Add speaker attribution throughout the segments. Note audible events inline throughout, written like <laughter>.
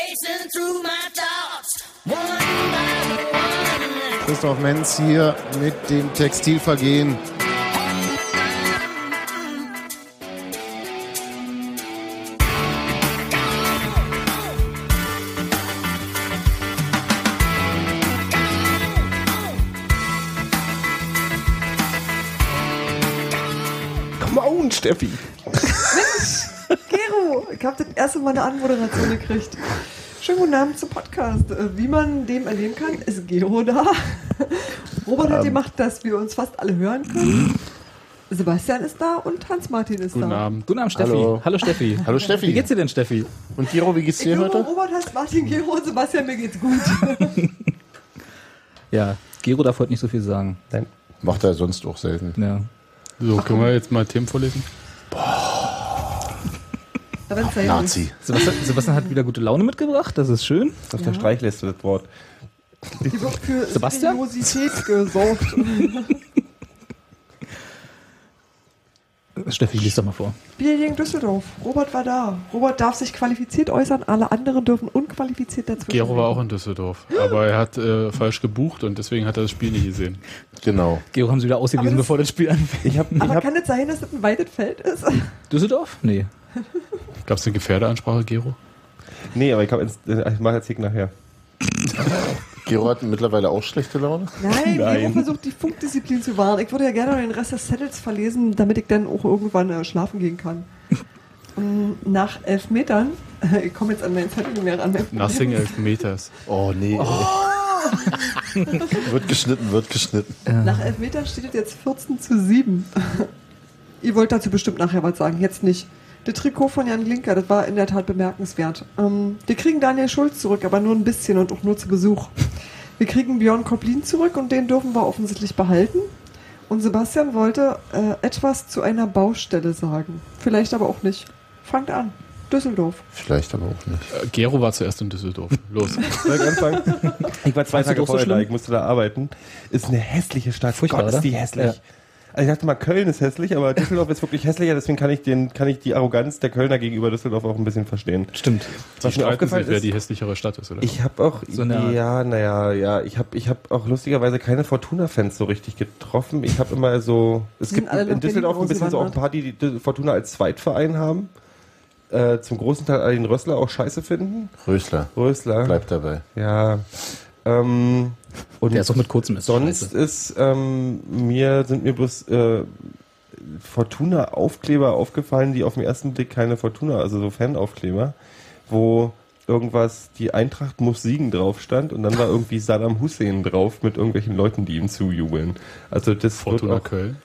Speaker 1: Listen through my thoughts, one by one.
Speaker 2: Christoph Menz hier mit dem Textilvergehen.
Speaker 3: Come on, Steffi.
Speaker 4: Gero, ich habe das erste Mal eine Anmoderation gekriegt. Schönen guten Abend zum Podcast. Äh, Wie man dem erleben kann, ist Gero da. Robert hat gemacht, dass wir uns fast alle hören können. Sebastian ist da und Hans-Martin ist
Speaker 5: Guten
Speaker 4: da.
Speaker 5: Abend. Guten Abend, Steffi.
Speaker 3: Hallo.
Speaker 5: Steffi.
Speaker 2: Hallo Steffi.
Speaker 5: Wie geht's dir denn, Steffi?
Speaker 3: Und Giro, wie geht's dir
Speaker 4: Äh, Gero,
Speaker 3: heute?
Speaker 4: Robert, Hans-Martin, Gero und Sebastian, mir geht's gut.
Speaker 5: Ja, Gero darf heute nicht so viel sagen.
Speaker 3: Nein.
Speaker 2: Macht er sonst auch selten.
Speaker 5: Ja.
Speaker 6: So, können wir jetzt mal Themen vorlesen?
Speaker 4: Da wenn's da hin ist.
Speaker 2: Nazi.
Speaker 5: Sebastian, Sebastian hat wieder gute Laune mitgebracht, das ist schön.
Speaker 3: Auf der Streichliste das Wort.
Speaker 4: Die wird für
Speaker 5: Sebastian?
Speaker 4: Seriosität gesorgt.
Speaker 5: Steffi, lies doch mal vor.
Speaker 4: Bier gegen Düsseldorf. Robert war da. Robert darf sich qualifiziert äußern, alle anderen dürfen unqualifiziert dazwischen.
Speaker 6: Gero war auch in Düsseldorf, aber er hat äh, falsch gebucht und deswegen hat er das Spiel nicht gesehen.
Speaker 2: Genau.
Speaker 5: Gero haben sie wieder ausgewiesen,
Speaker 4: Aber das-
Speaker 5: bevor das Spiel anfängt.
Speaker 3: Ich habe ich
Speaker 4: Aber
Speaker 3: hab
Speaker 4: kann es sein, dass das ein weites Feld ist?
Speaker 5: Düsseldorf? Nee.
Speaker 6: Gab es eine Gefährderansprache, Gero?
Speaker 3: Nee, aber ich, hab ins, ich mach jetzt hier nachher.
Speaker 2: Gero hat mittlerweile auch schlechte Laune.
Speaker 4: Nein, Gero
Speaker 3: Nein.
Speaker 4: versucht die Funkdisziplin zu wahren. Ich würde ja gerne noch den Rest des Zettels verlesen, damit ich dann auch irgendwann äh, schlafen gehen kann. Ähm, Nach elf Metern, <laughs> ich komme jetzt an meinen Zettel nicht mehr ran.
Speaker 6: Nothing Elfmeters.
Speaker 2: Oh nee. wird geschnitten, wird geschnitten.
Speaker 4: Nach elf Metern steht es jetzt 14 zu 7. <laughs> Ihr wollt dazu bestimmt nachher was sagen, jetzt nicht. Der Trikot von Jan Glinker, das war in der Tat bemerkenswert. Ähm, wir kriegen Daniel Schulz zurück, aber nur ein bisschen und auch nur zu Besuch. Wir kriegen Björn Koplin zurück und den dürfen wir offensichtlich behalten. Und Sebastian wollte äh, etwas zu einer Baustelle sagen. Vielleicht aber auch nicht. Fangt an. Düsseldorf.
Speaker 2: Vielleicht aber auch nicht.
Speaker 6: Äh, Gero war zuerst in Düsseldorf.
Speaker 2: <laughs>
Speaker 6: Los.
Speaker 3: Soll ich anfangen? <laughs> Ich war zwei
Speaker 5: Fandst du
Speaker 3: Tage
Speaker 5: doch so
Speaker 3: vorher da,
Speaker 5: schlimm?
Speaker 3: ich musste da arbeiten. Ist eine hässliche Stadt.
Speaker 5: Furchtbar,
Speaker 3: Gott, ist die
Speaker 5: oder?
Speaker 3: hässlich.
Speaker 5: Ja.
Speaker 3: Also ich dachte mal, Köln ist hässlich, aber Düsseldorf ist wirklich hässlicher, deswegen kann ich, den, kann ich die Arroganz der Kölner gegenüber Düsseldorf auch ein bisschen verstehen.
Speaker 5: Stimmt.
Speaker 6: Die
Speaker 3: Was mir
Speaker 6: streiten
Speaker 3: aufgefallen
Speaker 6: sich, wer
Speaker 3: ist,
Speaker 6: die hässlichere Stadt ist, oder?
Speaker 3: ich habe auch,
Speaker 5: So eine-
Speaker 3: ja, naja, ja, ich habe ich hab auch lustigerweise keine Fortuna-Fans so richtig getroffen. Ich habe immer so, es
Speaker 4: Die
Speaker 3: gibt
Speaker 4: sind alle nach
Speaker 3: in Düsseldorf
Speaker 4: Berlin
Speaker 3: ein bisschen so auch ein paar, die, die Fortuna als Zweitverein haben. Äh, zum großen Teil alle den Rössler auch scheiße finden.
Speaker 2: Rösler.
Speaker 3: Rösler.
Speaker 2: Bleibt dabei.
Speaker 3: Ja. Ähm, und
Speaker 5: Der ist auch mit kurzem ist.
Speaker 3: sonst
Speaker 5: scheiße.
Speaker 3: ist ähm, mir sind mir bloß äh, Fortuna Aufkleber aufgefallen, die auf den ersten Blick keine Fortuna, also so Fanaufkleber, wo irgendwas die Eintracht muss siegen drauf stand und dann war irgendwie Saddam Hussein drauf mit irgendwelchen Leuten, die ihm zujubeln. Also das
Speaker 6: Fortuna
Speaker 3: wird auch,
Speaker 6: Köln.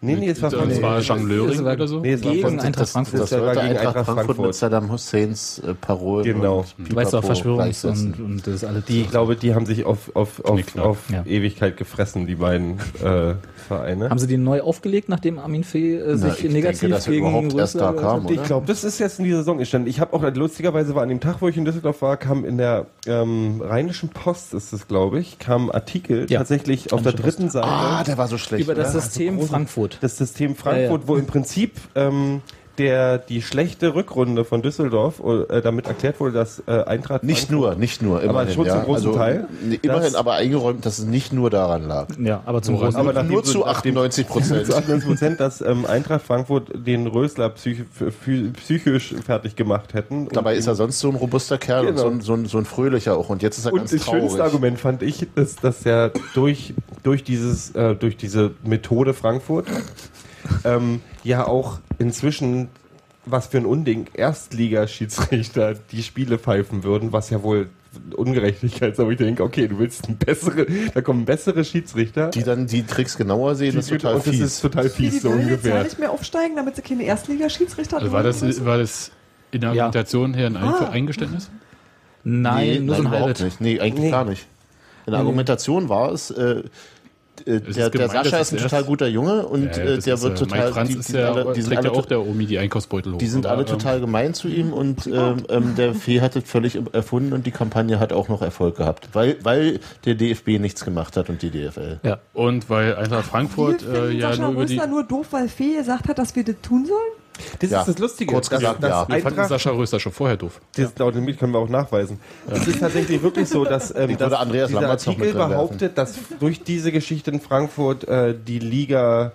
Speaker 3: Nee, nee, es war
Speaker 6: Das war
Speaker 3: nee,
Speaker 6: Jean Löhring
Speaker 5: war-
Speaker 6: oder so.
Speaker 3: nee, es war
Speaker 5: gegen
Speaker 3: von,
Speaker 5: Eintracht Frankfurt.
Speaker 2: Das
Speaker 3: Das war
Speaker 2: sollte
Speaker 3: gegen
Speaker 2: Eintracht
Speaker 3: Eintracht
Speaker 2: Frankfurt, mit
Speaker 3: Frankfurt.
Speaker 2: Saddam Husseins äh, Parolen.
Speaker 3: Genau.
Speaker 2: und
Speaker 5: Du weißt doch,
Speaker 2: Pipapo
Speaker 5: Verschwörungs-
Speaker 2: gleichsetzen.
Speaker 5: und, und das alles.
Speaker 3: Die, ich glaube, die haben sich auf, auf, auf,
Speaker 6: Knickknack,
Speaker 3: auf
Speaker 5: ja.
Speaker 3: Ewigkeit gefressen, die beiden äh, Vereine.
Speaker 5: haben sie den neu aufgelegt, nachdem Armin Fee äh,
Speaker 2: Na,
Speaker 5: sich
Speaker 2: ich
Speaker 5: negativ
Speaker 2: denke, dass er
Speaker 5: gegen
Speaker 2: überhaupt erst da
Speaker 5: Rösler-
Speaker 2: kam, oder?
Speaker 3: Ich glaube, das ist jetzt in dieser Saison entstanden. Ich habe auch lustigerweise war an dem Tag, wo ich in Düsseldorf war, kam in der ähm, Rheinischen Post ist es, glaube ich, kam ein Artikel
Speaker 5: Ja.
Speaker 3: tatsächlich auf der
Speaker 5: Rheinische
Speaker 3: dritten Seite
Speaker 2: Ah, der war so schlecht.
Speaker 5: Über das
Speaker 2: ne?
Speaker 5: System
Speaker 3: große-
Speaker 5: Frankfurt.
Speaker 3: das System Frankfurt,
Speaker 5: Ja, ja.
Speaker 3: wo im Prinzip ähm, der die schlechte Rückrunde von Düsseldorf äh, damit erklärt wurde, dass äh, Eintracht
Speaker 2: Nicht
Speaker 3: Frankfurt-
Speaker 2: nur, nicht nur, immerhin.
Speaker 3: schon zum
Speaker 2: ja. Also,
Speaker 3: großen Teil.
Speaker 2: nee, immerhin
Speaker 3: Das-
Speaker 2: aber eingeräumt, dass es nicht nur daran lag.
Speaker 5: Ja, aber zum großen
Speaker 3: Aber nachdem
Speaker 2: nur
Speaker 3: so-
Speaker 2: zu
Speaker 3: nachdem-
Speaker 2: 98
Speaker 5: <laughs>
Speaker 2: Prozent.
Speaker 3: <laughs> zu 98 Prozent, dass ähm, Eintracht Frankfurt den Rösler psych phy- psychisch fertig gemacht hätten. Und
Speaker 2: Dabei
Speaker 3: ihn-
Speaker 2: ist er sonst so ein robuster Kerl und
Speaker 3: Genau.
Speaker 2: so ein, so, ein, so ein fröhlicher auch. Und jetzt ist er
Speaker 3: Und
Speaker 2: ganz
Speaker 3: das
Speaker 2: traurig.
Speaker 3: schönste Argument fand ich, dass, dass ja durch, durch, dieses, äh, durch diese Methode Frankfurt ähm, ja auch inzwischen, was für ein Unding, Erstligaschiedsrichter die Spiele pfeifen würden, was ja wohl Ungerechtigkeit ist. Aber ich denke, okay, du willst ein bessere, da kommen bessere Schiedsrichter.
Speaker 2: Die dann die Tricks genauer sehen, das ist
Speaker 3: und
Speaker 2: total
Speaker 3: das
Speaker 2: fies.
Speaker 3: ist total
Speaker 4: Die, die
Speaker 3: fies, so
Speaker 4: wollen jetzt ja
Speaker 3: ungefähr.
Speaker 4: nicht mehr aufsteigen, damit sie keine Erstligaschiedsrichter
Speaker 6: Also war das,
Speaker 4: holen müssen.
Speaker 6: war das in der
Speaker 5: Ja.
Speaker 6: Argumentation her ein Einver-
Speaker 4: Ah.
Speaker 6: Eingeständnis?
Speaker 5: Nein,
Speaker 2: nee,
Speaker 5: nur so ein
Speaker 2: überhaupt
Speaker 5: halbes.
Speaker 2: nicht. Nee, eigentlich
Speaker 3: Nee.
Speaker 2: gar nicht. In der Argumentation war es, äh, äh,
Speaker 6: ist
Speaker 2: der, der
Speaker 6: gemein,
Speaker 2: Sascha
Speaker 6: das
Speaker 2: ist ein
Speaker 6: ist
Speaker 2: total
Speaker 6: erst-
Speaker 2: guter Junge und
Speaker 6: Ja, ja,
Speaker 2: äh,
Speaker 6: das
Speaker 2: der
Speaker 6: ist,
Speaker 2: wird
Speaker 6: äh,
Speaker 2: total.
Speaker 6: Mike Franz
Speaker 2: die,
Speaker 6: ist
Speaker 2: die
Speaker 6: ja,
Speaker 2: alle, die sind
Speaker 6: trägt
Speaker 2: alle,
Speaker 6: ja auch
Speaker 2: to-
Speaker 6: der Omi die Einkaufsbeutel hoch.
Speaker 2: die sind
Speaker 6: aber,
Speaker 2: alle
Speaker 6: ähm,
Speaker 2: total gemein zu
Speaker 6: <laughs>
Speaker 2: ihm und ähm, ähm, der Fee hat es völlig erfunden und die Kampagne hat auch noch Erfolg gehabt, weil, weil der DFB nichts gemacht hat und die DFL.
Speaker 5: Ja.
Speaker 6: Und weil Eintracht
Speaker 4: Wir
Speaker 6: Frankfurt äh,
Speaker 4: finden
Speaker 6: ja
Speaker 4: Sascha
Speaker 6: nur über die.
Speaker 4: Rösler nur doof, weil Fee gesagt hat, dass wir das tun sollen?
Speaker 3: Das
Speaker 2: Ja,
Speaker 3: ist das Lustige.
Speaker 2: kurz gesagt, ja.
Speaker 6: Wir fanden
Speaker 3: Eintracht,
Speaker 6: Sascha Röster schon vorher doof.
Speaker 3: dieses Lautenmiet können wir auch nachweisen. Es ist tatsächlich wirklich so, dass, ähm,
Speaker 2: Ich
Speaker 3: dass
Speaker 2: würde Andreas
Speaker 3: dieser
Speaker 2: Lambertz noch
Speaker 3: Artikel
Speaker 2: mit reinwerfen.
Speaker 3: behauptet, dass durch diese Geschichte in Frankfurt äh, die Liga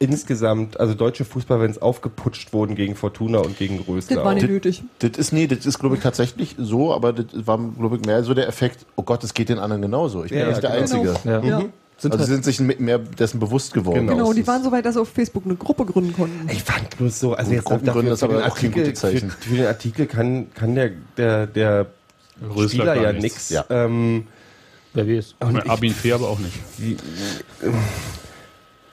Speaker 3: insgesamt, also deutsche Fußballfans aufgeputscht wurden gegen Fortuna und gegen
Speaker 4: Das war
Speaker 3: Rösler.
Speaker 4: nicht nötig.
Speaker 2: Das ist, nee, das ist, glaube ich, tatsächlich so, aber das war, glaube ich, mehr so der Effekt, oh Gott, es geht den anderen genauso. Ich bin
Speaker 3: Ja,
Speaker 2: nicht der
Speaker 3: genau.
Speaker 2: Einzige.
Speaker 5: Ja.
Speaker 4: Ja.
Speaker 5: Sind
Speaker 2: Also sie sind
Speaker 5: halt,
Speaker 2: sich mit- mehr dessen bewusst geworden.
Speaker 3: Genau,
Speaker 4: Genau,
Speaker 3: es
Speaker 4: die
Speaker 3: ist-
Speaker 4: waren so weit, dass sie auf Facebook eine Gruppe gründen konnten.
Speaker 3: Ich fand bloß so, also
Speaker 2: Gut,
Speaker 3: jetzt
Speaker 2: Gruppengründe
Speaker 3: dafür
Speaker 2: ist
Speaker 3: für den
Speaker 2: aber auch kein
Speaker 3: Artikel,
Speaker 2: gutes Zeichen.
Speaker 3: Für, für den Artikel kann, kann der, der, der
Speaker 6: Rösler
Speaker 3: Spieler
Speaker 6: gar
Speaker 3: ja
Speaker 6: nichts.
Speaker 3: nichts.
Speaker 2: Ja.
Speaker 3: Ähm,
Speaker 5: wer weiß.
Speaker 3: und
Speaker 6: Mein Abin Fee aber auch nicht.
Speaker 3: Die-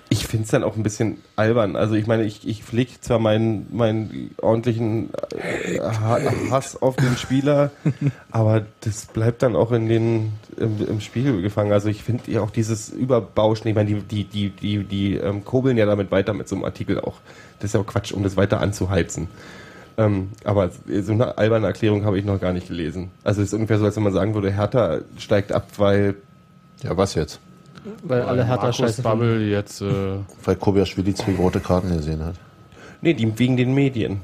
Speaker 3: Ich finde es dann auch ein bisschen albern. Also ich meine, ich, ich pflege zwar meinen, meinen ordentlichen äh, Ha- Hass auf den Spieler, aber das bleibt dann auch in den, im, im Spiegel gefangen. Also ich finde ja auch dieses Überbauschen, ich meine, die, die, die, die, die ähm, kurbeln ja damit weiter mit so einem Artikel auch. Das ist ja Quatsch, um das weiter anzuheizen. Ähm, aber so eine alberne Erklärung habe ich noch gar nicht gelesen. Also es ist ungefähr so, als wenn man sagen würde, Hertha steigt ab, weil
Speaker 2: Ja, was jetzt?
Speaker 5: Weil alle härter <laughs>
Speaker 6: Markus
Speaker 5: scheiße
Speaker 6: Babbel jetzt äh,
Speaker 2: Weil Kobiaschwili zwei rote Karten gesehen hat.
Speaker 3: Nee, die wegen den Medien.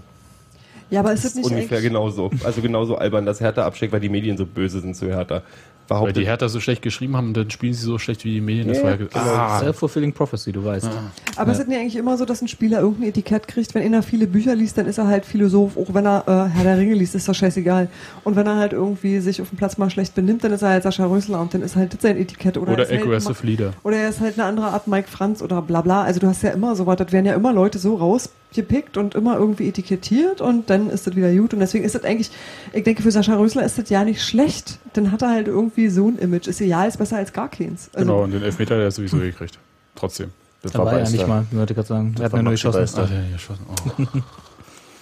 Speaker 4: Ja, aber ist das nicht
Speaker 3: Ungefähr
Speaker 4: eigentlich...
Speaker 3: genauso. Also genauso albern, dass Hertha abschickt, weil die Medien so böse sind zu Hertha.
Speaker 6: Weil die
Speaker 3: Behauptet,
Speaker 6: Hertha so schlecht geschrieben haben, dann spielen sie so schlecht wie die Medien. Das war ja ge-
Speaker 5: Ah.
Speaker 6: ah,
Speaker 5: Self-fulfilling prophecy, du weißt.
Speaker 4: Aber ist das nicht eigentlich immer so, dass ein Spieler irgendein Etikett kriegt? Wenn einer viele Bücher liest, dann ist er halt Philosoph. Auch wenn er äh, Herr der Ringe liest, ist das scheißegal. Und wenn er halt irgendwie sich auf dem Platz mal schlecht benimmt, dann ist er halt Sascha Rösler und dann ist halt das sein Etikett. Oder,
Speaker 6: Oder
Speaker 4: er ist
Speaker 6: Aggressive
Speaker 4: halt,
Speaker 6: Leader.
Speaker 4: Oder er ist halt eine andere Art Mike Franz oder bla bla. Also du hast ja immer sowas, das werden ja immer Leute so rausgepickt und immer irgendwie etikettiert und dann ist das wieder gut. Und deswegen ist das eigentlich, ich denke, für Sascha Rösler ist das ja nicht schlecht. Dann hat er halt irgendwie so ein Image. Ist ja, ist besser als gar keins. Also,
Speaker 6: genau, und den Elfmeter hat er sowieso gekriegt. Trotzdem.
Speaker 2: Das
Speaker 5: Da war er
Speaker 2: Beister.
Speaker 5: nicht mal, wollte ich gerade sagen. Er hat
Speaker 2: war
Speaker 5: nur
Speaker 2: Maxi
Speaker 5: geschossen.
Speaker 2: Beister.
Speaker 6: Ach, der hat geschossen. Oh.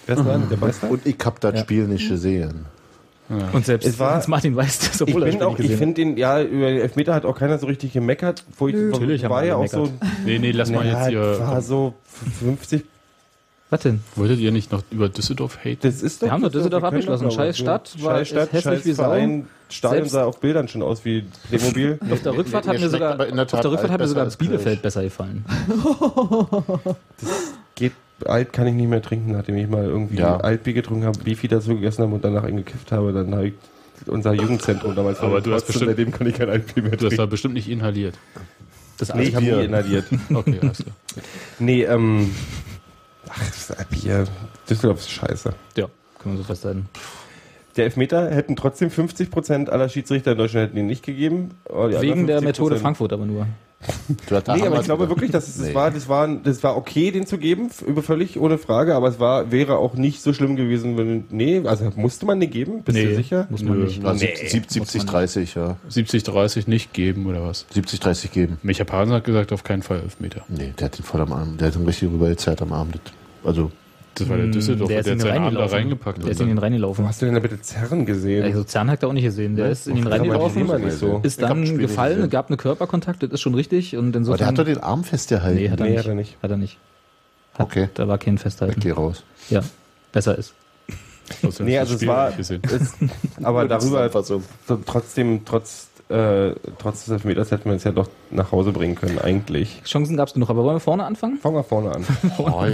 Speaker 3: wer ist dran? Der Meister?
Speaker 2: Und ich hab das
Speaker 5: Ja.
Speaker 2: Spiel nicht gesehen.
Speaker 5: Und selbst
Speaker 3: Es war-
Speaker 5: Hans Martin weiß das,
Speaker 3: Ich
Speaker 5: obwohl
Speaker 3: bin
Speaker 5: er
Speaker 3: auch,
Speaker 5: das
Speaker 3: ich
Speaker 5: Spiel nicht
Speaker 3: finde den, ja, über den Elfmeter hat auch keiner so richtig gemeckert. Wo ich,
Speaker 4: Nö.
Speaker 5: Natürlich haben
Speaker 3: war
Speaker 5: alle
Speaker 3: ja auch so,
Speaker 5: gemeckert.
Speaker 6: Nee, nee, lass mal
Speaker 3: Ja,
Speaker 6: jetzt
Speaker 3: war
Speaker 6: hier.
Speaker 3: so 50.
Speaker 5: Was denn?
Speaker 6: Wolltet ihr nicht noch über Düsseldorf haten?
Speaker 3: Das ist doch.
Speaker 5: Wir haben doch Düsseldorf
Speaker 3: wir können
Speaker 5: abgeschlossen.
Speaker 3: doch mal
Speaker 5: Scheiß
Speaker 3: was.
Speaker 5: Stadt, war-
Speaker 3: scheiß Stadt,
Speaker 5: ist hässlich
Speaker 3: scheiß
Speaker 5: wie Sau.
Speaker 3: Verein. Stadion
Speaker 5: Selbst-
Speaker 3: sah auf Bildern schon aus wie Playmobil.
Speaker 5: Auf der Rückfahrt
Speaker 2: mir
Speaker 5: hat mir
Speaker 2: schmeckt
Speaker 5: sogar,
Speaker 2: aber in der
Speaker 5: auf
Speaker 2: Tat
Speaker 5: der Rückfahrt hat mir
Speaker 2: alles
Speaker 5: sogar
Speaker 2: besser als
Speaker 5: Bielefeld
Speaker 2: Kölsch.
Speaker 5: besser gefallen.
Speaker 3: Geht, alt kann ich nicht mehr trinken, nachdem ich mal irgendwie
Speaker 2: Ja.
Speaker 3: Altbier getrunken habe, Beefy dazu gegessen habe und danach eingekifft habe. Dann habe ich unser Jugendzentrum damals
Speaker 6: Aber
Speaker 3: war
Speaker 6: du hast
Speaker 3: gekotzt
Speaker 6: bestimmt-
Speaker 3: und Seitdem kann ich kein Altbier mehr
Speaker 6: Du hast
Speaker 3: trinken.
Speaker 6: da bestimmt nicht inhaliert.
Speaker 5: Das
Speaker 3: Nee, ich habe nie
Speaker 2: Bier.
Speaker 3: inhaliert.
Speaker 6: Okay, alles klar.
Speaker 3: <laughs> Nee, ähm. Ach, das halt Bier. Düsseldorf ist scheiße.
Speaker 5: <laughs> Ja, können wir so festhalten.
Speaker 3: Der Elfmeter hätten trotzdem 50% aller Schiedsrichter in Deutschland hätten ihn nicht gegeben. Oh, die
Speaker 5: Wegen der
Speaker 3: anderen 50%.
Speaker 5: Methode Frankfurt aber nur.
Speaker 3: Nee, aber ich glaube wirklich, dass es das war, das war, das war okay, den zu geben, f- über völlig ohne Frage, aber es war, wäre auch nicht so schlimm gewesen, wenn, nee, also musste man den geben, bist du sicher?
Speaker 5: muss man
Speaker 6: Nö.
Speaker 5: nicht.
Speaker 2: Na, Also sieb- sieb- 70, 30, ja.
Speaker 6: 70, 30 Äh, nicht geben oder was?
Speaker 2: 70, 30 geben.
Speaker 6: Micha Pasen hat gesagt, auf keinen Fall Elfmeter.
Speaker 2: Nee, der hat ihn voll am Arm. Der hat ihn richtig rübergezerrt am Arm. Das- Also,
Speaker 6: Das war der
Speaker 5: Hm,
Speaker 6: Düsseldorf, der,
Speaker 5: ist in
Speaker 6: hat
Speaker 5: den
Speaker 6: seinen Arm da
Speaker 5: reingelaufen.
Speaker 6: reingepackt.
Speaker 5: Der
Speaker 6: und
Speaker 5: ist in den
Speaker 6: dann-
Speaker 3: Wo
Speaker 5: reingelaufen.
Speaker 3: hast du denn da bitte Zerren gesehen?
Speaker 5: Also Zern hat er auch nicht gesehen. Der ist in den
Speaker 3: Das Ne? kann man
Speaker 5: reingelaufen,
Speaker 3: immer nicht
Speaker 5: ist
Speaker 3: so.
Speaker 2: Ich hab das Spiel
Speaker 5: dann
Speaker 2: nicht
Speaker 5: gefallen,
Speaker 2: gesehen.
Speaker 5: gab eine Körperkontakt, das ist schon richtig. Und
Speaker 2: aber der
Speaker 5: insofern.
Speaker 2: hat doch den Arm festgehalten.
Speaker 5: nee, hat er,
Speaker 3: Nee,
Speaker 5: nicht.
Speaker 3: hat er nicht.
Speaker 5: Hat er nicht.
Speaker 2: okay,
Speaker 5: Da war kein
Speaker 2: ich
Speaker 5: Festhalten.
Speaker 2: geh raus.
Speaker 5: Ja, besser ist.
Speaker 6: Trotzdem
Speaker 3: Nee,
Speaker 6: hast du das
Speaker 3: also es
Speaker 6: Spiel
Speaker 3: war,
Speaker 6: nicht
Speaker 3: es,
Speaker 6: gesehen.
Speaker 5: <laughs>
Speaker 3: aber darüber,
Speaker 2: Zusammenfassung.
Speaker 3: so, trotzdem, trotz, äh, trotz des Elfmeters hätten wir es ja doch nach Hause bringen können, eigentlich.
Speaker 5: Chancen gab es genug, aber wollen wir vorne anfangen?
Speaker 3: Fangen wir vorne an.
Speaker 2: Oi.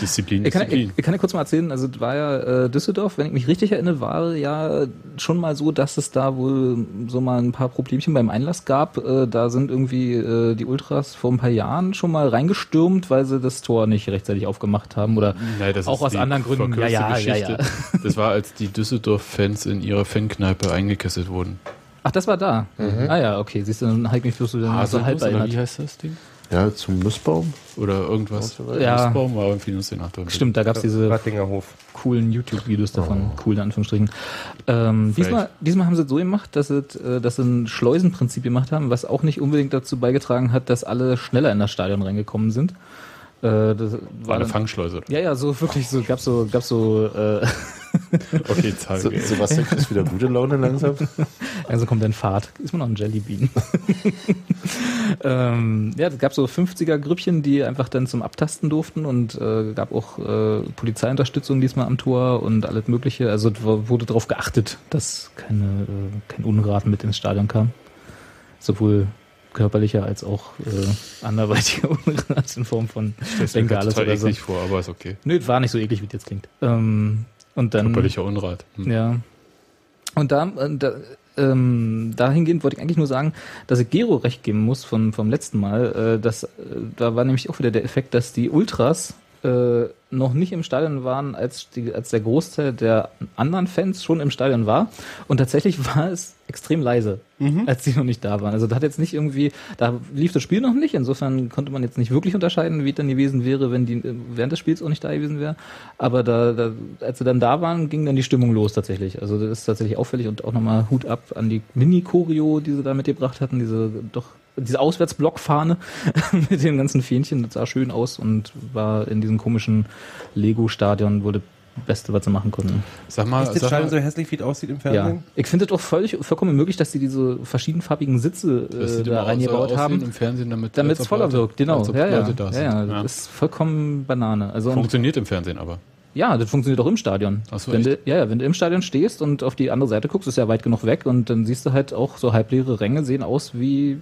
Speaker 6: Disziplin,
Speaker 5: Ich kann, ich,
Speaker 6: Disziplin.
Speaker 5: ich kann dir kurz mal erzählen, also es war ja äh, Düsseldorf, wenn ich mich richtig erinnere, war ja schon mal so, dass es da wohl so mal ein paar Problemchen beim Einlass gab. Äh, da sind irgendwie äh, die Ultras vor ein paar Jahren schon mal reingestürmt, weil sie das Tor nicht rechtzeitig aufgemacht haben oder
Speaker 6: Nein, das
Speaker 5: auch
Speaker 6: ist
Speaker 5: aus
Speaker 6: die
Speaker 5: anderen Gründen.
Speaker 6: verkürzte
Speaker 5: Ja, ja, ja,
Speaker 6: Geschichte.
Speaker 5: ja.
Speaker 6: Das war, als die Düsseldorf-Fans in ihrer Fankneipe eingekesselt wurden.
Speaker 5: Ach, das war da.
Speaker 6: Mhm.
Speaker 5: Ah ja, okay, siehst du, dann halt mich bloß so so halb
Speaker 6: Haselnuss, Ah, oder wie
Speaker 5: erinnert.
Speaker 6: heißt das Ding?
Speaker 2: Ja, zum Nussbaum.
Speaker 6: Oder irgendwas.
Speaker 5: Ja.
Speaker 6: Nussbaum war irgendwie Nuss den Achtung.
Speaker 5: Stimmt, da gab es diese
Speaker 3: Rattinger Hof.
Speaker 5: coolen YouTube-Videos davon, cool in Anführungsstrichen. Ähm, diesmal, diesmal haben sie es so gemacht, dass sie, äh, dass sie ein Schleusenprinzip gemacht haben, was auch nicht unbedingt dazu beigetragen hat, dass alle schneller in das Stadion reingekommen sind. Äh, das
Speaker 6: War
Speaker 5: war
Speaker 6: eine
Speaker 5: dann,
Speaker 6: Fangschleuse.
Speaker 5: ja, ja, so wirklich, so gab's so, gab's so, äh,
Speaker 6: Okay, zahl.
Speaker 2: So, Sebastian kriegt wieder gute Laune langsam.
Speaker 5: also kommt dann Fahrt. Ist man noch ein Jellybean? ähm, ja, es gab so 50er-Grüppchen, die einfach dann zum Abtasten durften und äh, gab auch äh, Polizeiunterstützung diesmal am Tor und alles Mögliche. Also es war- wurde darauf geachtet, dass keine, äh, kein Unrat mit ins Stadion kam. Sowohl körperlicher als auch äh, anderweitiger <laughs> Unrat in Form von
Speaker 6: Das ist
Speaker 5: Bengales
Speaker 6: total
Speaker 5: oder so.
Speaker 6: eklig vor, aber ist okay.
Speaker 5: Nö, war nicht so eklig, wie es jetzt klingt. Ähm, und dann.
Speaker 6: Körperlicher Unrat. Hm.
Speaker 5: Ja. Und da, äh, da ähm, dahingehend wollte ich eigentlich nur sagen, dass ich Gero recht geben muss vom, vom letzten Mal. Äh, das, äh, da war nämlich auch wieder der Effekt, dass die Ultras äh, noch nicht im Stadion waren, als, die, als der Großteil der anderen Fans schon im Stadion war. Und tatsächlich <laughs> war es extrem leise, als die noch nicht da waren. Also da hat jetzt nicht irgendwie, da lief das Spiel noch nicht, insofern konnte man jetzt nicht wirklich unterscheiden, wie es dann gewesen wäre, wenn die äh, während des Spiels auch nicht da gewesen wäre. Aber da, da, als sie dann da waren, ging dann die Stimmung los tatsächlich. Also das ist tatsächlich auffällig und auch nochmal Hut ab an die Mini-Choreo, die sie da mitgebracht hatten, diese doch diese Auswärtsblockfahne <laughs> mit den ganzen Fähnchen, das sah schön aus und war in diesem komischen Lego-Stadion wohl das Beste, was sie machen konnten.
Speaker 6: Sag mal,
Speaker 3: Ist das
Speaker 6: sag
Speaker 3: Stadion so
Speaker 6: mal
Speaker 3: hässlich, wie es aussieht im
Speaker 5: Ja,
Speaker 3: Fernsehen?
Speaker 5: ich finde es auch völlig, vollkommen möglich, dass sie diese verschiedenfarbigen Sitze
Speaker 6: dass
Speaker 5: äh,
Speaker 6: die
Speaker 5: da
Speaker 6: so
Speaker 5: reingebaut
Speaker 6: aussehen
Speaker 5: haben,
Speaker 6: im Fernsehen, damit
Speaker 5: damit
Speaker 6: als
Speaker 5: es
Speaker 6: ob
Speaker 5: voller
Speaker 6: Leute-
Speaker 5: wirkt. Genau,
Speaker 6: als ob
Speaker 5: ja, ja.
Speaker 6: Leute da
Speaker 5: ja,
Speaker 6: sind.
Speaker 5: ja,
Speaker 6: Ja.
Speaker 5: das ist vollkommen Banane. Also und,
Speaker 6: Funktioniert im Fernsehen aber.
Speaker 5: ja, das funktioniert auch im Stadion.
Speaker 6: Ach so,
Speaker 5: wenn du,
Speaker 6: echt?
Speaker 5: ja, ja, wenn du im Stadion stehst und auf die andere Seite guckst, ist ja weit genug weg und dann siehst du halt auch so halbleere Ränge sehen aus wie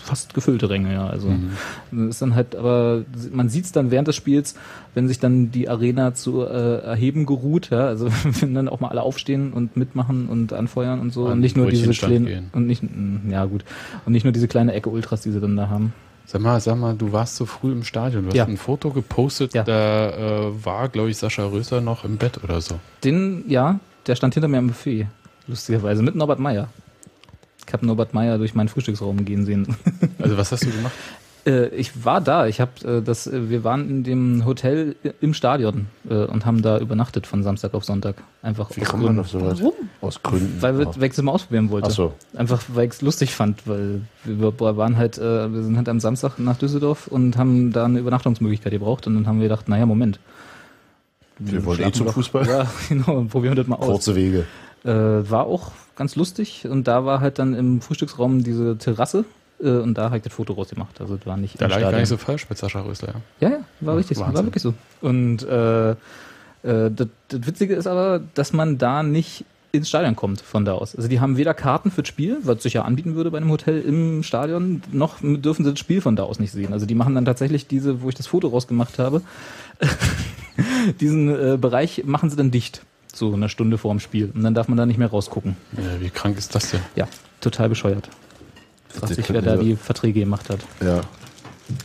Speaker 5: fast gefüllte Ränge, ja. Also
Speaker 6: Mhm.
Speaker 5: das ist dann halt, aber man sieht es dann während des Spiels, wenn sich dann die Arena zu äh, erheben geruht, ja. Also <laughs> wenn dann auch mal alle aufstehen und mitmachen und anfeuern und so
Speaker 6: An
Speaker 5: und nicht nur
Speaker 6: den
Speaker 5: diese
Speaker 6: Brötchenstand
Speaker 5: kleinen
Speaker 6: gehen.
Speaker 5: und nicht mm, ja gut und nicht nur diese kleine Ecke Ultras, die sie dann da haben.
Speaker 6: Sag mal, sag mal, du warst so früh im Stadion. Du hast
Speaker 5: Ja.
Speaker 6: ein Foto gepostet,
Speaker 5: Ja.
Speaker 6: da äh, war, glaube ich, Sascha Röser noch im Bett oder so.
Speaker 5: Den, ja, der stand hinter mir am Buffet. Lustigerweise. Mit Norbert Meyer. Ich habe Norbert Meyer durch meinen Frühstücksraum gehen sehen. <laughs>
Speaker 6: Also was hast du gemacht?
Speaker 5: Äh, ich war da. Ich habe äh, das. Äh, wir waren in dem Hotel i- im Stadion äh, und haben da übernachtet von Samstag auf Sonntag. Einfach.
Speaker 2: Wie
Speaker 5: aus
Speaker 2: kommt man
Speaker 5: Gründen.
Speaker 2: auf sowas?
Speaker 4: Warum?
Speaker 2: Aus Gründen.
Speaker 5: Weil
Speaker 2: Ach.
Speaker 5: wir es mal ausprobieren wollten.
Speaker 2: Ach so.
Speaker 5: Einfach, weil ich es lustig fand, weil wir wir waren halt, äh, wir sind halt am Samstag nach Düsseldorf und haben da eine Übernachtungsmöglichkeit gebraucht und dann haben wir gedacht, naja,
Speaker 2: <laughs>
Speaker 5: Moment.
Speaker 2: Wir wollen eh
Speaker 5: schlafen
Speaker 2: zum
Speaker 5: doch-
Speaker 2: Fußball.
Speaker 5: Ja, <laughs> genau, probieren wir das mal aus.
Speaker 2: Kurze Wege.
Speaker 5: Äh, war auch ganz lustig und da war halt dann im Frühstücksraum diese Terrasse äh, und da habe ich das Foto rausgemacht. Also das war nicht
Speaker 6: Da
Speaker 5: im
Speaker 6: lag ich gar
Speaker 5: Stadion.
Speaker 6: nicht so falsch mit Sascha Rösler. Ja.
Speaker 5: ja, ja, war richtig so. War
Speaker 6: Wahnsinn.
Speaker 5: wirklich so. Und äh, äh, das, das Witzige ist aber, dass man da nicht ins Stadion kommt von da aus. Also die haben weder Karten fürs Spiel, was sich ja anbieten würde bei einem Hotel im Stadion, noch dürfen sie das Spiel von da aus nicht sehen. Also die machen dann tatsächlich diese, wo ich das Foto rausgemacht habe, <laughs> diesen äh, Bereich machen sie dann dicht. So eine Stunde vorm Spiel. Und dann darf man da nicht mehr rausgucken.
Speaker 6: Äh, wie krank ist das denn?
Speaker 5: Ja, total bescheuert. Fragt
Speaker 2: Das
Speaker 5: sich, wer
Speaker 2: könnten
Speaker 5: da
Speaker 2: wir-
Speaker 5: die Verträge gemacht hat.
Speaker 2: Ja.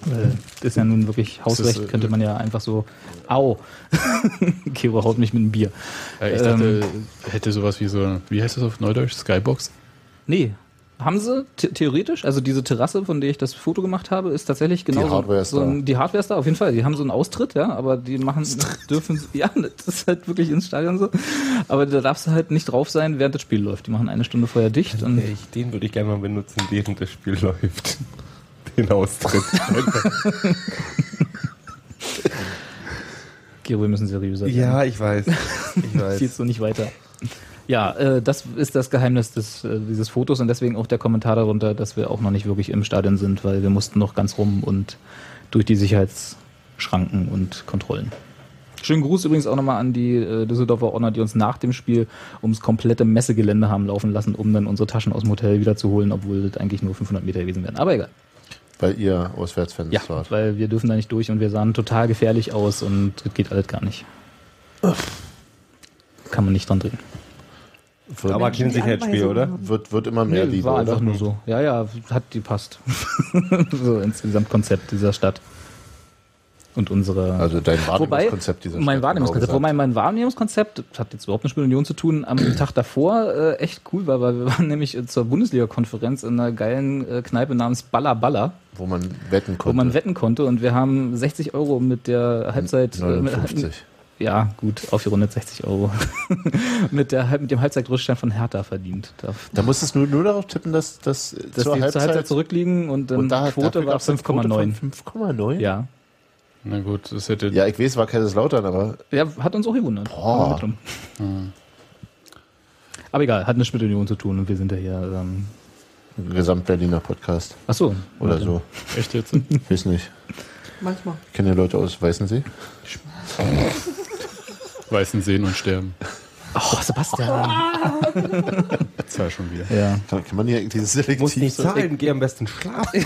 Speaker 5: Weil das ist ja nun wirklich Hausrecht,
Speaker 6: ist, äh,
Speaker 5: könnte man ja einfach so. Au! <laughs> Kero haut mich mit einem Bier.
Speaker 6: Ja, Äh, ich dachte,
Speaker 5: Ähm.
Speaker 6: hätte sowas wie so, wie heißt das auf Neudeutsch? Skybox?
Speaker 5: Nee. Haben sie the theoretisch, also diese Terrasse, von der ich das Foto gemacht habe, ist tatsächlich genau
Speaker 2: Hardware ist
Speaker 5: so ein,
Speaker 2: da.
Speaker 5: die Hardware ist da auf jeden Fall. Die haben so einen Austritt, ja, aber die machen dürfen ja, das ist halt wirklich ins Stadion so. Aber da darfst du halt nicht drauf sein, während das Spiel läuft. Die machen eine Stunde vorher dicht und
Speaker 3: Ich, den würde ich gerne mal benutzen, während das Spiel <laughs> läuft. Den Austritt.
Speaker 5: Gero, wir müssen seriöser werden.
Speaker 3: <laughs> ja, ich weiß. Ich
Speaker 5: Viel
Speaker 3: weiß.
Speaker 5: so nicht weiter. Ja, äh, das ist das Geheimnis des, äh, dieses Fotos und deswegen auch der Kommentar darunter, dass wir auch noch nicht wirklich im Stadion sind, weil wir mussten noch ganz rum und durch die Sicherheitsschranken und Kontrollen. Schönen Gruß übrigens auch nochmal an die äh, Düsseldorfer Ordner, die uns nach dem Spiel ums komplette Messegelände haben laufen lassen, um dann unsere Taschen aus dem Hotel wiederzuholen, obwohl das eigentlich nur 500 Meter gewesen wären. Aber egal.
Speaker 2: Weil ihr Auswärtsfans
Speaker 5: Ja,
Speaker 2: wart.
Speaker 5: weil wir dürfen da nicht durch und wir sahen total gefährlich aus und das geht alles gar nicht. Kann man nicht dran drehen.
Speaker 2: Wird,
Speaker 3: Aber kein
Speaker 4: Die
Speaker 3: Sicherheitsspiel,
Speaker 4: Anweisungen
Speaker 3: oder?
Speaker 4: haben.
Speaker 2: wird, wird immer mehr
Speaker 5: Nee,
Speaker 2: Liebe,
Speaker 5: war
Speaker 2: oder? Hm.
Speaker 5: einfach nur so. Ja, ja, hat die
Speaker 2: <laughs>
Speaker 5: passt. so insgesamt Konzept dieser Stadt. Und unsere.
Speaker 2: Also dein
Speaker 5: Wobei,
Speaker 2: Wahrnehmungskonzept dieser
Speaker 5: mein
Speaker 2: Stadt,
Speaker 5: Wahrnehmungskonzept,
Speaker 2: genau
Speaker 5: wobei mein Wahrnehmungskonzept, das hat jetzt überhaupt nichts mit Union zu tun,
Speaker 2: <clears throat>
Speaker 5: am Tag davor äh, echt cool war, weil wir waren nämlich äh, zur Bundesliga-Konferenz in einer geilen äh, Kneipe namens Balla Balla,
Speaker 2: gesagt, wo man wetten konnte.
Speaker 5: wo man wetten konnte und wir haben 60 Euro mit der Halbzeit, äh, mit,
Speaker 2: 59.
Speaker 5: ja, gut, aufgerundet 60 Euro, <laughs> mit, der, mit dem Halbzeitrückstand von Hertha verdient. Da
Speaker 2: Da musstest du nur, nur darauf tippen, dass, dass,
Speaker 5: dass die zur Halbzeit zurückliegen und dann
Speaker 2: und da,
Speaker 5: Quote
Speaker 2: dafür
Speaker 5: war
Speaker 2: gab's eine Quote
Speaker 5: 5,9.
Speaker 2: von 5,9?
Speaker 5: Ja.
Speaker 6: Na gut, das hätte.
Speaker 2: Ja, ich weiß, war Kaiserslautern, aber
Speaker 5: ja, hat uns auch gewundert.
Speaker 2: Boah. Hm.
Speaker 5: War drum. Aber egal, hat nichts mit Union zu tun und wir sind ja hier. Ähm,
Speaker 2: ein Gesamt-Berliner Podcast
Speaker 5: ach so.
Speaker 2: oder
Speaker 5: warte.
Speaker 2: so.
Speaker 6: Echt jetzt? <laughs>
Speaker 2: Ich weiß nicht.
Speaker 4: Manchmal.
Speaker 2: Ich kenne ja Leute aus Weißensee.
Speaker 6: Weißen sehen und sterben.
Speaker 5: Oh, Sebastian.
Speaker 6: Zahl schon wieder.
Speaker 5: Ja.
Speaker 2: Kann, kann man hier irgendwie
Speaker 3: Muss
Speaker 2: selektiv
Speaker 3: nicht
Speaker 2: so.
Speaker 3: zahlen, geh am besten schlafen.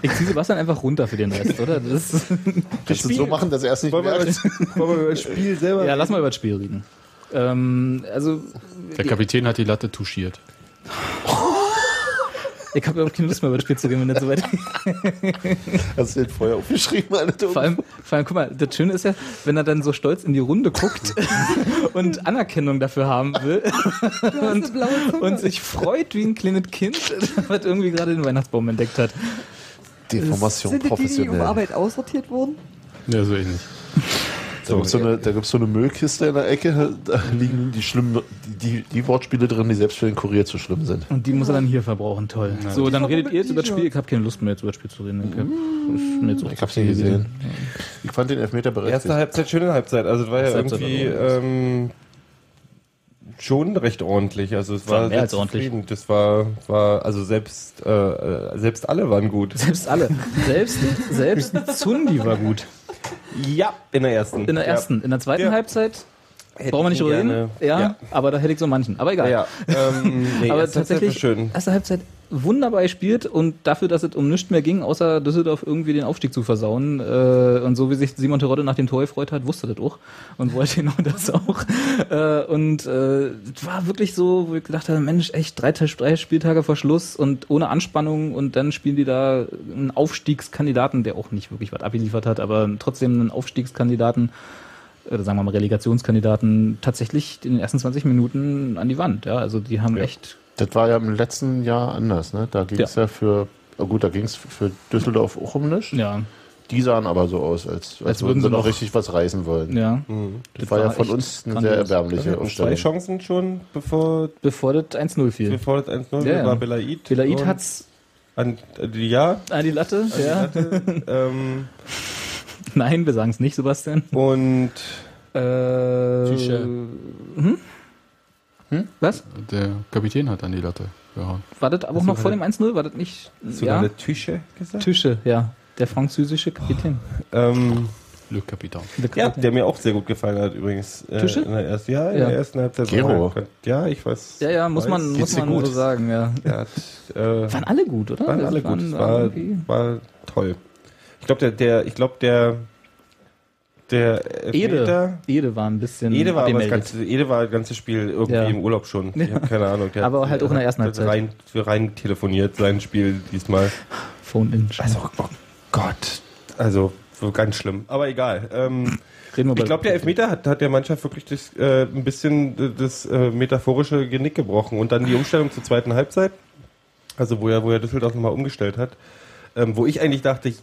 Speaker 5: Ich ziehe Sebastian einfach runter für den Rest, oder? Das ist
Speaker 2: <laughs> Kannst du so machen, dass er erst nicht
Speaker 3: Wollen wir, über,
Speaker 2: merkt.
Speaker 3: wollen wir über das Spiel selber
Speaker 5: ja, lass mal über das Spiel reden. Ähm, also,
Speaker 6: Der Kapitän hat die Latte touchiert.
Speaker 5: ich habe überhaupt keine Lust mehr über das Spiel zu reden, wenn das so weiter
Speaker 2: Hast du den vorher aufgeschrieben, Alter?
Speaker 5: <laughs> Vor allem, vor allem, guck mal, das Schöne ist ja, wenn er dann so stolz in die Runde guckt <laughs> und Anerkennung dafür haben will
Speaker 4: Du hast eine blaue Zunge.
Speaker 5: und sich freut wie ein kleines Kind, <laughs> was irgendwie gerade den Weihnachtsbaum entdeckt hat.
Speaker 2: Deformation
Speaker 4: Sind das die, die um
Speaker 2: professionell.
Speaker 4: Arbeit aussortiert wurden?
Speaker 6: Ja, so ähnlich.
Speaker 2: Da gibt's so eine, da gibt's so eine Müllkiste in der Ecke, da liegen die schlimmen, die, die, die Wortspiele drin, die selbst für den Kurier zu schlimm sind.
Speaker 5: Und die muss er dann hier verbrauchen, toll. So, dann redet ihr jetzt über das Spiel. Ich habe keine Lust mehr, jetzt über das Spiel zu reden. Ich hab,
Speaker 3: Mm.
Speaker 5: ist mir jetzt auch
Speaker 2: Ich hab's nie gesehen. Ich fand den Elfmeter berechtigt.
Speaker 3: Erste Halbzeit, schöne Halbzeit. Also es war ja
Speaker 5: Erste Halbzeit
Speaker 3: irgendwie
Speaker 5: war ordentlich.
Speaker 3: ähm, schon recht ordentlich. Also es
Speaker 5: War
Speaker 3: war,
Speaker 5: mehr
Speaker 3: sehr
Speaker 5: als ordentlich.
Speaker 3: zufrieden. Das war, war also selbst, äh, selbst alle
Speaker 5: <laughs>
Speaker 3: waren gut.
Speaker 5: Selbst alle. Selbst, selbst Zundi war
Speaker 3: <laughs>
Speaker 5: gut.
Speaker 3: Ja, in der ersten.
Speaker 5: In der ersten. In der zweiten
Speaker 3: Ja.
Speaker 5: Halbzeit
Speaker 3: Ja.
Speaker 5: brauchen wir nicht drüber reden.
Speaker 3: Gerne.
Speaker 5: Ja,
Speaker 3: ja.
Speaker 5: aber da hätte ich so manchen. Aber egal.
Speaker 3: ja.
Speaker 5: <laughs>
Speaker 3: Ähm, nee,
Speaker 5: aber
Speaker 3: erste Halbzeit war
Speaker 5: tatsächlich,
Speaker 3: schön.
Speaker 5: erste Halbzeit wunderbar gespielt und dafür, dass es um nichts mehr ging, außer Düsseldorf irgendwie den Aufstieg zu versauen. Äh, und so wie sich Simon Terodde nach dem Tor gefreut hat, wusste das auch und wollte <laughs> genau das auch. Äh, und äh, es war wirklich so, wo ich gedacht habe, Mensch, echt drei, Te- drei Spieltage vor Schluss und ohne Anspannung und dann spielen die da einen Aufstiegskandidaten, der auch nicht wirklich was abgeliefert hat, aber trotzdem einen Aufstiegskandidaten oder sagen wir mal Relegationskandidaten tatsächlich in den ersten 20 Minuten an die Wand. Ja, also die haben echt
Speaker 2: Das war ja im letzten Jahr anders, ne? Da ging's ja. für, oh gut, da ging's für Düsseldorf auch um nichts.
Speaker 5: Ja,
Speaker 2: Die sahen aber so aus, als, als,
Speaker 5: würden
Speaker 2: würden
Speaker 5: sie
Speaker 2: sie noch
Speaker 5: noch-
Speaker 2: richtig was reißen wollen.
Speaker 5: ja.
Speaker 3: Hm.
Speaker 2: Das war ja
Speaker 5: war
Speaker 2: von
Speaker 5: echt
Speaker 2: uns eine sehr
Speaker 5: grandios.
Speaker 2: erbärmliche
Speaker 3: Zwei
Speaker 2: Aufstellung.
Speaker 3: Chancen schon, bevor,
Speaker 5: Bevor das 1-0 fiel.
Speaker 3: bevor das 1-0
Speaker 5: Ja, ja.
Speaker 3: war Belaid.
Speaker 5: Belaid
Speaker 3: Und
Speaker 5: hat's
Speaker 3: An, an die- ja,
Speaker 5: an die Latte. ja.
Speaker 3: ähm,
Speaker 5: <laughs> Nein, wir sagen es nicht, Sebastian.
Speaker 3: und
Speaker 5: Äh, hm?
Speaker 3: Hm?
Speaker 5: Was?
Speaker 6: Der Kapitän hat an die Latte gehauen.
Speaker 5: War das aber auch noch vor dem 1-0? War das nicht?
Speaker 3: zu
Speaker 5: ja.
Speaker 3: einer Tüche gesagt.
Speaker 5: Tische, ja. Der französische Kapitän.
Speaker 3: Ähm,
Speaker 6: Le Kapitän.
Speaker 5: Der
Speaker 3: Ja,
Speaker 5: Kapitän.
Speaker 3: der mir auch sehr gut gefallen hat übrigens. Äh,
Speaker 5: Tische?
Speaker 3: In der ersten, ja, in
Speaker 5: Ja.
Speaker 3: der ersten Halbzeit.
Speaker 2: Gero.
Speaker 3: Ja, ich weiß.
Speaker 5: ja, ja, muss
Speaker 3: weiß.
Speaker 5: man, muss
Speaker 2: dir
Speaker 5: man
Speaker 2: gut?
Speaker 5: so sagen, ja.
Speaker 3: Der hat, äh,
Speaker 5: Waren alle gut, oder?
Speaker 3: waren
Speaker 5: Das
Speaker 3: alle gut.
Speaker 5: waren-
Speaker 3: Es
Speaker 5: waren
Speaker 3: war,
Speaker 5: irgendwie-
Speaker 3: war toll. Ich glaube, der, der, ich glaube, der, der
Speaker 5: Ede.
Speaker 3: Elfmeter-
Speaker 5: Ede war ein bisschen
Speaker 3: Ede war, aber das
Speaker 5: abgemeldet.
Speaker 3: ganze, Ede war das ganze Spiel irgendwie
Speaker 5: Ja.
Speaker 3: im Urlaub schon. Ich
Speaker 5: <laughs>
Speaker 3: hab keine Ahnung. Der
Speaker 5: Aber halt auch in der ersten
Speaker 3: hat
Speaker 5: Halbzeit.
Speaker 3: Rein, rein telefoniert sein Spiel diesmal.
Speaker 5: Phone in.
Speaker 3: Also, oh Gott. Also, so ganz schlimm. Aber egal. Ähm,
Speaker 5: Reden wir
Speaker 3: Ich glaube, der Elfmeter hat, hat der Mannschaft wirklich das, äh, ein bisschen äh, das äh, metaphorische Genick gebrochen. Und dann die Umstellung zur zweiten Halbzeit, also wo ja, wo ja Düsseldorf nochmal umgestellt hat, ähm, wo ich eigentlich dachte, ich,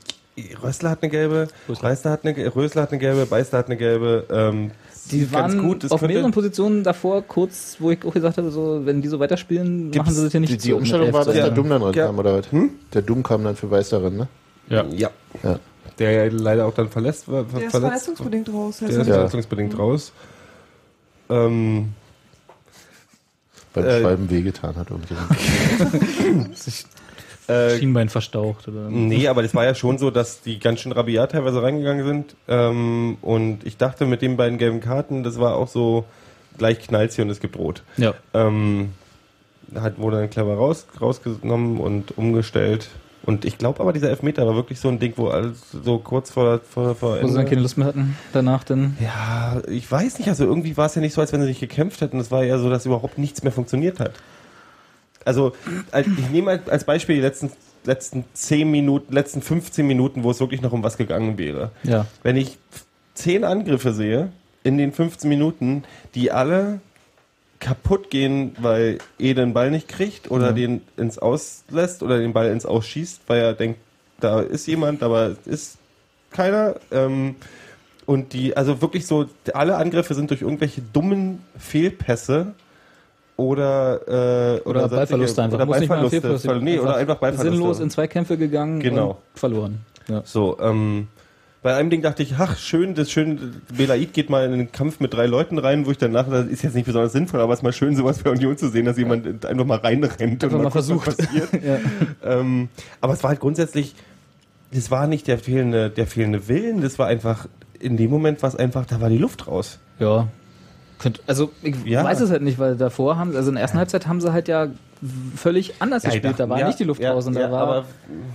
Speaker 3: Rössler hat eine gelbe,
Speaker 5: Rösler.
Speaker 3: Rössler hat eine, ge- Rösler hat eine gelbe, Beister hat eine gelbe. Ähm,
Speaker 5: Die
Speaker 3: sieht
Speaker 5: waren
Speaker 3: das
Speaker 5: auf
Speaker 3: könnte-
Speaker 5: mehreren Positionen davor kurz, wo ich auch gesagt habe, so, wenn die so weiterspielen, machen sie das hier nicht.
Speaker 2: Die, die
Speaker 5: zu, mit
Speaker 2: Umstellung
Speaker 5: elf
Speaker 2: war,
Speaker 5: zu
Speaker 2: dass der
Speaker 5: Ende.
Speaker 2: Dumm dann
Speaker 3: Ja.
Speaker 2: reinkam, oder was? Der Dumm kam dann für Weiß darin, ne?
Speaker 6: Ja.
Speaker 3: Ja.
Speaker 2: Ja.
Speaker 3: Der ja leider auch dann verlässt, war,
Speaker 4: Der ist
Speaker 3: verletzt
Speaker 4: verletzungsbedingt raus. Also
Speaker 3: Der ist
Speaker 2: Ja.
Speaker 3: verletzungsbedingt raus. Ähm,
Speaker 2: Beim
Speaker 3: Äh,
Speaker 2: Schreiben wehgetan hat irgendjemand.
Speaker 3: äh,
Speaker 5: Schienbein verstaucht. Oder?
Speaker 3: Nee, aber das war ja schon so, dass die ganz schön rabiat teilweise reingegangen sind. Ähm, und ich dachte, mit den beiden gelben Karten, das war auch so, gleich knallt's hier und es gibt rot.
Speaker 5: Ja.
Speaker 3: Ähm, hat, wurde dann clever raus, rausgenommen und umgestellt. Und ich glaube aber, dieser Elfmeter war wirklich so ein Ding, wo alles so kurz vor, vor, vor
Speaker 5: Wo sie dann
Speaker 3: Ende...
Speaker 5: keine Lust mehr hatten danach dann.
Speaker 3: Ja, ich weiß nicht, also irgendwie war es ja nicht so, als wenn sie nicht gekämpft hätten. Es war eher so, dass überhaupt nichts mehr funktioniert hat. Also, als, ich nehme als- als Beispiel die letzten, letzten 10 Minuten, letzten 15 Minuten, wo es wirklich noch um was gegangen wäre.
Speaker 5: Ja.
Speaker 3: Wenn ich 10 Angriffe sehe in den 15 Minuten, die alle kaputt gehen, weil E den Ball nicht kriegt oder
Speaker 5: Mhm.
Speaker 3: den ins Aus lässt oder den Ball ins Aus schießt, weil er denkt, da ist jemand, aber es ist keiner. Ähm, und die, also wirklich so, alle Angriffe sind durch irgendwelche dummen Fehlpässe oder äh, oder,
Speaker 5: Oder,
Speaker 3: sonstige-
Speaker 5: Ballverluste einfach.
Speaker 3: oder
Speaker 5: Muss nicht mal
Speaker 3: Ballverluste,
Speaker 5: Fehlpass-
Speaker 3: Verlu- nee, oder einfach Ballverluste.
Speaker 5: Sinnlos in zwei Kämpfe gegangen
Speaker 3: Genau.
Speaker 5: und verloren. Ja.
Speaker 3: So, ähm, bei einem Ding dachte ich, ach, schön, das schön, Belaid geht mal in den Kampf mit drei Leuten rein, wo ich dann dachte, das ist jetzt nicht besonders sinnvoll, aber es ist mal schön, sowas bei Union zu sehen, dass jemand einfach mal reinrennt
Speaker 5: Einfach mal
Speaker 3: guckt, was
Speaker 5: versucht. <laughs>
Speaker 3: passiert.
Speaker 5: Ja.
Speaker 3: ähm, aber es war halt grundsätzlich, es war nicht der fehlende, der fehlende Willen, das war einfach, in dem Moment war es einfach, da war die Luft raus.
Speaker 5: ja. Könnt, also ich
Speaker 3: Ja.
Speaker 5: weiß es halt nicht, weil davor haben, also in der ersten Halbzeit haben sie halt ja völlig anders
Speaker 3: Ja, die
Speaker 5: gespielt. Da
Speaker 3: dachten,
Speaker 5: war
Speaker 3: ja,
Speaker 5: nicht die Luft
Speaker 3: ja,
Speaker 5: raus und da
Speaker 3: ja,
Speaker 5: war.
Speaker 3: aber-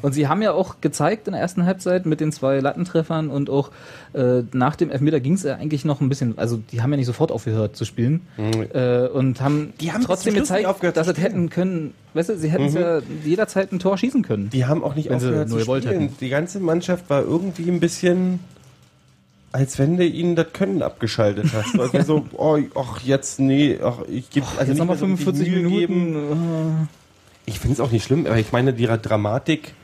Speaker 5: und sie haben ja auch gezeigt in der ersten Halbzeit mit den zwei Lattentreffern und auch äh, nach dem Elfmeter ging es ja eigentlich noch ein bisschen. Also die haben ja nicht sofort aufgehört zu spielen äh, und haben,
Speaker 3: Mhm. Die haben bis zum
Speaker 5: trotzdem
Speaker 3: Schluss
Speaker 5: gezeigt,
Speaker 3: nicht aufgehört
Speaker 5: dass
Speaker 3: zu Mhm.
Speaker 5: sie hätten können. Weißt du, sie hätten ja jederzeit ein Tor schießen können.
Speaker 3: Die haben auch nicht
Speaker 6: Wenn sie
Speaker 3: aufgehört
Speaker 6: nur
Speaker 3: zu
Speaker 6: gewollt
Speaker 3: spielen.
Speaker 6: hätten.
Speaker 3: Die ganze Mannschaft war irgendwie ein bisschen, als wenn du ihnen das Können abgeschaltet
Speaker 5: <laughs>
Speaker 3: hast. Also so, oh, ach jetzt nee, ach ich gebe also
Speaker 5: Jetzt
Speaker 3: nicht
Speaker 5: haben wir
Speaker 3: mehr so richtig
Speaker 5: 45
Speaker 3: Mühe
Speaker 5: Minuten.
Speaker 3: geben. Ich finde es auch nicht schlimm, aber ich meine die Dramatik.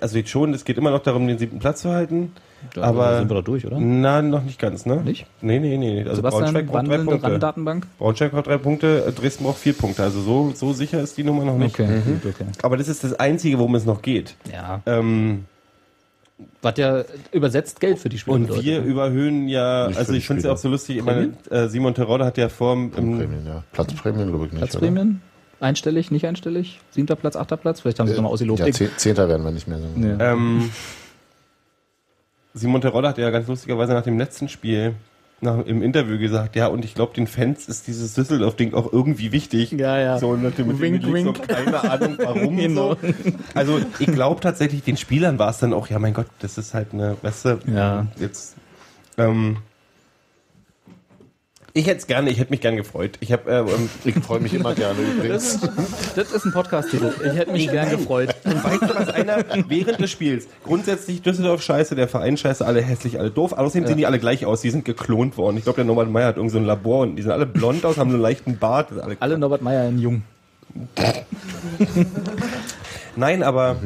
Speaker 3: Also jetzt schon, es geht immer noch darum, den siebten Platz zu halten.
Speaker 5: Da
Speaker 3: aber
Speaker 5: äh, sind wir doch durch, oder?
Speaker 3: Na, noch nicht ganz, ne?
Speaker 5: Nicht?
Speaker 3: Nee, nee, nee. nee. Also
Speaker 5: Sebastian,
Speaker 3: Braunschweig braucht drei
Speaker 5: wandelnde
Speaker 3: Punkte.
Speaker 5: Randdatenbank.
Speaker 3: Braunschweig braucht drei Punkte, äh, Dresden braucht vier Punkte. Also so, so sicher ist die Nummer noch nicht.
Speaker 5: Okay, gut, okay.
Speaker 3: Aber das ist das Einzige, worum es noch geht.
Speaker 5: Ja.
Speaker 3: Ähm,
Speaker 5: Was ja übersetzt Geld für die Spieler
Speaker 3: Und
Speaker 5: bedeutet,
Speaker 3: wir
Speaker 5: ne?
Speaker 3: überhöhen ja,
Speaker 2: Nicht
Speaker 3: also
Speaker 2: für die
Speaker 3: ich finde es ja
Speaker 2: Spieler.
Speaker 3: auch so lustig, ich meine, äh, Simon Terodde hat ja vor, ähm, im,
Speaker 2: Prämien, ja. Platzprämien, glaube ich, nicht.
Speaker 5: Platzprämien? Einstellig, nicht einstellig? Siebter Platz, achter Platz? Vielleicht haben sie es nochmal
Speaker 2: Oder?
Speaker 5: ausgelobt.
Speaker 2: Äh, Ja,
Speaker 5: Ich-
Speaker 2: Zeh- Zehnter werden wir nicht mehr so.
Speaker 5: Ja.
Speaker 3: ähm,
Speaker 5: <laughs>
Speaker 3: Simon Terodde hat ja ganz lustigerweise nach dem letzten Spiel nach, im Interview gesagt, ja, und ich glaube, den Fans ist dieses Düsseldorf-Ding auch irgendwie wichtig.
Speaker 5: Ja, ja.
Speaker 3: So, und natürlich
Speaker 5: Wink,
Speaker 3: wink, wink. So,
Speaker 5: wink.
Speaker 3: keine Ahnung,
Speaker 5: <laughs>
Speaker 3: warum
Speaker 5: Genau.
Speaker 3: so. Also, ich glaube tatsächlich, den Spielern war es dann auch, ja, mein Gott, das ist halt eine, weißt du,
Speaker 5: Ja.
Speaker 3: jetzt, ähm, ich hätte es gerne, ich hätte mich gern gefreut. Ich habe, ähm,
Speaker 2: Ich freue mich immer gerne übrigens.
Speaker 5: Das ist ein Podcast-Titel. Ich hätte mich gern gefreut.
Speaker 3: Weißt du, was einer während des Spiels grundsätzlich Düsseldorf scheiße, der Verein scheiße, alle hässlich, alle doof. Außerdem sehen die alle gleich aus. Die sind geklont worden. Ich glaube, der Norbert Meyer hat irgend so ein Labor und die sind alle blond aus, haben so einen leichten Bart. Das ist Alle
Speaker 5: Alle Norbert Meyer in Jung.
Speaker 3: Nein, aber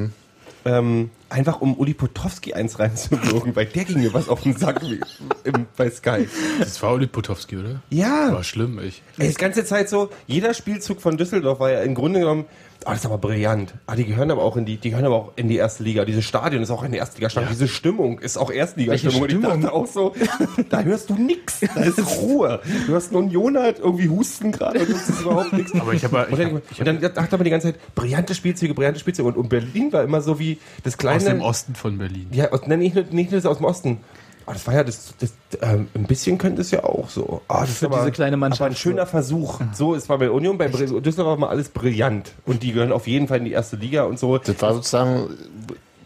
Speaker 3: ähm, einfach um Uli Potowski eins reinzuwirken, weil der ging mir was auf den Sack wie, im, bei Sky.
Speaker 6: Das war Uli Potowski, oder?
Speaker 3: Ja,
Speaker 6: War schlimm, ich.
Speaker 3: ey, ist ganze Zeit so, jeder Spielzug von Düsseldorf war ja im Grunde genommen, ah, das ist aber brillant. Ah, die gehören aber auch in die, die gehören aber auch in die erste Liga. Dieses Stadion ist auch eine Erstliga-Stadion. Diese Stimmung ist auch Erstliga-Stimmung.
Speaker 5: Welche
Speaker 3: Und ich
Speaker 5: Stimmung?
Speaker 3: dachte auch so, da hörst du nix.
Speaker 6: <laughs>
Speaker 3: Da ist Ruhe. Du hörst einen Unioner halt irgendwie husten gerade und das ist überhaupt nichts.
Speaker 6: Aber ich habe
Speaker 3: Und dann, und dann dachte man die ganze Zeit, brillante Spielzüge, brillante Spielzüge. Und, und Berlin war immer so wie das kleine.
Speaker 6: aus dem Osten von Berlin.
Speaker 3: Ja, aus, nein, nicht, nur- nicht nur das aus dem Osten. Ah, das war ja das, das ähm, ein bisschen könnte es ja auch so. Ah, das
Speaker 5: Für
Speaker 3: ist aber,
Speaker 5: diese kleine Mannschaft.
Speaker 3: Aber ein schöner Versuch. So, es war bei Union, bei Br- Düsseldorf war mal alles brillant. Und die gehören auf jeden Fall in die erste Liga und so.
Speaker 2: Das war sozusagen,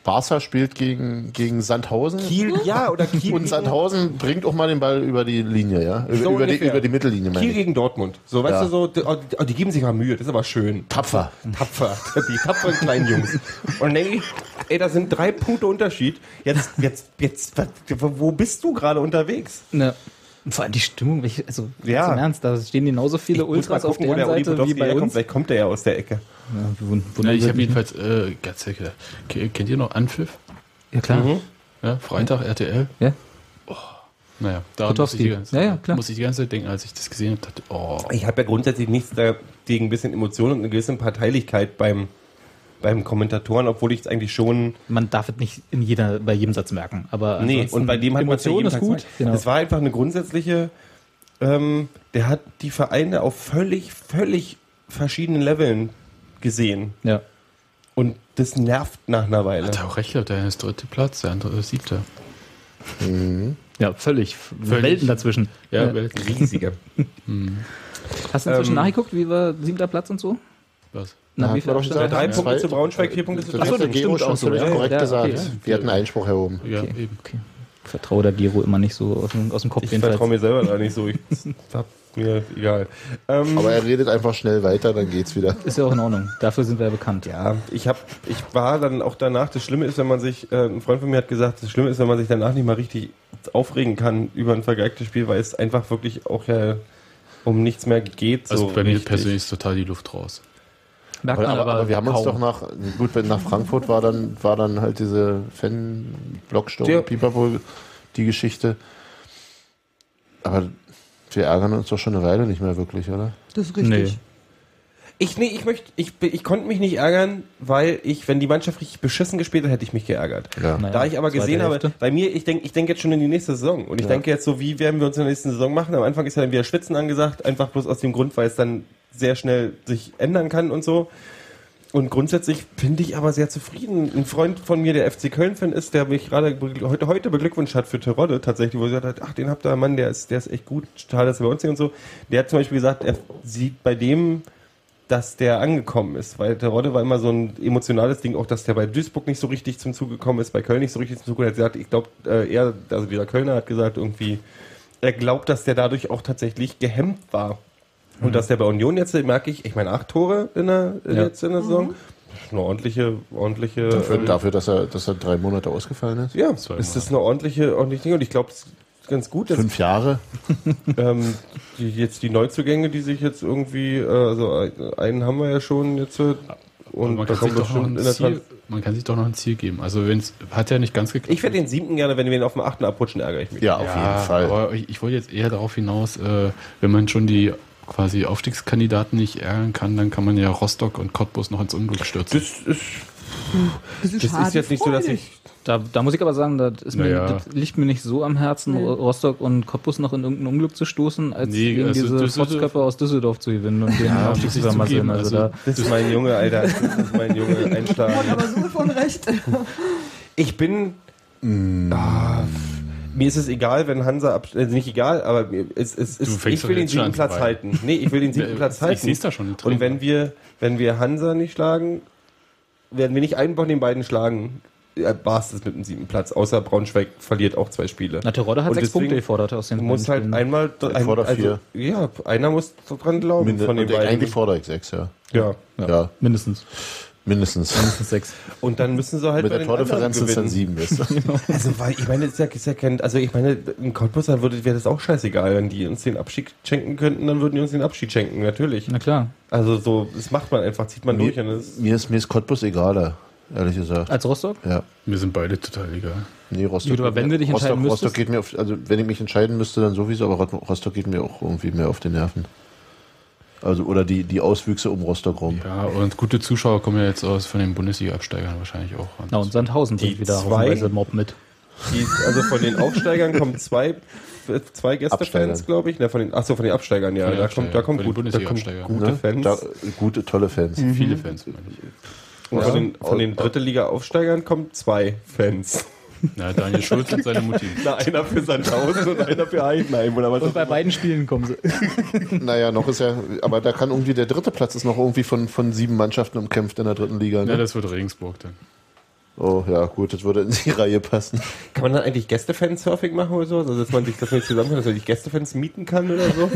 Speaker 2: Barca spielt gegen, gegen Sandhausen.
Speaker 3: Kiel, ja, oder Kiel.
Speaker 2: Und Sandhausen bringt auch mal den Ball über die Linie, ja? Über,
Speaker 3: So
Speaker 2: über, die,
Speaker 3: ungefähr.
Speaker 2: über die Mittellinie, meine
Speaker 3: Kiel
Speaker 2: ich.
Speaker 3: gegen Dortmund. So, weißt
Speaker 2: Ja.
Speaker 3: du, so, die, oh, die- oh, die geben sich mal Mühe, das ist aber schön.
Speaker 2: Tapfer.
Speaker 3: Tapfer, die tapferen kleinen Jungs. Und dann denke ich, ey, da sind drei Punkte Unterschied. Jetzt, jetzt, jetzt, was- wo bist du gerade unterwegs?
Speaker 5: Ne. Und vor allem die Stimmung, welche- also
Speaker 3: Ja.
Speaker 5: ganz im Ernst, da stehen genauso viele
Speaker 3: muss mal
Speaker 5: Ultras auf
Speaker 3: gucken, wo
Speaker 5: deren
Speaker 3: Uli
Speaker 5: Seite wie
Speaker 3: Potowski
Speaker 5: bei
Speaker 3: herkommt.
Speaker 5: uns.
Speaker 3: Vielleicht kommt er ja aus der Ecke.
Speaker 5: Ja, wir wund-
Speaker 6: Na,
Speaker 5: wundern
Speaker 6: ich
Speaker 5: uns
Speaker 6: habe
Speaker 5: nicht.
Speaker 6: jedenfalls, äh, ganz sicher. Ke- Kennt ihr noch Anpfiff?
Speaker 5: ja klar.
Speaker 3: Mhm.
Speaker 6: Ja, Freitag, RTL?
Speaker 5: Ja.
Speaker 6: Naja, da muss ich,
Speaker 5: Potowski.
Speaker 6: die ganze,
Speaker 5: Ja, ja, klar.
Speaker 6: muss ich die ganze Zeit denken, als ich das gesehen habe, dachte, oh,
Speaker 3: Ich habe ja grundsätzlich nichts dagegen, ein bisschen Emotionen und eine gewisse Parteilichkeit beim, beim Kommentatoren, obwohl ich es eigentlich schon.
Speaker 5: Man darf es nicht in jeder, bei jedem Satz merken. Aber ansonsten-
Speaker 3: und bei dem hat man's ja
Speaker 5: Emotion
Speaker 3: jeden
Speaker 5: ist
Speaker 3: Tag
Speaker 5: gut.
Speaker 3: gesagt.
Speaker 5: Genau.
Speaker 3: Es war einfach eine grundsätzliche. Ähm, der hat die Vereine auf völlig, völlig verschiedenen Leveln gesehen.
Speaker 5: ja.
Speaker 3: Und das nervt nach einer Weile.
Speaker 6: hat er auch recht gehabt, der eine ist dritter Platz, der andere ist siebter.
Speaker 5: ja, völlig. Welten dazwischen.
Speaker 6: Ja,
Speaker 5: Ja.
Speaker 6: Welt-
Speaker 2: <laughs>
Speaker 3: Riesige.
Speaker 5: Hast du inzwischen
Speaker 3: Ähm,
Speaker 5: nachgeguckt, wie war siebter Platz und so?
Speaker 6: was.
Speaker 5: Na, wie
Speaker 2: Hat man doch
Speaker 5: Abstand?
Speaker 2: gesagt.
Speaker 3: Drei
Speaker 2: Ja.
Speaker 3: Punkte
Speaker 2: Zwei-
Speaker 3: zu Braunschweig, vier Punkte zu
Speaker 2: Das hat der
Speaker 3: Dresden. Äh,
Speaker 2: Gero
Speaker 5: stimmt auch
Speaker 2: schon
Speaker 5: so,
Speaker 2: völlig
Speaker 5: ja.
Speaker 2: korrekt
Speaker 5: Ja,
Speaker 2: gesagt.
Speaker 5: okay.
Speaker 2: Wir hatten Einspruch erhoben.
Speaker 6: Ja,
Speaker 5: Okay.
Speaker 6: eben.
Speaker 5: Okay. Ich vertraue der Giro immer nicht so aus dem, aus dem Kopf
Speaker 3: Ich
Speaker 5: jedenfalls.
Speaker 3: vertraue mir selber da nicht so. Ich hab mir egal. Ähm,
Speaker 2: Aber er redet einfach schnell weiter, dann geht's wieder.
Speaker 5: Ist ja auch in Ordnung. Dafür sind wir ja bekannt.
Speaker 3: Ja, Ähm, ich hab, ich war dann auch danach, das Schlimme ist, wenn man sich, äh, ein Freund von mir hat gesagt, das Schlimme ist, wenn man sich danach nicht mal richtig aufregen kann über ein vergeigtes Spiel, weil es einfach wirklich auch äh, um nichts mehr geht. So
Speaker 6: Also bei mir
Speaker 3: richtig.
Speaker 6: persönlich ist total die Luft raus.
Speaker 5: Merkt
Speaker 2: Aber,
Speaker 5: man
Speaker 2: aber,
Speaker 5: aber,
Speaker 2: wir haben uns doch
Speaker 5: kaum.
Speaker 2: nach, gut, wenn nach Frankfurt war, dann war dann halt diese
Speaker 3: Ja.
Speaker 2: Fan-Blocksturm, Pipapo, die Geschichte. Aber wir ärgern uns doch schon eine Weile nicht mehr wirklich, oder?
Speaker 4: Das ist richtig.
Speaker 5: Nee.
Speaker 3: Ich, nee, ich möchte, ich, bin- ich konnte mich nicht ärgern, weil ich, wenn die Mannschaft richtig beschissen gespielt hat, hätte ich mich geärgert.
Speaker 2: Ja.
Speaker 5: Naja,
Speaker 3: Da ich aber
Speaker 5: zweite
Speaker 3: gesehen habe,
Speaker 5: Hälfte.
Speaker 3: bei mir, ich denke ich denk jetzt schon in die nächste Saison. Und ich
Speaker 2: Ja.
Speaker 3: denke jetzt so, wie werden wir uns in der nächsten Saison machen? Am Anfang ist ja dann wieder Schwitzen angesagt, einfach bloß aus dem Grund, weil es dann sehr schnell sich ändern kann und so. Und grundsätzlich finde ich aber sehr zufrieden. Ein Freund von mir, der FC Köln-Fan ist, der mich gerade be- heute, heute beglückwünscht hat für Terodde tatsächlich, wo er gesagt hat, ach, den habt ihr, Mann, der ist, der ist echt gut, schade, dass er bei uns nicht und so. Der hat zum Beispiel gesagt, er sieht bei dem, dass der angekommen ist, weil Terodde war immer so ein emotionales Ding, auch dass der bei Duisburg nicht so richtig zum Zuge gekommen ist, bei Köln nicht so richtig zum Zuge. Er hat gesagt, ich glaube, äh, er, also dieser Kölner hat gesagt irgendwie, er glaubt, dass der dadurch auch tatsächlich gehemmt war. Und dass der bei Union jetzt, merke ich, ich meine, acht Tore in der, in
Speaker 6: Mhm. Ja.
Speaker 3: jetzt in der Saison. Das ist eine ordentliche, ordentliche.
Speaker 2: Dafür,
Speaker 3: ähm,
Speaker 2: dafür dass, er, dass er drei Monate ausgefallen ist?
Speaker 3: ja,
Speaker 6: Zweimal.
Speaker 3: ist das eine ordentliche, ordentliche Ding. Und ich glaube, es ist ganz gut, dass
Speaker 2: Fünf Jahre?
Speaker 3: ähm, die, jetzt die Neuzugänge, die sich jetzt irgendwie, äh, also ein- einen haben wir ja schon jetzt. äh, Und
Speaker 6: man,
Speaker 3: da
Speaker 6: kann sich doch
Speaker 3: kommt
Speaker 6: noch
Speaker 3: bestimmt
Speaker 6: ein
Speaker 3: in der
Speaker 6: Ziel,
Speaker 3: Trans
Speaker 6: man kann sich doch noch ein Ziel geben. Also wenn's hat ja nicht ganz geklappt.
Speaker 3: Ich werde den siebten gerne, wenn wir ihn auf dem achten abrutschen, ärgere ich mich.
Speaker 2: Ja, auf
Speaker 6: ja,
Speaker 2: jeden Fall.
Speaker 6: Aber ich, ich wollte jetzt eher darauf hinaus, äh, wenn man schon die quasi Aufstiegskandidaten nicht ärgern kann, dann kann man ja Rostock und Cottbus noch ins Unglück stürzen.
Speaker 3: Das ist,
Speaker 4: bisschen
Speaker 3: das ist jetzt nicht so, dass ich.
Speaker 5: Da, da muss ich aber sagen, das, ist
Speaker 6: Naja.
Speaker 5: mir, das liegt mir nicht so am Herzen,
Speaker 4: Nee.
Speaker 5: Ro- Rostock und Cottbus noch in irgendein Unglück zu stoßen, als
Speaker 6: Nee,
Speaker 5: gegen
Speaker 6: also
Speaker 5: diese
Speaker 6: Düsseldorf-
Speaker 5: Fotzköpfe aus Düsseldorf zu gewinnen und den
Speaker 6: muss ich
Speaker 5: Aufstiegsübermaß
Speaker 6: zugeben,
Speaker 5: sind. Also
Speaker 6: also-
Speaker 5: da,
Speaker 3: Das ist mein Junge, Alter. Das ist mein Junge,
Speaker 4: freudig.
Speaker 3: einschlagen.
Speaker 4: Aber so von
Speaker 3: <laughs>
Speaker 4: Recht.
Speaker 3: Ich bin.
Speaker 2: Mm.
Speaker 3: Ah, mir ist es egal, wenn Hansa ab, also nicht egal, aber mir- es, es,
Speaker 6: Du
Speaker 3: es,
Speaker 6: fängst
Speaker 3: ich
Speaker 6: doch
Speaker 3: will den
Speaker 6: jetzt schon
Speaker 3: siebten
Speaker 6: an zu
Speaker 3: Platz
Speaker 6: weinen.
Speaker 3: halten. Nee, ich will den
Speaker 6: <laughs>
Speaker 3: siebten
Speaker 6: Ich
Speaker 3: Platz halten.
Speaker 6: seh's da schon, die Tränen.
Speaker 3: Und wenn wir, wenn wir Hansa nicht schlagen, werden wir nicht einen von den beiden schlagen. Ja, war es das mit dem siebten Platz, außer Braunschweig verliert auch zwei Spiele.
Speaker 5: na, Terodde hat
Speaker 3: Und
Speaker 5: sechs
Speaker 3: deswegen
Speaker 5: Punkte gefordert aus
Speaker 3: Du
Speaker 5: den
Speaker 3: musst halt
Speaker 5: beiden Spielen.
Speaker 3: einmal ein, also,
Speaker 2: fordere vier.
Speaker 3: ja, einer muss dran glauben
Speaker 2: Minde,
Speaker 3: von den
Speaker 2: und eigentlich
Speaker 3: beiden.
Speaker 2: fordere ich sechs, ja.
Speaker 3: Ja.
Speaker 2: Ja,
Speaker 5: Mindestens.
Speaker 2: mindestens.
Speaker 5: Mindestens sechs.
Speaker 3: Und dann müssen sie halt
Speaker 2: Mit
Speaker 3: bei
Speaker 2: der
Speaker 3: den anderen
Speaker 2: Tordifferenz sind es dann
Speaker 3: gewinnen.
Speaker 2: sieben. Ist. <laughs>
Speaker 3: Also, weil, ich meine, das ist ja, ist ja kein, also ich meine, ein Cottbusser würde, wäre das auch scheißegal, wenn die uns den Abschied schenken könnten, dann würden die uns den Abschied schenken, natürlich.
Speaker 5: Na klar.
Speaker 3: Also so, das macht man einfach, zieht man durch und das
Speaker 2: mir, ist, mir ist Cottbus egaler, ehrlich gesagt.
Speaker 5: Als Rostock?
Speaker 2: Ja.
Speaker 6: Mir sind beide total egal.
Speaker 2: Nee, Rostock.
Speaker 5: Gut, aber
Speaker 2: geht
Speaker 5: wenn
Speaker 2: mir-
Speaker 5: du dich
Speaker 2: Rostock,
Speaker 5: entscheiden
Speaker 2: Rostock
Speaker 5: müsstest-
Speaker 2: geht mir auf, also wenn ich mich entscheiden müsste, dann sowieso, aber Rot- Rostock geht mir auch irgendwie mehr auf die Nerven. Also, oder die, die Auswüchse um Rostock rum.
Speaker 6: Ja, und gute Zuschauer kommen ja jetzt aus von den Bundesliga-Absteigern wahrscheinlich auch.
Speaker 5: Na, und Sandhausen
Speaker 3: Die
Speaker 5: bringt wieder
Speaker 3: zwei-
Speaker 5: haufenweise Mob mit.
Speaker 3: die, also von den Aufsteigern kommen zwei, zwei Gästefans,
Speaker 2: Absteigern.
Speaker 3: glaube ich. Ne, von den, achso, von den Absteigern, ja.
Speaker 6: Von den
Speaker 3: da, kommt, da,
Speaker 6: Absteigern,
Speaker 3: kommt
Speaker 6: von den
Speaker 3: gut, da kommt
Speaker 6: Bundesliga-Absteigern.
Speaker 3: gute
Speaker 2: Ne?
Speaker 3: Fans.
Speaker 2: Da, gute, tolle Fans.
Speaker 6: Viele Fans, meine ich.
Speaker 3: und
Speaker 2: Ja.
Speaker 3: von den, von den dritte Liga-Aufsteigern kommen zwei <laughs> Fans.
Speaker 6: Na, Daniel Schulz und seine Mutti.
Speaker 3: Na, einer für Sandhausen und einer für Heidenheim. Oder was
Speaker 5: Und bei beiden Spielen kommen sie.
Speaker 2: <laughs> Naja, noch ist ja, aber da kann irgendwie der dritte Platz ist noch irgendwie von, von sieben Mannschaften umkämpft in der dritten Liga.
Speaker 6: Na,
Speaker 2: Ne?
Speaker 6: das wird Regensburg dann.
Speaker 2: oh ja, gut, das würde in die Reihe passen.
Speaker 3: Kann man dann eigentlich Gästefan-Surfing machen oder so? Also, dass man sich das jetzt zusammenkommt, dass man sich Gästefans mieten kann oder so?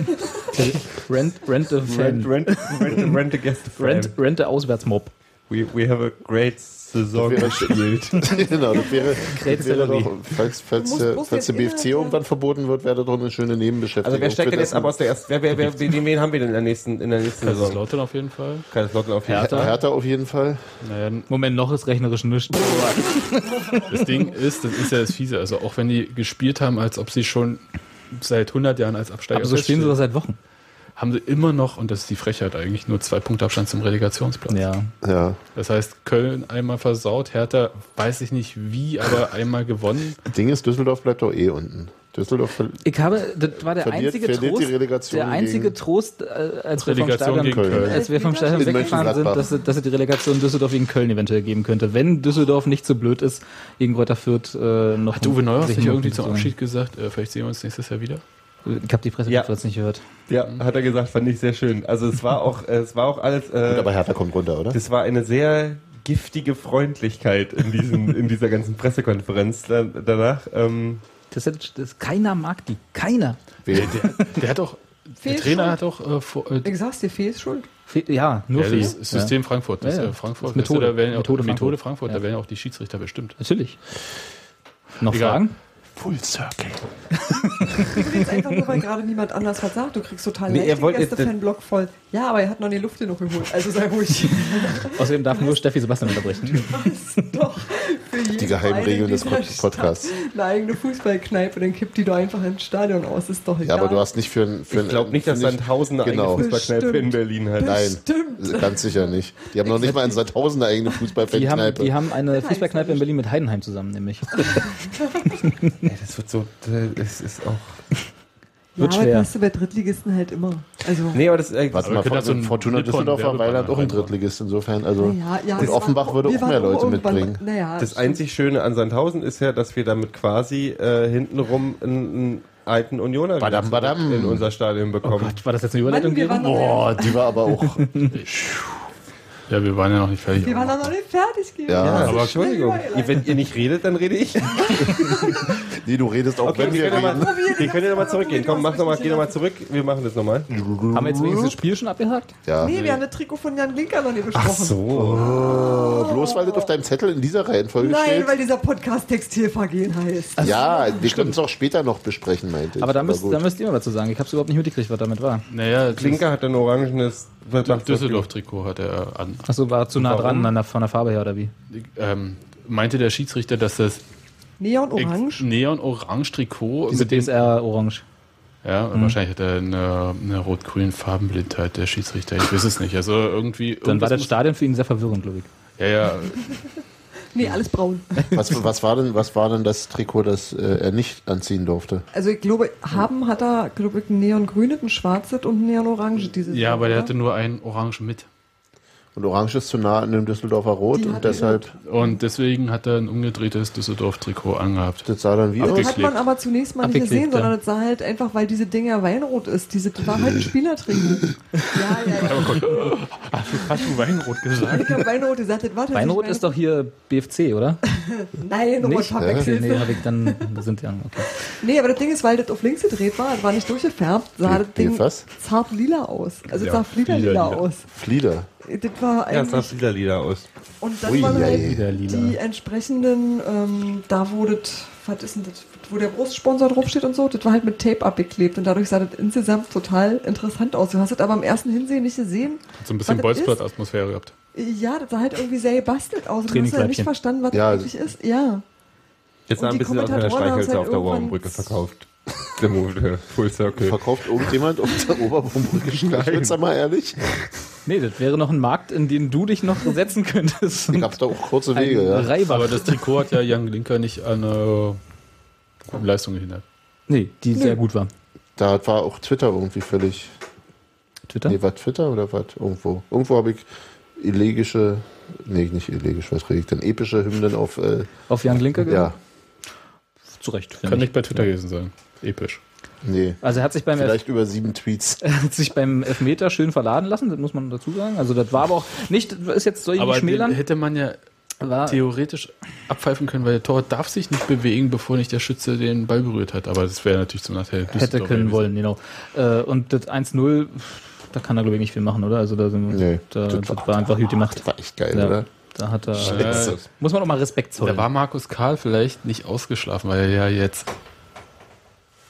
Speaker 5: Rent, rent a
Speaker 3: Rent,
Speaker 5: fan.
Speaker 3: rent, rent, rent a Gästefan.
Speaker 5: Rent, rent a Auswärtsmob.
Speaker 3: We, we have a great Saison
Speaker 2: Wir-
Speaker 3: gespielt.
Speaker 2: <laughs> genau, das wäre, das wäre
Speaker 5: Zellerie.
Speaker 2: doch, falls, falls,
Speaker 4: Du musst
Speaker 2: der-
Speaker 4: bloß
Speaker 2: falls der
Speaker 4: jetzt
Speaker 2: BFC
Speaker 4: innerhalb der-
Speaker 2: irgendwann verboten wird, wäre das doch eine schöne Nebenbeschäftigung.
Speaker 3: <laughs> Also, wer steigt
Speaker 2: für
Speaker 3: denn jetzt
Speaker 2: dessen-
Speaker 3: ab aus der ersten? Wer, wer, wer, wen, wen haben wir denn in der nächsten, in der nächsten
Speaker 6: Das ist
Speaker 3: Saison?
Speaker 6: Lautern auf jeden Fall.
Speaker 3: Kann das Locken auf jeden
Speaker 5: Hertha.
Speaker 3: Fall.
Speaker 2: Hertha auf jeden Fall.
Speaker 6: Naja,
Speaker 5: Moment, noch ist rechnerisch <laughs> nichts.
Speaker 6: Das Ding ist, das ist ja das Fiese. Also auch wenn die gespielt haben, als ob sie schon seit 100 Jahren als Absteiger
Speaker 5: Aber so stehen sie doch
Speaker 6: feststehen,
Speaker 5: seit Wochen.
Speaker 6: haben sie immer noch, und das ist die Frechheit eigentlich, nur zwei Punkte Abstand zum Relegationsplatz.
Speaker 5: Ja.
Speaker 2: Ja.
Speaker 6: Das heißt, Köln einmal versaut, Hertha weiß ich nicht wie, aber einmal gewonnen.
Speaker 2: Ding ist, Düsseldorf bleibt doch eh unten. Düsseldorf ver
Speaker 5: Ich habe, das war der
Speaker 2: Verliert-
Speaker 5: einzige
Speaker 2: verliert die
Speaker 5: Trost,
Speaker 2: Relegation
Speaker 5: der einzige
Speaker 2: gegen-
Speaker 5: Trost, äh, als wir vom
Speaker 6: Relegation
Speaker 5: Stadion,
Speaker 6: gegen
Speaker 2: Köln.
Speaker 6: Köln.
Speaker 5: als wir vom Stadion
Speaker 2: In
Speaker 5: weggefahren sind,
Speaker 2: Mönchengladbach.
Speaker 5: dass, es- dass es die Relegation Düsseldorf gegen Köln eventuell geben könnte, wenn Düsseldorf nicht so blöd ist, gegen Reuter Fürth äh, noch.
Speaker 6: Hat Uwe Neuhaus
Speaker 5: sich
Speaker 6: nicht
Speaker 5: noch
Speaker 6: irgendwie
Speaker 5: zu
Speaker 6: zum
Speaker 5: sagen.
Speaker 6: Abschied gesagt, äh, vielleicht sehen wir uns nächstes Jahr wieder?
Speaker 5: Ich habe die Pressekonferenz nicht gehört.
Speaker 3: Ja, hat er gesagt, fand ich sehr schön. Also, es war auch, äh, es war auch alles, äh,
Speaker 2: Aber Hertha kommt runter, oder?
Speaker 3: das war eine sehr giftige Freundlichkeit in diesem, in dieser ganzen Pressekonferenz da, danach. Ähm,
Speaker 5: Das, das, das, keiner mag die. Keiner.
Speaker 2: Wen?
Speaker 6: <laughs> Der hat auch, der
Speaker 4: Fehl
Speaker 6: Trainer
Speaker 4: schon.
Speaker 6: hat auch äh, vor, äh,
Speaker 4: Ich sag's dir, Fee ist schuld.
Speaker 5: Fe- Ja, nur
Speaker 6: ja,
Speaker 5: Fee.
Speaker 6: das ist System Frankfurt. Das
Speaker 5: Ja,
Speaker 6: ist
Speaker 5: ja.
Speaker 6: ja
Speaker 5: Das
Speaker 6: Frankfurt.
Speaker 5: ist Methode.
Speaker 6: Weißt du, da werden ja auch,
Speaker 5: Methode Frankfurt.
Speaker 6: Methode, Methode Frankfurt.
Speaker 5: Ja.
Speaker 6: Da werden ja auch die Schiedsrichter bestimmt.
Speaker 5: Natürlich. Noch
Speaker 6: Egal.
Speaker 5: Fragen?
Speaker 2: Full Circle.
Speaker 4: Übrigens einfach nur, weil gerade niemand anders was sagt. Du kriegst total
Speaker 3: Nee,
Speaker 4: nee,
Speaker 3: er
Speaker 4: leicht den
Speaker 3: wollte-
Speaker 4: Gästefan-Block voll. Ja, aber er hat noch die Luft genug geholt. Also sei
Speaker 2: <laughs>
Speaker 4: ruhig.
Speaker 5: Außerdem darf nur Steffi Sebastian unterbrechen.
Speaker 4: Doch, für jeden
Speaker 2: Die Geheimregeln
Speaker 4: Verein in
Speaker 2: des
Speaker 4: dieser
Speaker 2: Pod- Podcasts.
Speaker 4: Stadt Eine eigene Fußballkneipe, dann kippt die doch einfach ins Stadion aus. Ist doch
Speaker 2: Ja,
Speaker 4: egal.
Speaker 2: aber du hast nicht für ein. Für
Speaker 3: ich glaube nicht, dass Sandhausen eine
Speaker 2: Genau.
Speaker 3: eigene Fußballkneipe in
Speaker 4: Bestimmt.
Speaker 3: Berlin hat.
Speaker 2: Nein,
Speaker 4: Stimmt.
Speaker 2: ganz sicher nicht. Die haben noch nicht mal in Sandhausen eine eigene
Speaker 5: Die haben,
Speaker 2: Fußballfankneipe.
Speaker 5: die haben eine
Speaker 4: Nein,
Speaker 5: Fußballkneipe in Berlin mit Heidenheim zusammen, nämlich.
Speaker 3: Ey, das wird so, äh, es ist auch.
Speaker 5: Wird
Speaker 4: ja, aber
Speaker 5: schwer.
Speaker 4: das hast du bei Drittligisten halt immer. Also,
Speaker 3: Nee, aber das, äh,
Speaker 2: Warte
Speaker 6: Aber
Speaker 2: mal,
Speaker 6: könnte das so ein
Speaker 2: Fort- Fortuna
Speaker 6: Nippon-
Speaker 2: Düsseldorf war
Speaker 6: Werbebanner
Speaker 2: Weiland auch ein
Speaker 6: reinmachen?
Speaker 2: Drittligist, insofern, also.
Speaker 4: ja, ja,
Speaker 2: und
Speaker 4: es war-
Speaker 2: Offenbach würde
Speaker 4: wir
Speaker 2: auch
Speaker 4: waren
Speaker 2: mehr Leute
Speaker 4: irgendwann-
Speaker 2: mitbringen.
Speaker 4: Naja,
Speaker 3: das
Speaker 4: stimmt.
Speaker 3: einzig Schöne an Sandhausen ist ja, dass wir damit quasi äh, hintenrum einen, einen alten Unioner
Speaker 2: Badam, badam.
Speaker 3: in unser Stadion
Speaker 5: Oh
Speaker 3: bekommen.
Speaker 5: Gott, war das jetzt eine
Speaker 4: Mann,
Speaker 5: Überleitung?
Speaker 4: wir
Speaker 5: Gero?
Speaker 4: waren, noch,
Speaker 2: Boah, die war aber
Speaker 3: <laughs>
Speaker 2: auch.
Speaker 6: Ja, wir waren ja noch nicht fertig.
Speaker 4: wir waren doch noch nicht fertig gewesen.
Speaker 2: Ja.
Speaker 3: ja,
Speaker 6: aber-
Speaker 3: Entschuldigung, ihr, wenn ihr nicht redet, dann rede ich.
Speaker 2: Nee, du redest auch,
Speaker 3: Okay,
Speaker 2: wenn
Speaker 3: wir
Speaker 2: wir
Speaker 3: können
Speaker 2: reden.
Speaker 3: nochmal
Speaker 4: Probier
Speaker 3: wir
Speaker 4: das
Speaker 3: können ja nochmal
Speaker 4: mal,
Speaker 3: zurückgehen.
Speaker 4: probier
Speaker 3: Komm,
Speaker 4: das mal,
Speaker 3: mach nochmal, geh nochmal
Speaker 4: bitte.
Speaker 3: zurück. Wir machen das nochmal.
Speaker 5: Haben wir jetzt wenigstens das Spiel schon abgehakt?
Speaker 2: Ja.
Speaker 4: Nee, wir haben das Trikot von Jan Linker noch nicht besprochen.
Speaker 3: Ach so.
Speaker 2: Bloß weil das auf deinem Zettel in dieser Reihenfolge
Speaker 4: Nein,
Speaker 2: steht.
Speaker 4: weil dieser Podcast Textilvergehen heißt.
Speaker 2: Also, ja, wir können es auch später noch besprechen, meinte ich.
Speaker 5: Aber da müsst,
Speaker 2: gut.
Speaker 5: da müsst ihr mal was zu sagen. Ich habe es überhaupt nicht mitgekriegt, was damit war.
Speaker 6: Naja,
Speaker 3: Klinker hat ein orangenes
Speaker 6: das Düsseldorf-Trikot hat er an.
Speaker 5: Achso, war zu nah
Speaker 3: Warum?
Speaker 5: dran an der, von der Farbe her oder wie?
Speaker 6: Ähm, meinte der Schiedsrichter, dass das
Speaker 4: Neon
Speaker 6: ex-
Speaker 4: Orange.
Speaker 6: Neon-Orange-Trikot
Speaker 5: Diese
Speaker 6: mit dem.
Speaker 5: DSR orange.
Speaker 6: Ja, wahrscheinlich hat er eine, eine rot-grünen Farbenblindheit, der Schiedsrichter. Ich weiß es nicht. Also irgendwie.
Speaker 5: Dann war
Speaker 6: irgendwas
Speaker 5: das Stadion für ihn sehr verwirrend, glaube ich.
Speaker 6: muss- Ja, ja.
Speaker 4: Nee, alles braun.
Speaker 2: Was, was, war denn, was war denn das Trikot, das äh, er nicht anziehen durfte?
Speaker 4: Also ich glaube, haben hat er, glaube ich, ein neongrünes, ein schwarzes und ein neonorange dieses
Speaker 6: Ja,
Speaker 4: Jahr,
Speaker 6: aber der
Speaker 4: oder?
Speaker 6: hatte nur einen Orange mit.
Speaker 2: Und Orange ist zu nah an dem Düsseldorfer Rot
Speaker 4: Die
Speaker 2: und
Speaker 4: hatte-
Speaker 2: deshalb,
Speaker 6: Und deswegen hat er ein umgedrehtes Düsseldorf-Trikot angehabt.
Speaker 2: das sah dann wie aus.
Speaker 6: Abgeklebt.
Speaker 4: Also Hat man aber zunächst mal nicht
Speaker 5: Abgeklebt,
Speaker 4: gesehen,
Speaker 5: ja.
Speaker 4: sondern es sah halt einfach, weil diese Dinger weinrot ist. Diese das war
Speaker 2: <laughs>
Speaker 4: halt ein Spielertrikot. ja, ja, ja.
Speaker 6: Hast du Weinrot gesagt?
Speaker 4: Ich habe Weinrot gesagt, das war tatsächlich
Speaker 5: <laughs> Weinrot ist doch hier BFC,
Speaker 4: <laughs>
Speaker 5: oder?
Speaker 4: Nein, Robert
Speaker 5: nicht?
Speaker 4: verwechselt.
Speaker 5: Nee, hab ich dann wir sind ja. Okay.
Speaker 4: Nee, aber das Ding ist, weil das auf links gedreht war, das war nicht durchgefärbt, sah
Speaker 2: Wie-
Speaker 4: das Ding
Speaker 2: wie was?
Speaker 4: zart lila aus. Also es sah
Speaker 6: Ja,
Speaker 4: fliederlila
Speaker 6: lila.
Speaker 4: aus.
Speaker 2: Flieder.
Speaker 4: Das war
Speaker 3: Ja, es sah
Speaker 4: eigentlich.
Speaker 3: Fliederlieder aus.
Speaker 4: und dann
Speaker 2: Ui,
Speaker 4: waren
Speaker 2: ja,
Speaker 4: halt
Speaker 2: ja.
Speaker 5: Wieder
Speaker 4: die
Speaker 5: lila.
Speaker 4: entsprechenden, ähm, da wo das, was ist denn das, wo der Brustsponsor draufsteht und so, das war halt mit Tape abgeklebt und dadurch sah das insgesamt total interessant aus. Du hast es aber im ersten Hinsehen nicht gesehen.
Speaker 6: So ein bisschen
Speaker 4: Was das ist?
Speaker 6: Bolzplatz-Atmosphäre gehabt.
Speaker 4: Ja, das sah halt irgendwie sehr gebastelt aus. Und du hast ja nicht
Speaker 5: Trainingsleibchen.
Speaker 4: verstanden, was
Speaker 2: Ja, also
Speaker 4: das eigentlich ist. Ja.
Speaker 3: Jetzt sah
Speaker 4: Und
Speaker 3: ein
Speaker 4: die
Speaker 3: bisschen aus wie der
Speaker 4: Kommentatoren haben es
Speaker 3: Streichhölzer
Speaker 4: halt
Speaker 3: auf der
Speaker 4: irgendwann-
Speaker 3: Oberbrücke verkauft. Der Move, Full Circle.
Speaker 2: Verkauft irgendjemand auf
Speaker 5: <laughs>
Speaker 2: der Oberbrücke Streichhölzer, mal ehrlich?
Speaker 5: Nee, das wäre noch ein Markt, in den du dich noch setzen könntest.
Speaker 2: Gab es da auch kurze
Speaker 5: Ein
Speaker 2: Wege, ja?
Speaker 5: Reibach.
Speaker 6: Aber das Trikot hat ja Young Linker nicht an äh, Leistung gehindert.
Speaker 5: nee, die sehr gut war.
Speaker 2: Da war auch Twitter irgendwie völlig.
Speaker 5: Twitter?
Speaker 2: Nee, war Twitter oder was? Irgendwo. Irgendwo habe ich elegische. Nee, nicht elegisch, was rede ich denn? Epische Hymnen auf. Äh,
Speaker 5: Auf Jan Linke?
Speaker 4: genau.
Speaker 2: ja,
Speaker 5: Zu Recht.
Speaker 6: Kann nicht bei Twitter gewesen sein. Episch.
Speaker 2: nee.
Speaker 5: Also er hat sich beim Elf-
Speaker 2: Vielleicht über sieben Tweets.
Speaker 5: hat sich beim Elfmeter schön verladen lassen, das muss man dazu sagen. Also das war aber auch nicht, ist jetzt soll ich nicht
Speaker 6: Aber den
Speaker 5: schmälern. Ah.
Speaker 6: hätte man ja
Speaker 5: War,
Speaker 6: theoretisch abpfeifen können, weil der Torwart darf sich nicht bewegen, bevor nicht der Schütze den Ball berührt hat. Aber das wäre natürlich zum Nachteil.
Speaker 5: hätte
Speaker 6: Düsseldorf
Speaker 5: können
Speaker 6: gewesen.
Speaker 5: wollen, genau. Äh, und das 1-0, da kann er glaube ich nicht viel machen, oder? Also da, sind,
Speaker 2: Nee,
Speaker 5: da
Speaker 2: das
Speaker 5: das, war einfach gut gemacht.
Speaker 2: Das war echt geil,
Speaker 5: Ja.
Speaker 2: oder?
Speaker 5: Da hat er,
Speaker 6: Scheiße.
Speaker 5: muss man auch mal Respekt
Speaker 6: Da
Speaker 5: zollen,
Speaker 6: war Markus Karl vielleicht nicht ausgeschlafen, weil er ja jetzt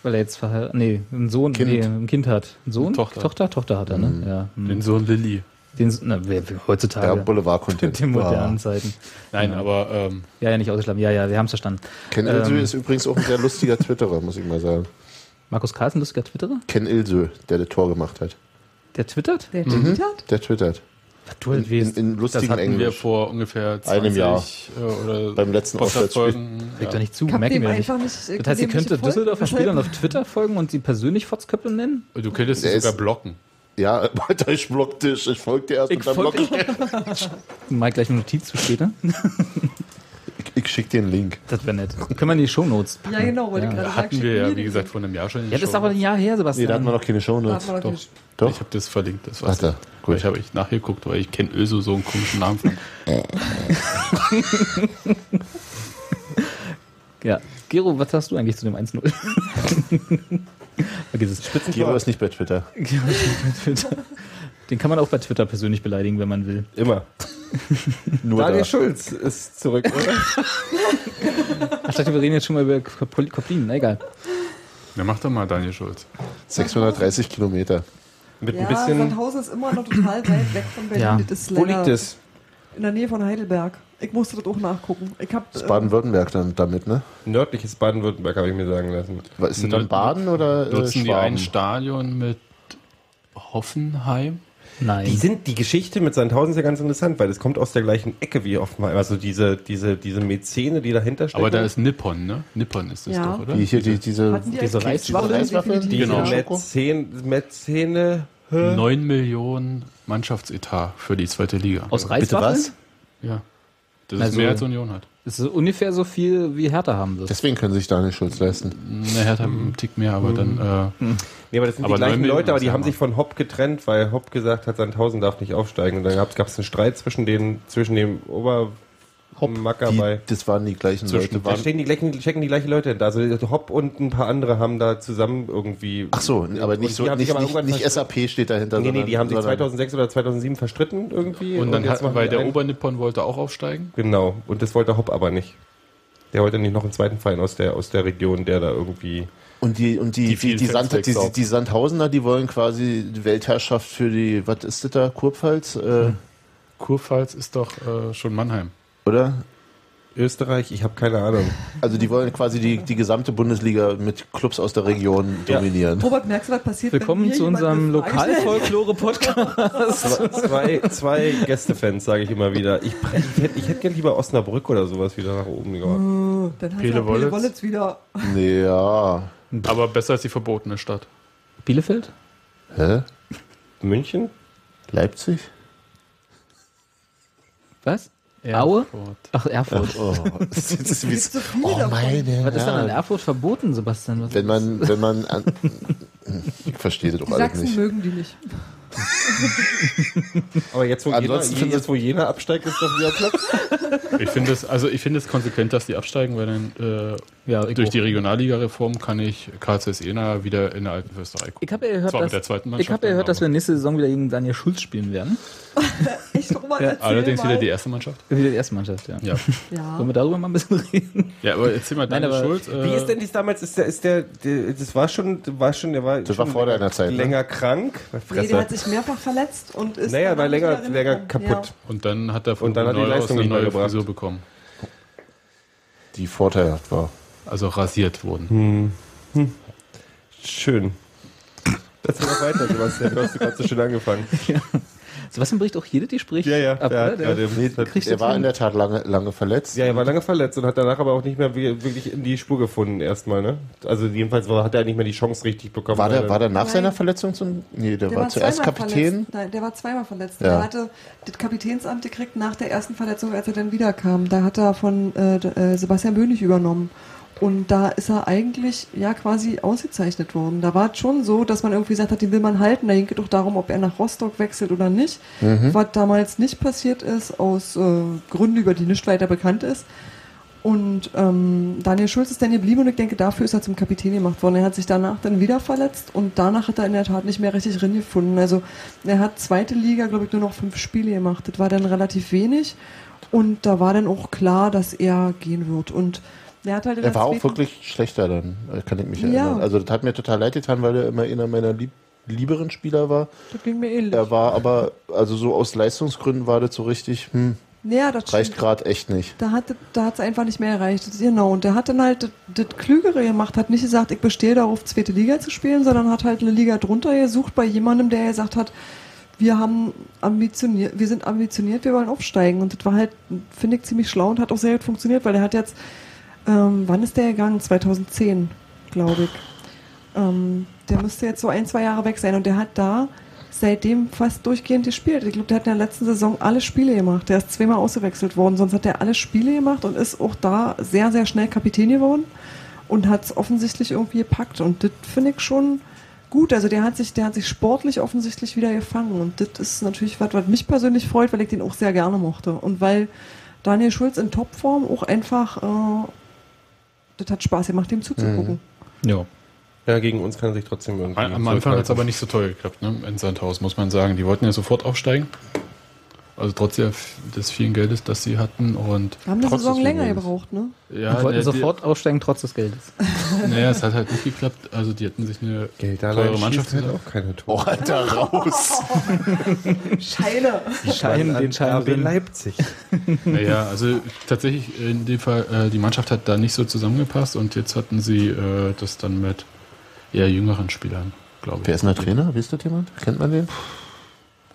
Speaker 5: weil er jetzt verhe- nee, einen Sohn,
Speaker 2: Kind. Mhm.
Speaker 5: nee, ein Kind hat. Ein Sohn?
Speaker 6: Eine Tochter.
Speaker 5: Tochter, Tochter hat er, ne? Ja. hm.
Speaker 6: den Sohn Lilly.
Speaker 5: Den, na, wer- wer-
Speaker 2: Ja, Ah.
Speaker 5: heutzutage.
Speaker 2: Boulevard-Content.
Speaker 5: in den modernen
Speaker 2: Wow.
Speaker 5: Zeiten.
Speaker 6: Nein, aber ähm,
Speaker 5: Ja, ja, nicht ausgeschlafen. Ja, ja, wir haben es verstanden.
Speaker 2: Ken Ilsö ist übrigens auch ein sehr lustiger Twitterer, muss ich mal sagen.
Speaker 5: Markus Carlsen, lustiger Twitterer,
Speaker 2: Ken Ilsö, der das Tor gemacht hat.
Speaker 5: der twittert?
Speaker 4: Der twittert?
Speaker 2: Der twittert.
Speaker 5: Du
Speaker 2: In,
Speaker 5: halt west.
Speaker 2: in
Speaker 6: das
Speaker 2: lustigem
Speaker 6: hatten wir
Speaker 2: Englisch.
Speaker 6: vor ungefähr 20
Speaker 2: Einem Jahr.
Speaker 6: äh, oder
Speaker 2: Beim letzten
Speaker 6: Podcast-Folgen.
Speaker 5: Kriegt doch
Speaker 6: Ja.
Speaker 5: nicht zu,
Speaker 4: Ich hab
Speaker 5: merken
Speaker 4: dem
Speaker 5: wir nicht.
Speaker 4: einfach nicht.
Speaker 5: Das heißt, ihr könnt Düsseldorfer Spielern auf Twitter folgen und sie persönlich Fotzköpfe nennen?
Speaker 6: äh, Du könntest
Speaker 2: Der
Speaker 6: sie sogar
Speaker 2: ist-
Speaker 6: blocken.
Speaker 2: Ja, <laughs> Alter, ich block dich. Ich folg dir erst
Speaker 5: Ich
Speaker 2: und dann
Speaker 5: folg-
Speaker 2: block ich dir.
Speaker 5: Um Mal gleich eine Notiz zu später. <laughs>
Speaker 2: Ich, ich schick dir einen Link.
Speaker 5: Das wäre nett. Können wir in die Shownotes packen.
Speaker 4: Ja, genau, wollte
Speaker 5: Ja.
Speaker 4: gerade sagen.
Speaker 6: Hatten
Speaker 4: schick
Speaker 6: wir
Speaker 4: mir
Speaker 6: ja,
Speaker 4: den
Speaker 6: wie
Speaker 4: Link.
Speaker 6: gesagt, vor einem Jahr schon. in
Speaker 5: Ja,
Speaker 6: der
Speaker 5: das ist
Speaker 6: Show.
Speaker 5: aber ein Jahr her,
Speaker 2: Nee,
Speaker 5: Sebastian.
Speaker 2: da hatten wir noch keine
Speaker 4: Da
Speaker 2: Shownotes.
Speaker 4: hat man doch
Speaker 6: Doch.
Speaker 4: gesch-
Speaker 2: Doch.
Speaker 6: Ich habe das verlinkt, das
Speaker 2: Ach
Speaker 6: war's.
Speaker 2: da, gut.
Speaker 6: Ich habe ich nachgeguckt, weil ich kenne Öso so einen komischen Namen. Von.
Speaker 5: ja. Gero, was hast du eigentlich zu dem 1-0? <laughs> Vergiss es.
Speaker 2: Gero ist nicht bei Twitter.
Speaker 5: Gero ist bei Twitter. Den kann man auch bei Twitter persönlich beleidigen, wenn man will.
Speaker 3: Immer.
Speaker 2: Nur
Speaker 3: Daniel
Speaker 2: da.
Speaker 3: Schulz ist zurück, oder?
Speaker 4: <laughs>
Speaker 5: Ach, ich dachte, wir reden jetzt schon mal über Kopl- Koplin. Na, egal.
Speaker 6: Na, mach doch mal Daniel Schulz.
Speaker 2: 630 Kilometer.
Speaker 3: Mit
Speaker 4: Ja,
Speaker 3: ein bisschen.
Speaker 4: Sandhausen ist immer noch total weit weg von Berlin.
Speaker 5: Ja.
Speaker 4: Das ist
Speaker 3: Wo
Speaker 4: leider
Speaker 3: liegt es?
Speaker 4: In der Nähe von Heidelberg. Ich musste das auch nachgucken. Ich hab,
Speaker 2: Das ist
Speaker 4: äh,
Speaker 2: Baden-Württemberg dann damit, ne?
Speaker 3: Nördliches Baden-Württemberg, habe ich mir sagen lassen.
Speaker 2: Was Ist das dann
Speaker 6: Nö-
Speaker 2: Baden oder äh,
Speaker 6: Nutzen die
Speaker 2: Schwaben?
Speaker 6: ein Stadion mit Hoffenheim?
Speaker 7: Nein.
Speaker 3: Die sind die Geschichte mit Sandhausen ist ja ganz interessant, weil das kommt aus der gleichen Ecke wie Offenheim. Also diese, diese, diese Mäzene, die dahinter steht.
Speaker 6: Aber da ist Nippon, ne? Nippon ist das
Speaker 4: Ja.
Speaker 6: doch, oder?
Speaker 2: Die hier, die, diese,
Speaker 4: Hatten die
Speaker 7: diese
Speaker 4: eigentlich-
Speaker 7: Reiswaffeln,
Speaker 2: Reiswaffeln,
Speaker 4: definitiv,
Speaker 2: diese
Speaker 6: Genau.
Speaker 2: Schoko?
Speaker 3: Mäzen, Mäzene. hä?
Speaker 6: 9 Millionen Mannschaftsetat für die zweite Liga.
Speaker 7: Aus
Speaker 2: Bitte
Speaker 7: Reiswaffeln?
Speaker 2: was?
Speaker 6: Ja. Das ist
Speaker 7: Also-
Speaker 6: mehr als Union hat.
Speaker 7: Das ist ungefähr so viel, wie Hertha haben wird.
Speaker 2: Deswegen können sich Daniel Schulz leisten.
Speaker 6: Na, Hertha einen Tick mehr, aber dann. Äh,
Speaker 3: Nee, aber das sind
Speaker 6: Aber
Speaker 3: die gleichen
Speaker 6: 9
Speaker 3: Leute, aber die
Speaker 6: Millionen,
Speaker 3: haben sich von Hopp getrennt, weil Hopp gesagt hat, Sandhausen darf nicht aufsteigen. Und dann gab es einen Streit zwischen, den, zwischen dem Obermacker bei.
Speaker 2: Die, das waren die gleichen
Speaker 6: Zwischen-
Speaker 2: Leute.
Speaker 3: Da
Speaker 2: Waren,
Speaker 3: stehen die gleichen, checken die gleichen Leute hinter. Also Hopp und ein paar andere haben da zusammen irgendwie.
Speaker 2: ach so, aber nicht,
Speaker 3: Und
Speaker 2: so,
Speaker 3: die haben sich
Speaker 2: nicht,
Speaker 3: aber
Speaker 2: nicht,
Speaker 3: irgendwann
Speaker 2: nicht
Speaker 3: verstritten.
Speaker 2: SAP steht dahinter.
Speaker 3: Nee, nee, die haben sich
Speaker 2: sondern-
Speaker 3: 2006 oder 2007 verstritten irgendwie.
Speaker 6: und dann
Speaker 3: jetzt
Speaker 6: hat,
Speaker 3: machen
Speaker 6: weil
Speaker 3: die
Speaker 6: der
Speaker 3: einen-
Speaker 6: Obernippon wollte auch aufsteigen.
Speaker 3: Genau, und das wollte Hopp aber nicht. Der wollte nicht noch einen zweiten Verein aus der, aus der Region, der da irgendwie.
Speaker 2: Und die, und die,
Speaker 6: Die
Speaker 2: die, die,
Speaker 6: vielen
Speaker 2: Sand, die,
Speaker 6: Fans
Speaker 2: die,
Speaker 6: wegsaugen.
Speaker 2: die Sandhausener, die wollen quasi die Weltherrschaft für die, was ist das da, Kurpfalz, äh,
Speaker 3: Hm.
Speaker 6: Kurpfalz ist doch äh, schon Mannheim.
Speaker 2: oder?
Speaker 3: Österreich, ich habe keine <laughs> Ahnung.
Speaker 2: Also die wollen quasi die, die gesamte Bundesliga mit Clubs aus der Region dominieren.
Speaker 4: Robert, merkst du, was passiert? wenn
Speaker 5: Willkommen
Speaker 4: mir
Speaker 5: zu
Speaker 4: jemand
Speaker 5: unserem
Speaker 4: eine Frage stellt?
Speaker 5: Lokalfolklore-Podcast.
Speaker 3: zwei, zwei Gästefans, sage ich immer wieder. Ich, ich hätte ich hätt gerne lieber Osnabrück oder sowas wieder nach oben gehauen.
Speaker 4: Dann hat
Speaker 6: Pele
Speaker 4: Pele
Speaker 6: Wollitz.
Speaker 4: Wollitz wieder.
Speaker 2: Nee, ja.
Speaker 6: Aber besser als die verbotene Stadt.
Speaker 5: Bielefeld?
Speaker 2: Hä?
Speaker 3: München?
Speaker 2: Leipzig?
Speaker 5: Was? Aue?
Speaker 6: Erfurt.
Speaker 5: Ach, Erfurt.
Speaker 2: Oh, <laughs> das ist wie,
Speaker 4: Gibt's so viele
Speaker 2: oh
Speaker 4: davon.
Speaker 2: meine
Speaker 5: Was ist denn in
Speaker 2: Herren.
Speaker 5: Erfurt verboten, Sebastian? Was
Speaker 2: Wenn man, wenn man, an, <laughs> ich verstehe das doch
Speaker 4: Die
Speaker 2: alles
Speaker 4: Sachsen
Speaker 2: nicht.
Speaker 4: mögen die nicht.
Speaker 3: Aber jetzt, wo,
Speaker 2: Ansonsten
Speaker 3: jeder,
Speaker 2: findet-
Speaker 3: jetzt, wo jeder absteigt, ist doch wieder Platz.
Speaker 6: Ich finde es also ich finde es konsequent, dass die absteigen, weil dann äh,
Speaker 5: Ja, ich
Speaker 6: durch
Speaker 5: auch.
Speaker 6: die Regionalliga-Reform kann ich KCS Ena wieder in der alten Försterei gucken.
Speaker 5: Ich habe ja gehört,
Speaker 6: Zwar mit
Speaker 5: dass,
Speaker 6: der zweiten
Speaker 5: ich
Speaker 6: Mannschaft, genau.
Speaker 5: hab ja gehört,
Speaker 6: aber-
Speaker 5: dass wir nächste Saison wieder gegen Daniel Schulz spielen werden.
Speaker 4: Echt, Robert,
Speaker 5: Ja,
Speaker 4: erzähl
Speaker 6: Allerdings
Speaker 4: mal.
Speaker 6: wieder die erste Mannschaft.
Speaker 5: Wieder die erste Mannschaft, ja.
Speaker 6: Ja.
Speaker 5: Wollen
Speaker 4: Ja.
Speaker 5: wir darüber mal ein bisschen <laughs> reden?
Speaker 6: <laughs> ja, aber erzähl mal
Speaker 5: Nein,
Speaker 6: deine
Speaker 5: aber
Speaker 6: Schuld. Äh,
Speaker 3: <laughs> Wie ist denn dies damals? Ist der, ist der, der das war schon, war schon, der war,
Speaker 2: Das war
Speaker 3: schon
Speaker 2: vor
Speaker 3: länger-
Speaker 2: deiner Zeit, ne?
Speaker 3: länger krank.
Speaker 4: Nee, der
Speaker 3: Fresse.
Speaker 4: hat sich mehrfach verletzt und ist.
Speaker 3: naja,
Speaker 4: danach
Speaker 3: war länger,
Speaker 4: wieder
Speaker 3: länger
Speaker 4: reingekommen.
Speaker 3: kaputt.
Speaker 6: Und dann hat er von
Speaker 3: Und dann hat die
Speaker 6: Neuhaus
Speaker 3: Leistung
Speaker 6: eine
Speaker 3: nicht mehr
Speaker 6: neue
Speaker 3: gebracht.
Speaker 6: Frisur bekommen.
Speaker 2: Die vorteilhaft war.
Speaker 6: Also rasiert wurden.
Speaker 3: Hm. Schön. Erzähl noch weiter, Sebastian. Du hast gerade so schön angefangen.
Speaker 5: Sebastian bricht auch jedes Gespräch ab,
Speaker 3: Der,
Speaker 5: oder?
Speaker 3: hat
Speaker 5: Der-
Speaker 3: gerade-
Speaker 5: kriegst
Speaker 2: er
Speaker 5: du
Speaker 2: war
Speaker 5: hin.
Speaker 2: in der Tat lange, lange verletzt.
Speaker 3: Ja, er war lange verletzt und hat danach aber auch nicht mehr wir- wirklich in die Spur gefunden erstmal, ne? Also jedenfalls war- hat er nicht mehr die Chance richtig bekommen.
Speaker 2: War der, war der nach
Speaker 4: Nein.
Speaker 2: seiner Verletzung zum, nee, der,
Speaker 4: Der
Speaker 2: war,
Speaker 4: war
Speaker 2: zuerst
Speaker 4: zweimal
Speaker 2: Kapitän.
Speaker 4: Verletzt. Nein, der war zweimal verletzt.
Speaker 2: Ja.
Speaker 4: Der hatte das Kapitänsamt gekriegt nach der ersten Verletzung, als er dann wiederkam. Da hat er von äh, d- äh, Sebastian Bönig übernommen. Und da ist er eigentlich ja quasi ausgezeichnet worden. Da war es schon so, dass man irgendwie gesagt hat, den will man halten. Da ging es doch darum, ob er nach Rostock wechselt oder nicht.
Speaker 2: Mhm.
Speaker 4: Was damals nicht passiert ist, aus äh, Gründen, über die nicht weiter bekannt ist. Und ähm, Daniel Schulz ist dann geblieben und ich denke, dafür ist er zum Kapitän gemacht worden. Er hat sich danach dann wieder verletzt und danach hat er in der Tat nicht mehr richtig drin gefunden. Also er hat zweite Liga, glaube ich, nur noch fünf Spiele gemacht. Das war dann relativ wenig und da war dann auch klar, dass er gehen wird. Und er hat halt in
Speaker 2: Er
Speaker 4: der
Speaker 2: war auch
Speaker 4: zweiten-
Speaker 2: wirklich schlechter dann, äh, kann ich mich
Speaker 4: Ja.
Speaker 2: erinnern. Also das hat mir total leid getan, weil er immer einer meiner lieb lieberen Spieler war.
Speaker 4: Das ging mir ähnlich.
Speaker 2: Er war aber, also so aus Leistungsgründen war das so richtig, hm,
Speaker 4: Ja, das
Speaker 2: reicht
Speaker 4: stimmt.
Speaker 2: gerade echt nicht.
Speaker 4: Da hat es da hat's einfach nicht mehr erreicht. Das- Genau. Und der hat dann halt das- das Klügere gemacht, hat nicht gesagt, ich bestehe darauf, zweite Liga zu spielen, sondern hat halt eine Liga drunter gesucht bei jemandem, der gesagt hat, wir haben ambitioniert, wir sind ambitioniert, wir wollen aufsteigen. Und das war halt, finde ich, ziemlich schlau und hat auch sehr gut funktioniert, weil er hat jetzt, ähm, wann ist der gegangen? 2010, glaube ich. Ähm, der müsste jetzt so ein, zwei Jahre weg sein und der hat da seitdem fast durchgehend gespielt. Ich glaube, der hat in der letzten Saison alle Spiele gemacht. Der ist zweimal ausgewechselt worden, sonst hat er alle Spiele gemacht und ist auch da sehr, sehr schnell Kapitän geworden und hat es offensichtlich irgendwie gepackt. Und das finde ich schon gut. Also der hat sich, der hat sich sportlich offensichtlich wieder gefangen. Und das ist natürlich was, was mich persönlich freut, weil ich den auch sehr gerne mochte. Und weil Daniel Schulz in Topform auch einfach, äh, das hat Spaß gemacht, dem zuzugucken.
Speaker 5: Ja.
Speaker 3: ja, gegen uns kann er sich trotzdem irgendwie.
Speaker 6: Am am
Speaker 3: halt
Speaker 6: Anfang hat es aber nicht so toll geklappt, ne? In Sandhausen, muss man sagen. Die wollten ja sofort aufsteigen. Also trotz der, des vielen Geldes, das sie hatten. Und
Speaker 4: Haben eine
Speaker 6: trotz des
Speaker 4: Saison
Speaker 6: vielen
Speaker 4: länger
Speaker 6: Geldes.
Speaker 4: gebraucht, ne?
Speaker 6: Ja,
Speaker 5: Wir wollten
Speaker 6: der-
Speaker 5: sofort aussteigen, trotz des
Speaker 3: <laughs>
Speaker 5: Geldes.
Speaker 6: Der, naja, es hat halt nicht geklappt. Also die hatten sich eine
Speaker 3: Geld
Speaker 6: teure Mannschaft.
Speaker 3: hat auch keine
Speaker 2: Oh,
Speaker 3: Tore.
Speaker 2: Alter, raus!
Speaker 4: Scheine.
Speaker 5: Schein, den Schein
Speaker 3: RB
Speaker 5: drin.
Speaker 3: Leipzig.
Speaker 6: Naja, also tatsächlich in dem Fall, äh, die Mannschaft hat da nicht so zusammengepasst und jetzt hatten sie äh, das dann mit eher jüngeren Spielern, glaube ich.
Speaker 2: Wer ist denn der Trainer? Wisst ihr das jemand? Kennt man den?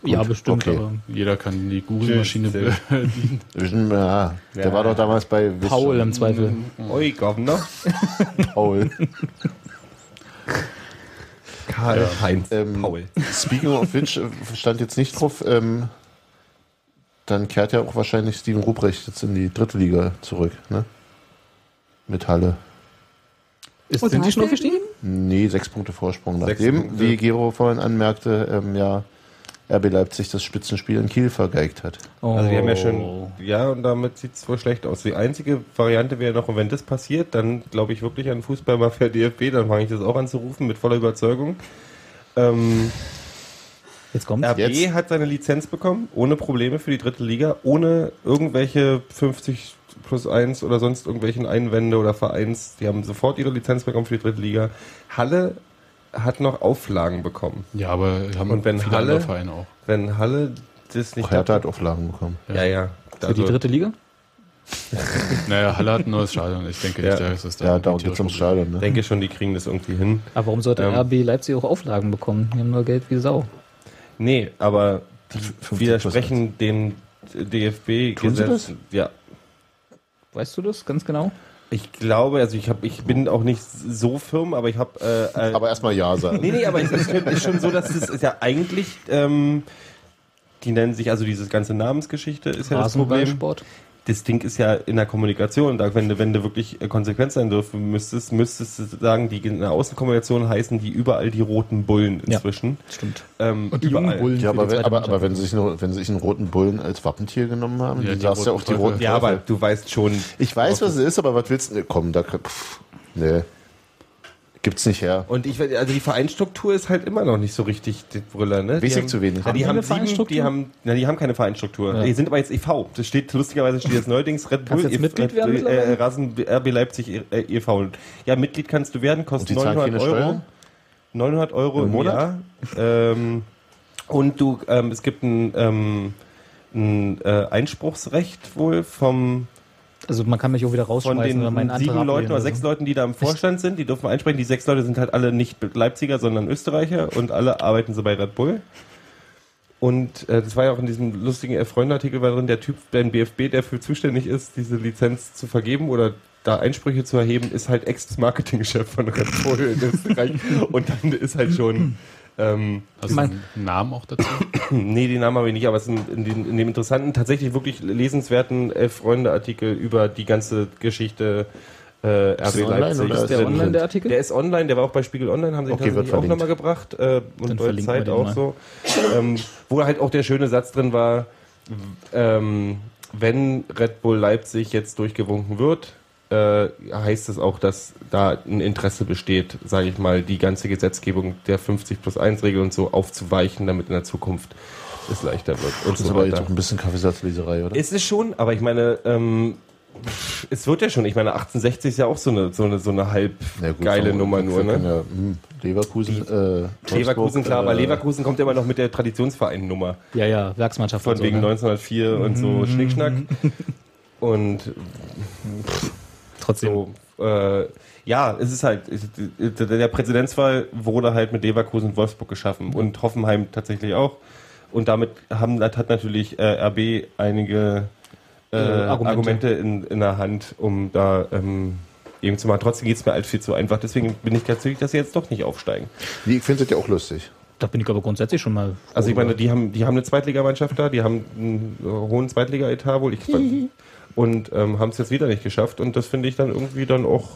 Speaker 7: ja, bestimmt.
Speaker 2: okay.
Speaker 7: Aber
Speaker 6: Jeder kann die Google-Maschine
Speaker 3: Tschüss.
Speaker 6: bedienen.
Speaker 2: Ja, der war doch damals bei Wissen.
Speaker 7: Paul im Zweifel.
Speaker 3: Oi, Governor.
Speaker 2: Paul.
Speaker 3: Karl-Heinz
Speaker 2: Ähm, Speaking of which, äh, stand jetzt nicht drauf, ähm, dann kehrt ja auch wahrscheinlich Steven Ruprecht jetzt in die dritte Liga zurück, ne? Mit Halle.
Speaker 7: Ist,
Speaker 4: Und
Speaker 7: sind die schon
Speaker 4: Hashtag?
Speaker 7: aufgestiegen?
Speaker 2: Nee, sechs Punkte Vorsprung.
Speaker 3: Sechs
Speaker 2: Nachdem,
Speaker 3: Punkte.
Speaker 2: wie Gero vorhin anmerkte, ähm, ja, RB Leipzig das Spitzenspiel in Kiel vergeigt hat.
Speaker 7: Oh.
Speaker 3: Also wir haben ja schon, ja, und damit sieht es wohl schlecht aus. Die einzige Variante wäre noch, und wenn das passiert, dann glaube ich wirklich an Fußballmafia DFB, dann fange ich das auch anzurufen mit voller Überzeugung. Ähm,
Speaker 7: Jetzt kommt.
Speaker 3: RB
Speaker 2: Jetzt?
Speaker 3: hat seine Lizenz bekommen, ohne Probleme für die dritte Liga, ohne irgendwelche 50 plus 1 oder sonst irgendwelchen Einwände oder Vereins. Die haben sofort ihre Lizenz bekommen für die dritte Liga. Halle hat noch Auflagen bekommen.
Speaker 6: <laughs> Ja, aber haben
Speaker 3: Und wenn
Speaker 6: viele
Speaker 3: Halle-
Speaker 6: andere Vereine auch.
Speaker 3: Wenn Halle das nicht...
Speaker 2: Auch Hertha hat Auflagen bekommen.
Speaker 3: ja, ja. Also,
Speaker 7: Für die dritte Liga?
Speaker 6: Naja, Halle hat ein neues Stadion. Ich denke
Speaker 3: Ja.
Speaker 6: nicht, da ist es
Speaker 2: Ja,
Speaker 6: ein
Speaker 2: darum geht es ums
Speaker 6: Problem.
Speaker 2: Stadion, ne?
Speaker 3: denke schon, die kriegen das irgendwie hin.
Speaker 7: Aber warum sollte
Speaker 3: Ähm.
Speaker 7: RB Leipzig auch Auflagen bekommen? Die haben nur Geld wie Sau.
Speaker 3: Nee, aber die
Speaker 2: 50
Speaker 3: widersprechen dem
Speaker 2: Tun sie
Speaker 3: DFB-Gesetz.
Speaker 2: das?
Speaker 3: Ja.
Speaker 7: Weißt du das ganz genau?
Speaker 3: Ich glaube, also ich, hab, ich bin auch nicht so firm, aber ich habe. Äh, äh,
Speaker 2: Aber erstmal Ja sagen.
Speaker 3: nee, nee, aber es ist, ist schon so, dass es ist ja eigentlich. Ähm, die nennen sich also dieses ganze Namensgeschichte ist ja das Problem.
Speaker 7: Rasenballsport.
Speaker 3: Das Ding ist ja in der Kommunikation. Da, wenn, du- wenn du wirklich äh, konsequent sein dürfen müsstest, müsstest du sagen, die in der Außenkommunikation heißen die überall die roten Bullen
Speaker 7: Ja.
Speaker 3: inzwischen.
Speaker 7: Stimmt.
Speaker 3: Ähm,
Speaker 6: Und die jungen
Speaker 2: Ja,
Speaker 6: Bullen. für die
Speaker 2: aber, wenn,
Speaker 6: zweite
Speaker 2: aber,
Speaker 6: Mannschaft.
Speaker 2: aber wenn, sie sich nur, wenn sie sich einen roten Bullen als Wappentier genommen haben,
Speaker 6: Ja,
Speaker 2: dann
Speaker 6: die
Speaker 2: saß ja
Speaker 6: roten
Speaker 2: auch die
Speaker 6: Teufel.
Speaker 2: roten
Speaker 3: Ja, aber
Speaker 2: Teufel.
Speaker 3: du weißt schon.
Speaker 2: Ich weiß, was es ist, aber was willst du? Nee, komm, da. Pff, nee. Gibt's nicht her.
Speaker 3: Und ich, weiß- also die Vereinsstruktur ist halt immer noch nicht so richtig die Brüller, ne?
Speaker 2: Wichtig
Speaker 3: die haben,
Speaker 2: zu wenig.
Speaker 3: Ja, die haben,
Speaker 7: eine
Speaker 3: sieben,
Speaker 7: Vereinsstruktur?
Speaker 3: die haben, na, die haben keine Vereinsstruktur. Die sind aber jetzt e.V. Das steht, lustigerweise steht jetzt neuerdings Red Bull,
Speaker 7: Kannst du jetzt Mitglied werden
Speaker 3: äh, äh,
Speaker 7: mittlerweile?
Speaker 3: Rasen, RB Leipzig e- äh, e.V. Ja, Mitglied kannst du werden,
Speaker 2: Und
Speaker 3: kostet
Speaker 2: die zahlen
Speaker 3: 900
Speaker 2: keine
Speaker 3: Euro.
Speaker 2: Steuern?
Speaker 3: 900 Euro
Speaker 2: Im
Speaker 3: im,
Speaker 2: Monat?
Speaker 3: Jahr. Ähm, und du, ähm, es gibt ein, ähm, ein äh, Einspruchsrecht wohl vom
Speaker 7: Also man kann mich auch wieder
Speaker 3: von
Speaker 7: rausschmeißen oder meinen
Speaker 3: den
Speaker 7: Antrag also.
Speaker 3: sieben Leuten
Speaker 7: ablehnen
Speaker 3: oder sechs
Speaker 7: so.
Speaker 3: Leuten, die da im Vorstand sind, die dürfen einsprechen. Die sechs Leute sind halt alle nicht Leipziger, sondern Österreicher und alle arbeiten so bei Red Bull. Und äh, das war ja auch in diesem lustigen Freundartikel war drin, der Typ, der im BFB dafür zuständig ist, diese Lizenz zu vergeben oder da Einsprüche zu erheben, ist halt Ex-Marketingchef von Red Bull
Speaker 7: <laughs>
Speaker 3: in Österreich. Und dann ist halt schon... Ähm,
Speaker 6: Hast du einen Namen auch dazu?
Speaker 3: <clears throat> Nee, den Namen habe ich nicht, aber es ist in, in, den- in dem interessanten, tatsächlich wirklich lesenswerten äh, Freunde-Artikel über die ganze Geschichte äh,
Speaker 2: Ist
Speaker 3: RB
Speaker 2: der online
Speaker 3: Leipzig.
Speaker 2: oder ist
Speaker 7: Ist der
Speaker 2: Sind-
Speaker 7: online der Artikel?
Speaker 3: Der ist online, der war auch bei Spiegel Online, haben sie ihn
Speaker 2: Okay, wird
Speaker 3: tatsächlich
Speaker 2: verlinkt.
Speaker 3: auch nochmal gebracht äh, und
Speaker 7: Dann
Speaker 3: Neue
Speaker 7: verlinken wir
Speaker 3: Zeit
Speaker 7: den
Speaker 3: auch
Speaker 7: mal.
Speaker 3: so. Ähm, wo halt auch der schöne Satz drin war, w- ähm, wenn Red Bull Leipzig jetzt durchgewunken wird, äh, heißt es auch, dass da ein Interesse besteht, sage ich mal, die ganze Gesetzgebung der 50 plus 1 Regel und so aufzuweichen, damit in der Zukunft es leichter wird. Und
Speaker 2: Das ist
Speaker 3: so
Speaker 2: aber
Speaker 3: weiter.
Speaker 2: jetzt auch ein bisschen Kaffeesatzleserei, oder?
Speaker 3: Es ist schon, aber ich meine, ähm, pff, es wird ja schon, ich meine, 1860 ist ja auch so eine, so eine, so eine halb
Speaker 2: Na gut,
Speaker 3: geile
Speaker 2: so-
Speaker 3: Nummer
Speaker 2: wir
Speaker 3: nur, ne?
Speaker 2: können Ja, hm, Leverkusen, äh, Wolfsburg,
Speaker 3: Leverkusen, klar, aber
Speaker 2: äh,
Speaker 3: Leverkusen kommt ja immer noch mit der Traditionsverein-Nummer.
Speaker 7: Ja, ja, Werksmannschaft.
Speaker 3: Von
Speaker 7: und so,
Speaker 3: wegen
Speaker 7: ne?
Speaker 3: 1904 und so Schnickschnack. Und
Speaker 7: Trotzdem.
Speaker 3: so, äh, ja, es ist halt, der der Präzedenzfall wurde halt mit Leverkusen und Wolfsburg geschaffen und Hoffenheim tatsächlich auch. Und damit haben, das hat natürlich äh, RB einige äh,
Speaker 7: Äh,
Speaker 3: Argumente,
Speaker 7: Argumente.
Speaker 3: in, in der Hand, um da ähm, eben zu machen. Trotzdem geht es mir halt viel zu einfach. Deswegen bin ich ganz glücklich, dass sie jetzt doch nicht aufsteigen.
Speaker 2: nee, ich finde das ja auch lustig.
Speaker 7: Da bin ich aber grundsätzlich schon mal. froh
Speaker 3: Also ich meine,
Speaker 7: über.
Speaker 3: die haben, die haben eine Zweitligamannschaft da, die haben einen äh, hohen Zweitliga-Etat wohl. Ich, <laughs> und ähm, haben es jetzt wieder nicht geschafft. Und das finde ich dann irgendwie dann auch.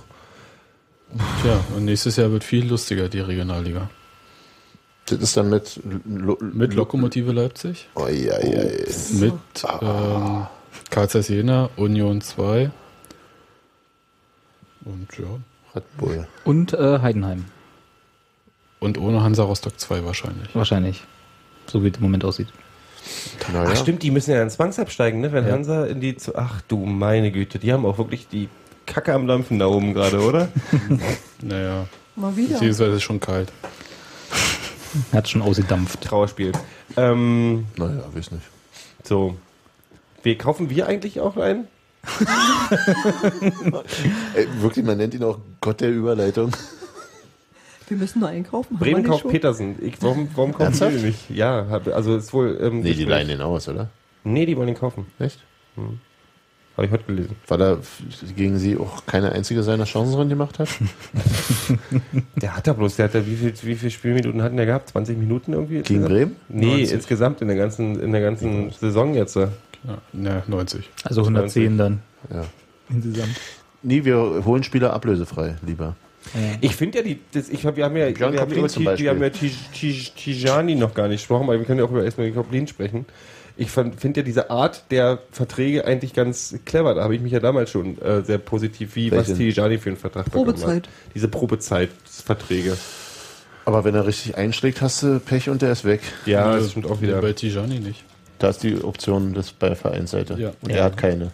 Speaker 6: Tja, und nächstes Jahr wird viel lustiger, die Regionalliga.
Speaker 2: Das ist dann mit. Lo,
Speaker 6: Mit Lokomotive Leipzig,
Speaker 2: oh, ja, ja, ja.
Speaker 6: mit
Speaker 2: Ah,
Speaker 6: ähm, KZS Jena, Union 2 und ja.
Speaker 2: Red Bull.
Speaker 7: Und äh, Heidenheim,
Speaker 6: Und ohne Hansa Rostock 2 wahrscheinlich.
Speaker 7: wahrscheinlich. So wie es im Moment aussieht.
Speaker 2: Naja.
Speaker 3: Ach stimmt, die müssen ja dann zwangsabsteigen, ne? Wenn
Speaker 7: Ja.
Speaker 3: Hansa in die. Z- Ach du meine Güte, die haben auch wirklich die Kacke am Dampfen da oben gerade, <laughs> oder?
Speaker 6: Naja,
Speaker 4: Mal wieder.
Speaker 6: beziehungsweise ist schon kalt.
Speaker 7: Hat schon ausgedampft.
Speaker 3: Trauerspiel. Ähm,
Speaker 2: Naja, weiß nicht.
Speaker 3: so. Wir, kaufen wir eigentlich auch ein? <laughs>
Speaker 2: Ey, wirklich, man nennt ihn auch Gott der Überleitung.
Speaker 4: Wir müssen nur einkaufen. haben wir
Speaker 3: Bremen
Speaker 4: nicht
Speaker 3: kauft
Speaker 4: schon?
Speaker 3: Petersen. Ich, warum, warum kaufen die den nicht? Ja, hab- also ist wohl. Ähm,
Speaker 2: Nee, die
Speaker 3: Gespräch.
Speaker 2: leihen den aus, oder?
Speaker 3: Nee, die wollen ihn kaufen.
Speaker 2: Echt?
Speaker 3: Habe ich heute gelesen.
Speaker 2: Weil er f- gegen sie auch keine einzige seiner Chancen drin gemacht hat?
Speaker 3: Der hat da bloß, der hat da wie viel, wie viel Spielminuten hatten der gehabt? 20 Minuten irgendwie? <laughs>
Speaker 2: Gegen Bremen?
Speaker 3: Nee,
Speaker 6: 90.
Speaker 3: insgesamt in der ganzen, in der ganzen Saison jetzt.
Speaker 6: Ja, ne, 90.
Speaker 7: Also 110 dann
Speaker 2: Ja.
Speaker 7: insgesamt.
Speaker 2: Nee, wir holen Spieler ablösefrei, lieber.
Speaker 3: Ich finde ja die, das, ich hab, wir haben ja,
Speaker 2: Björn
Speaker 3: wir haben
Speaker 2: Koplin
Speaker 3: über
Speaker 2: zum
Speaker 3: Ti-
Speaker 2: Beispiel.
Speaker 3: wir haben ja Ti- Ti- Tijani noch gar nicht gesprochen, weil wir können ja auch über erstmal den Koplin sprechen. Ich finde ja diese Art der Verträge eigentlich ganz clever. Da habe ich mich ja damals schon äh, sehr positiv, wie was
Speaker 2: Welchen?
Speaker 3: Tijani für einen Vertrag
Speaker 4: Probezeit.
Speaker 3: bekommen hat. Diese Probezeitverträge.
Speaker 2: Aber wenn er richtig einschlägt, hast du Pech und der ist weg.
Speaker 3: Ja,
Speaker 6: Also
Speaker 3: das stimmt auch
Speaker 6: nee,
Speaker 3: wieder.
Speaker 6: Bei Tijani nicht.
Speaker 2: Da ist die Option des bei Vereinsseite.
Speaker 6: Ja. Mhm.
Speaker 2: Und er hat keine.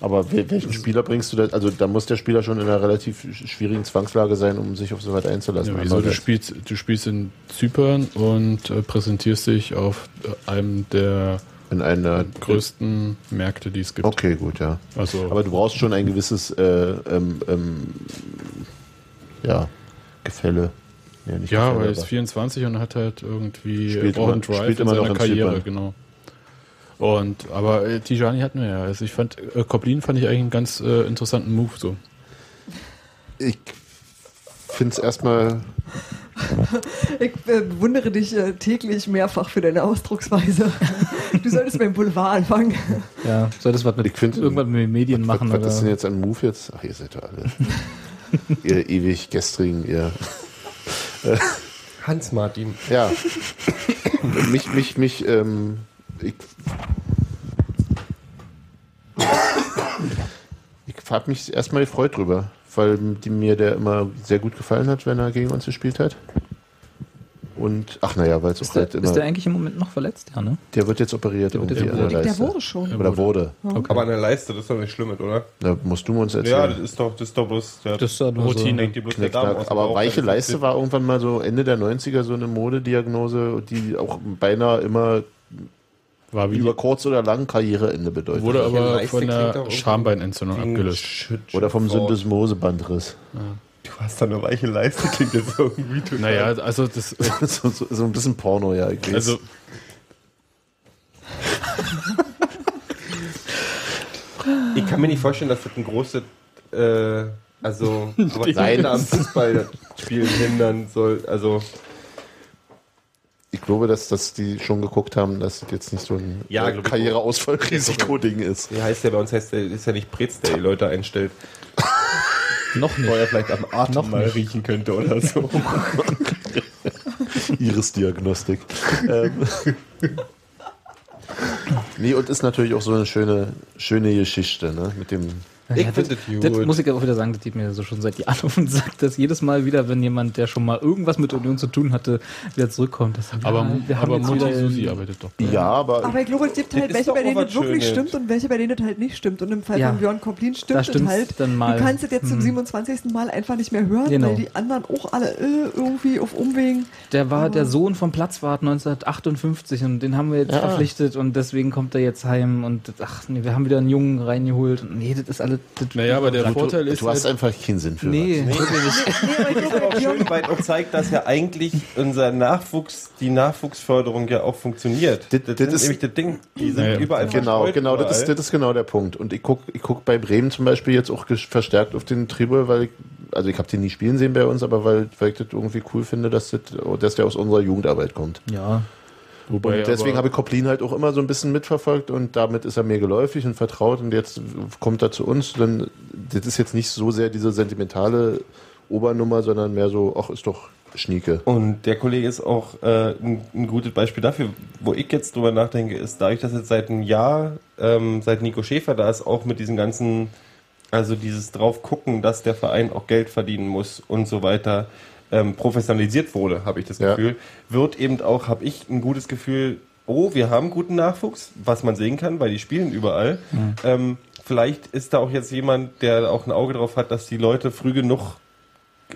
Speaker 2: Aber wel- welchen Spieler bringst du da? Also da muss der Spieler schon in einer relativ sch- schwierigen Zwangslage sein, um sich auf so weit einzulassen.
Speaker 6: Ja, wieso? Du
Speaker 2: Andererseits-
Speaker 6: spielst, du spielst in Zypern und äh, präsentierst dich auf äh, einem der
Speaker 2: in einer
Speaker 6: größten Märkte, die es gibt.
Speaker 2: Okay, gut, ja.
Speaker 6: Also,
Speaker 2: Aber du brauchst schon ein gewisses äh, ähm, ähm, ja, Gefälle. Ja, nicht
Speaker 6: ja,
Speaker 2: Gefälle,
Speaker 6: weil er ist
Speaker 2: aber-
Speaker 6: 24 und hat halt irgendwie
Speaker 2: Spielt
Speaker 6: braucht einen
Speaker 2: immer- spielt immer noch in
Speaker 6: Karriere,
Speaker 2: Zypern.
Speaker 6: genau. Und aber äh, Tijani hatten wir ja. Also ich fand äh, Koplin fand ich eigentlich einen ganz äh, interessanten Move so.
Speaker 2: ich finde es erstmal
Speaker 4: Ich äh, bewundere dich äh, täglich mehrfach für deine <laughs> Ausdrucksweise. du solltest beim Boulevard anfangen.
Speaker 7: Ja, solltest was mit,
Speaker 2: Ich find-
Speaker 7: irgendwas mit den Medien machen.
Speaker 2: Was, was
Speaker 7: oder-
Speaker 2: ist denn jetzt ein Move jetzt? Ach, ihr seid
Speaker 7: <laughs>
Speaker 2: ja alle. ihr ewig gestrigen, ihr.
Speaker 3: Hans-Martin.
Speaker 2: Ja. mich, mich, mich, ähm, ich. Ich habe mich erstmal gefreut drüber, weil die, mir der immer sehr gut gefallen hat, wenn er gegen uns gespielt hat. Und, ach naja, weil es auch
Speaker 5: Ist der,
Speaker 2: halt immer.
Speaker 5: ist der
Speaker 2: Der,
Speaker 5: eigentlich im Moment noch verletzt? Ja, ne?
Speaker 2: wird jetzt operiert.
Speaker 5: Der wird jetzt
Speaker 2: irgendwie an
Speaker 5: operiert.
Speaker 4: Der
Speaker 2: Leiste.
Speaker 4: wurde schon.
Speaker 2: Oder wurde.
Speaker 3: Aber an der Leiste, das ist doch nicht schlimm, mit, oder?
Speaker 2: Da musst du uns
Speaker 3: Ja,
Speaker 2: erzählen.
Speaker 3: das ist doch, das ist doch bloß der
Speaker 7: Das ist ja nur so.
Speaker 3: hängt dir bloß der Darm aus
Speaker 2: Knickknack.
Speaker 3: dem
Speaker 2: Aber
Speaker 3: Bauch,
Speaker 2: weiche
Speaker 3: dann ist das
Speaker 2: Leiste war irgendwann mal so Ende der 90er so eine Modediagnose, die auch beinahe immer
Speaker 6: War wie
Speaker 2: über kurz oder lang Karriereende bedeutet.
Speaker 6: wurde
Speaker 3: Ja,
Speaker 6: aber
Speaker 3: Leiste
Speaker 6: von
Speaker 3: klingt doch
Speaker 6: der
Speaker 3: irgendwie
Speaker 6: Schambeinentzündung
Speaker 3: Ding-
Speaker 6: abgelöst.
Speaker 3: Shit, shit,
Speaker 2: oder vom
Speaker 3: Frau.
Speaker 2: Syndesmosebandriss. <laughs>
Speaker 3: Du hast da eine weiche Leiste, klingt jetzt irgendwie total.
Speaker 6: Naja, also das
Speaker 2: so, so, so ein bisschen Porno, ja. Ich weiß.
Speaker 6: also
Speaker 3: Ich kann mir nicht vorstellen, dass das ein großes, äh,
Speaker 7: <laughs>
Speaker 3: also, aber
Speaker 2: Nein.
Speaker 3: Nein. am Fußballspielen hindern soll. Also,
Speaker 2: ich glaube, dass, dass die schon geguckt haben, dass das jetzt nicht so ein
Speaker 3: Ja,
Speaker 2: äh,
Speaker 3: glaub ich
Speaker 2: Karriereausfallrisikoding ist.
Speaker 3: wie heißt der bei uns? Heißt der, ist ja nicht Pretz, der die Leute einstellt.
Speaker 7: Noch nicht.
Speaker 3: Wo er vielleicht am Atem
Speaker 7: Noch
Speaker 3: mal
Speaker 7: nicht.
Speaker 3: riechen könnte oder so.
Speaker 2: Iris-Diagnostik. ähm. Nee, und ist natürlich auch so eine schöne, schöne Geschichte, ne? Mit dem
Speaker 3: Ich
Speaker 7: Ja, das,
Speaker 3: finde das
Speaker 7: das
Speaker 3: gut.
Speaker 7: muss ich auch wieder sagen, das geht mir so schon seit Jahren <laughs> auf und sagt, dass jedes Mal wieder, wenn jemand, der schon mal irgendwas mit Union zu tun hatte, wieder zurückkommt, dass
Speaker 6: aber,
Speaker 7: ja, wir haben
Speaker 6: aber
Speaker 7: jetzt
Speaker 6: Mutti
Speaker 7: wieder-
Speaker 6: Susi arbeitet doch.
Speaker 2: Ja, aber,
Speaker 4: Aber ich glaube, es gibt halt
Speaker 3: ist
Speaker 4: welche,
Speaker 3: doch
Speaker 4: bei denen
Speaker 3: auch
Speaker 4: es
Speaker 3: was
Speaker 4: wirklich
Speaker 3: Schönes.
Speaker 4: stimmt und welche, bei denen es halt nicht stimmt. Und im Fall
Speaker 7: Ja.
Speaker 4: von Björn Koplin
Speaker 7: Da
Speaker 4: stimmt es
Speaker 7: stimmt's
Speaker 4: halt.
Speaker 7: dann mal.
Speaker 4: Du kannst es jetzt zum
Speaker 7: Hm.
Speaker 4: 27. Mal einfach nicht mehr hören,
Speaker 7: Genau.
Speaker 4: weil die anderen auch alle äh, irgendwie auf Umwegen.
Speaker 7: Der war der Sohn vom Platzwart 1958 und den haben wir jetzt
Speaker 2: Ja.
Speaker 7: verpflichtet und deswegen kommt er jetzt heim und ach nee, wir haben wieder einen Jungen reingeholt und nee, das ist alles. Das
Speaker 6: Naja, aber der Vorteil
Speaker 2: du,
Speaker 6: ist
Speaker 2: du hast
Speaker 6: halt,
Speaker 2: einfach keinen Sinn für was.
Speaker 7: nee,
Speaker 4: Nee, aber ich
Speaker 3: <laughs>
Speaker 4: glaub,
Speaker 3: aber auch
Speaker 4: bei Björn,
Speaker 3: schön, weil auch zeigt, dass ja eigentlich unser Nachwuchs, die Nachwuchsförderung ja auch funktioniert.
Speaker 2: Das- das ist-
Speaker 3: nämlich das Ding. Die sind
Speaker 6: Ja, ja.
Speaker 3: überall
Speaker 2: Genau,
Speaker 3: verstreut,
Speaker 2: genau, das ist,
Speaker 3: überall.
Speaker 2: das ist genau der Punkt. Und ich gucke ich guck bei Bremen zum Beispiel jetzt auch ges- verstärkt auf den Tribol, weil ich, also ich habe den nie spielen sehen bei uns, aber weil, weil ich das irgendwie cool finde, dass, das, dass der aus unserer Jugendarbeit kommt.
Speaker 7: Ja,
Speaker 6: wobei
Speaker 2: Und deswegen
Speaker 6: aber-
Speaker 2: habe ich Koplin halt auch immer so ein bisschen mitverfolgt und damit ist er mir geläufig und vertraut und jetzt kommt er zu uns. Dann, das ist jetzt nicht so sehr diese sentimentale Obernummer, sondern mehr so, ach, ist doch Schnieke.
Speaker 3: Und der Kollege ist auch äh, ein, ein gutes Beispiel dafür, wo ich jetzt drüber nachdenke, ist dadurch, dass jetzt seit einem Jahr, ähm, seit Nico Schäfer da ist, auch mit diesen ganzen, also dieses drauf gucken, dass der Verein auch Geld verdienen muss und so weiter, ähm, professionalisiert wurde, habe ich das
Speaker 2: Ja.
Speaker 3: Gefühl, wird eben auch, habe ich ein gutes Gefühl, oh, wir haben guten Nachwuchs, was man sehen kann, weil die spielen überall. Ähm, vielleicht ist da auch jetzt jemand, der auch ein Auge drauf hat, dass die Leute früh genug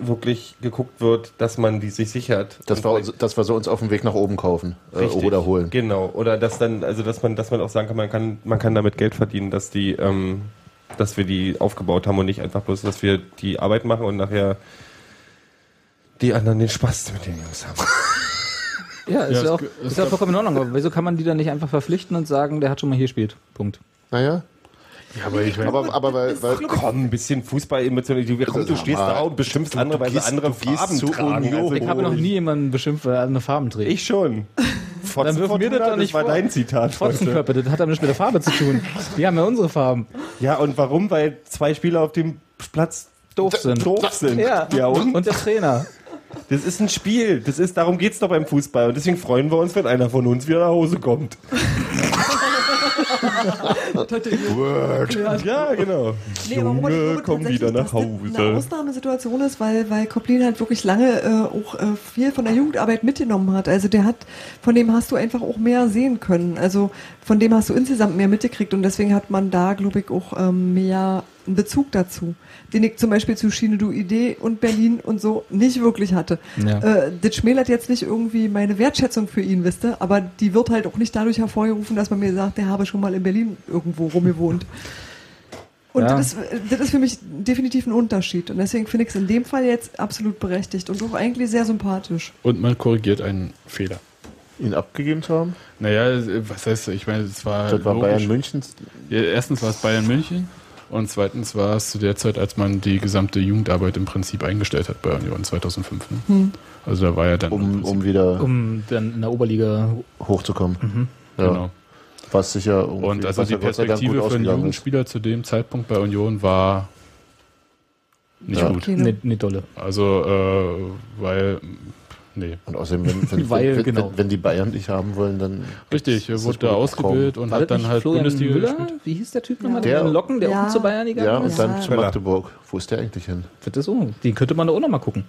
Speaker 3: wirklich geguckt wird, dass man die sich sichert.
Speaker 2: Das
Speaker 3: Und
Speaker 2: war, uns- das war so uns auf dem Weg nach oben kaufen äh,
Speaker 3: Richtig.
Speaker 2: oder holen.
Speaker 3: Genau, oder dass dann, also dass man, dass man auch sagen kann, man kann, man kann damit Geld verdienen, dass die, ähm, dass wir die aufgebaut haben und nicht einfach bloß, dass wir die Arbeit machen und nachher die anderen den Spaß mit den
Speaker 2: <laughs>
Speaker 3: Jungs haben.
Speaker 7: Ja, ist ja,
Speaker 6: Ja, es
Speaker 7: auch,
Speaker 6: g- es
Speaker 7: ist ja
Speaker 6: gab-
Speaker 7: vollkommen in Ordnung. Aber wieso kann man die dann nicht einfach verpflichten und sagen, der hat schon mal hier gespielt? Punkt.
Speaker 2: Naja,
Speaker 6: Ja, aber ich meine,
Speaker 2: aber, aber weil, weil
Speaker 3: Komm, ein bisschen Fußball emotional. Du, komm, du stehst da und bestimmst andere, weil sie
Speaker 2: gehst-
Speaker 3: andere
Speaker 2: du gehst
Speaker 3: Farben
Speaker 2: zu
Speaker 3: tragen. Also
Speaker 2: Union.
Speaker 7: Ich habe noch nie jemanden beschimpft, weil er andere Farben trägt.
Speaker 3: Ich schon. Fotze
Speaker 7: Dann wirf mir
Speaker 3: Fortuna,
Speaker 7: das doch nicht
Speaker 3: war
Speaker 7: vor.
Speaker 3: dein Zitat heute.
Speaker 7: Fotzenkörper, das hat damit nichts mit der Farbe zu tun. Wir haben ja unsere Farben.
Speaker 3: Ja, und warum? Weil zwei Spieler auf dem Platz
Speaker 7: Doof sind.
Speaker 3: doof sind.
Speaker 7: Ja.
Speaker 3: ja und?
Speaker 7: Und der Trainer.
Speaker 3: Das ist ein Spiel. Das ist, darum geht's doch beim Fußball. Und deswegen freuen wir uns, wenn einer von uns wieder nach Hause kommt. Ja, genau.
Speaker 4: Nee, aber Robert, ich
Speaker 3: Junge,
Speaker 4: glaube
Speaker 3: komm
Speaker 4: tatsächlich,
Speaker 3: wieder
Speaker 4: dass
Speaker 3: nach
Speaker 4: das
Speaker 3: Hause.
Speaker 4: Eine Ausnahmesituation ist, weil, weil Koplin halt wirklich lange äh, auch äh, viel von der Jugendarbeit mitgenommen hat. Also der hat, von dem hast du einfach auch mehr sehen können. Also von dem hast du insgesamt mehr mitgekriegt und deswegen hat man da, glaube ich, auch ähm, mehr einen Bezug dazu, den ich zum Beispiel zu Schiene du Idee und Berlin und so nicht wirklich hatte.
Speaker 7: Ja.
Speaker 4: Äh, das schmälert jetzt nicht irgendwie meine Wertschätzung für ihn, wisst ihr, aber die wird halt auch nicht dadurch hervorgerufen, dass man mir sagt, der habe schon mal in Berlin irgendwo rumgewohnt. Und
Speaker 7: Ja.
Speaker 4: das, ist, das ist für mich definitiv ein Unterschied. Und deswegen finde ich es in dem Fall jetzt absolut berechtigt und auch eigentlich sehr sympathisch.
Speaker 6: und man korrigiert einen Fehler.
Speaker 2: ihn abgegeben zu haben,
Speaker 6: Naja, was heißt, ich meine, es war,
Speaker 2: das war
Speaker 6: logisch.
Speaker 2: Bayern München.
Speaker 6: Ja, erstens war es Bayern München und zweitens war es zu der Zeit, als man die gesamte Jugendarbeit im Prinzip eingestellt hat bei Union 2005. Ne? Also da war ja dann im
Speaker 2: um,
Speaker 6: Prinzip-
Speaker 2: um wieder
Speaker 7: Um Mhm. dann in der Oberliga.
Speaker 2: hochzukommen. Ja, Um
Speaker 6: genau.
Speaker 2: Was sicher irgendwie-
Speaker 6: Und also
Speaker 2: was
Speaker 6: die
Speaker 2: ja Gott sei Dank gut
Speaker 6: Perspektive für einen
Speaker 2: ausgegangen ist.
Speaker 6: Jugendspieler zu dem Zeitpunkt bei Union war nicht
Speaker 2: Ja.
Speaker 6: gut.
Speaker 4: Genau.
Speaker 7: Nee,
Speaker 5: Ne,
Speaker 7: nee, dolle.
Speaker 6: Also äh, weil nee,
Speaker 2: Und außerdem, wenn,
Speaker 7: <laughs>
Speaker 2: wenn,
Speaker 7: Weil,
Speaker 2: wenn,
Speaker 7: genau.
Speaker 2: wenn, wenn die Bayern dich haben wollen, dann.
Speaker 6: richtig, er
Speaker 2: ist
Speaker 6: wurde
Speaker 2: das
Speaker 6: da
Speaker 2: gut
Speaker 6: ausgebildet und
Speaker 7: War
Speaker 6: hat
Speaker 7: das
Speaker 6: dann
Speaker 7: nicht
Speaker 6: halt
Speaker 7: Florian
Speaker 6: Bundesliga
Speaker 7: Müller?
Speaker 6: gespielt.
Speaker 7: Wie hieß der Typ nochmal?
Speaker 2: Der-
Speaker 7: Der, Locken, der
Speaker 4: Ja.
Speaker 7: unten zu Bayern gegangen
Speaker 2: Ja, und
Speaker 7: ist?
Speaker 2: dann zu
Speaker 3: Ja.
Speaker 2: Magdeburg. Wo ist der eigentlich hin?
Speaker 7: Das ist so. Den könnte man doch auch nochmal gucken,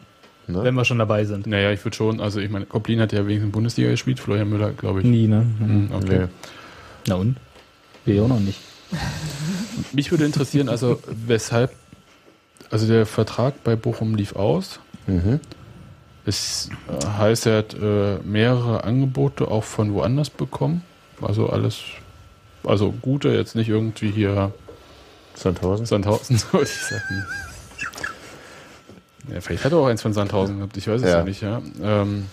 Speaker 2: Ne?
Speaker 7: wenn wir schon dabei sind.
Speaker 6: Naja, ich würde schon, also ich meine, Koplin hat ja wenigstens Bundesliga gespielt, Florian Müller, glaube ich.
Speaker 7: Nie, ne?
Speaker 6: Hm, okay.
Speaker 2: Mhm. Nee.
Speaker 7: Na und? Wir auch noch nicht.
Speaker 6: Mich würde interessieren, also weshalb, also der Vertrag bei Bochum lief aus.
Speaker 2: Mhm.
Speaker 6: Es äh, heißt, er hat äh, mehrere Angebote auch von woanders bekommen. Also alles, also gute, jetzt nicht irgendwie hier
Speaker 2: Sandhausen.
Speaker 6: Sandhausen, <laughs> sollte ich sagen. Ja, vielleicht hat er auch eins von Sandhausen gehabt, ich weiß es ja,
Speaker 2: Ja.
Speaker 6: nicht, ja. Ähm,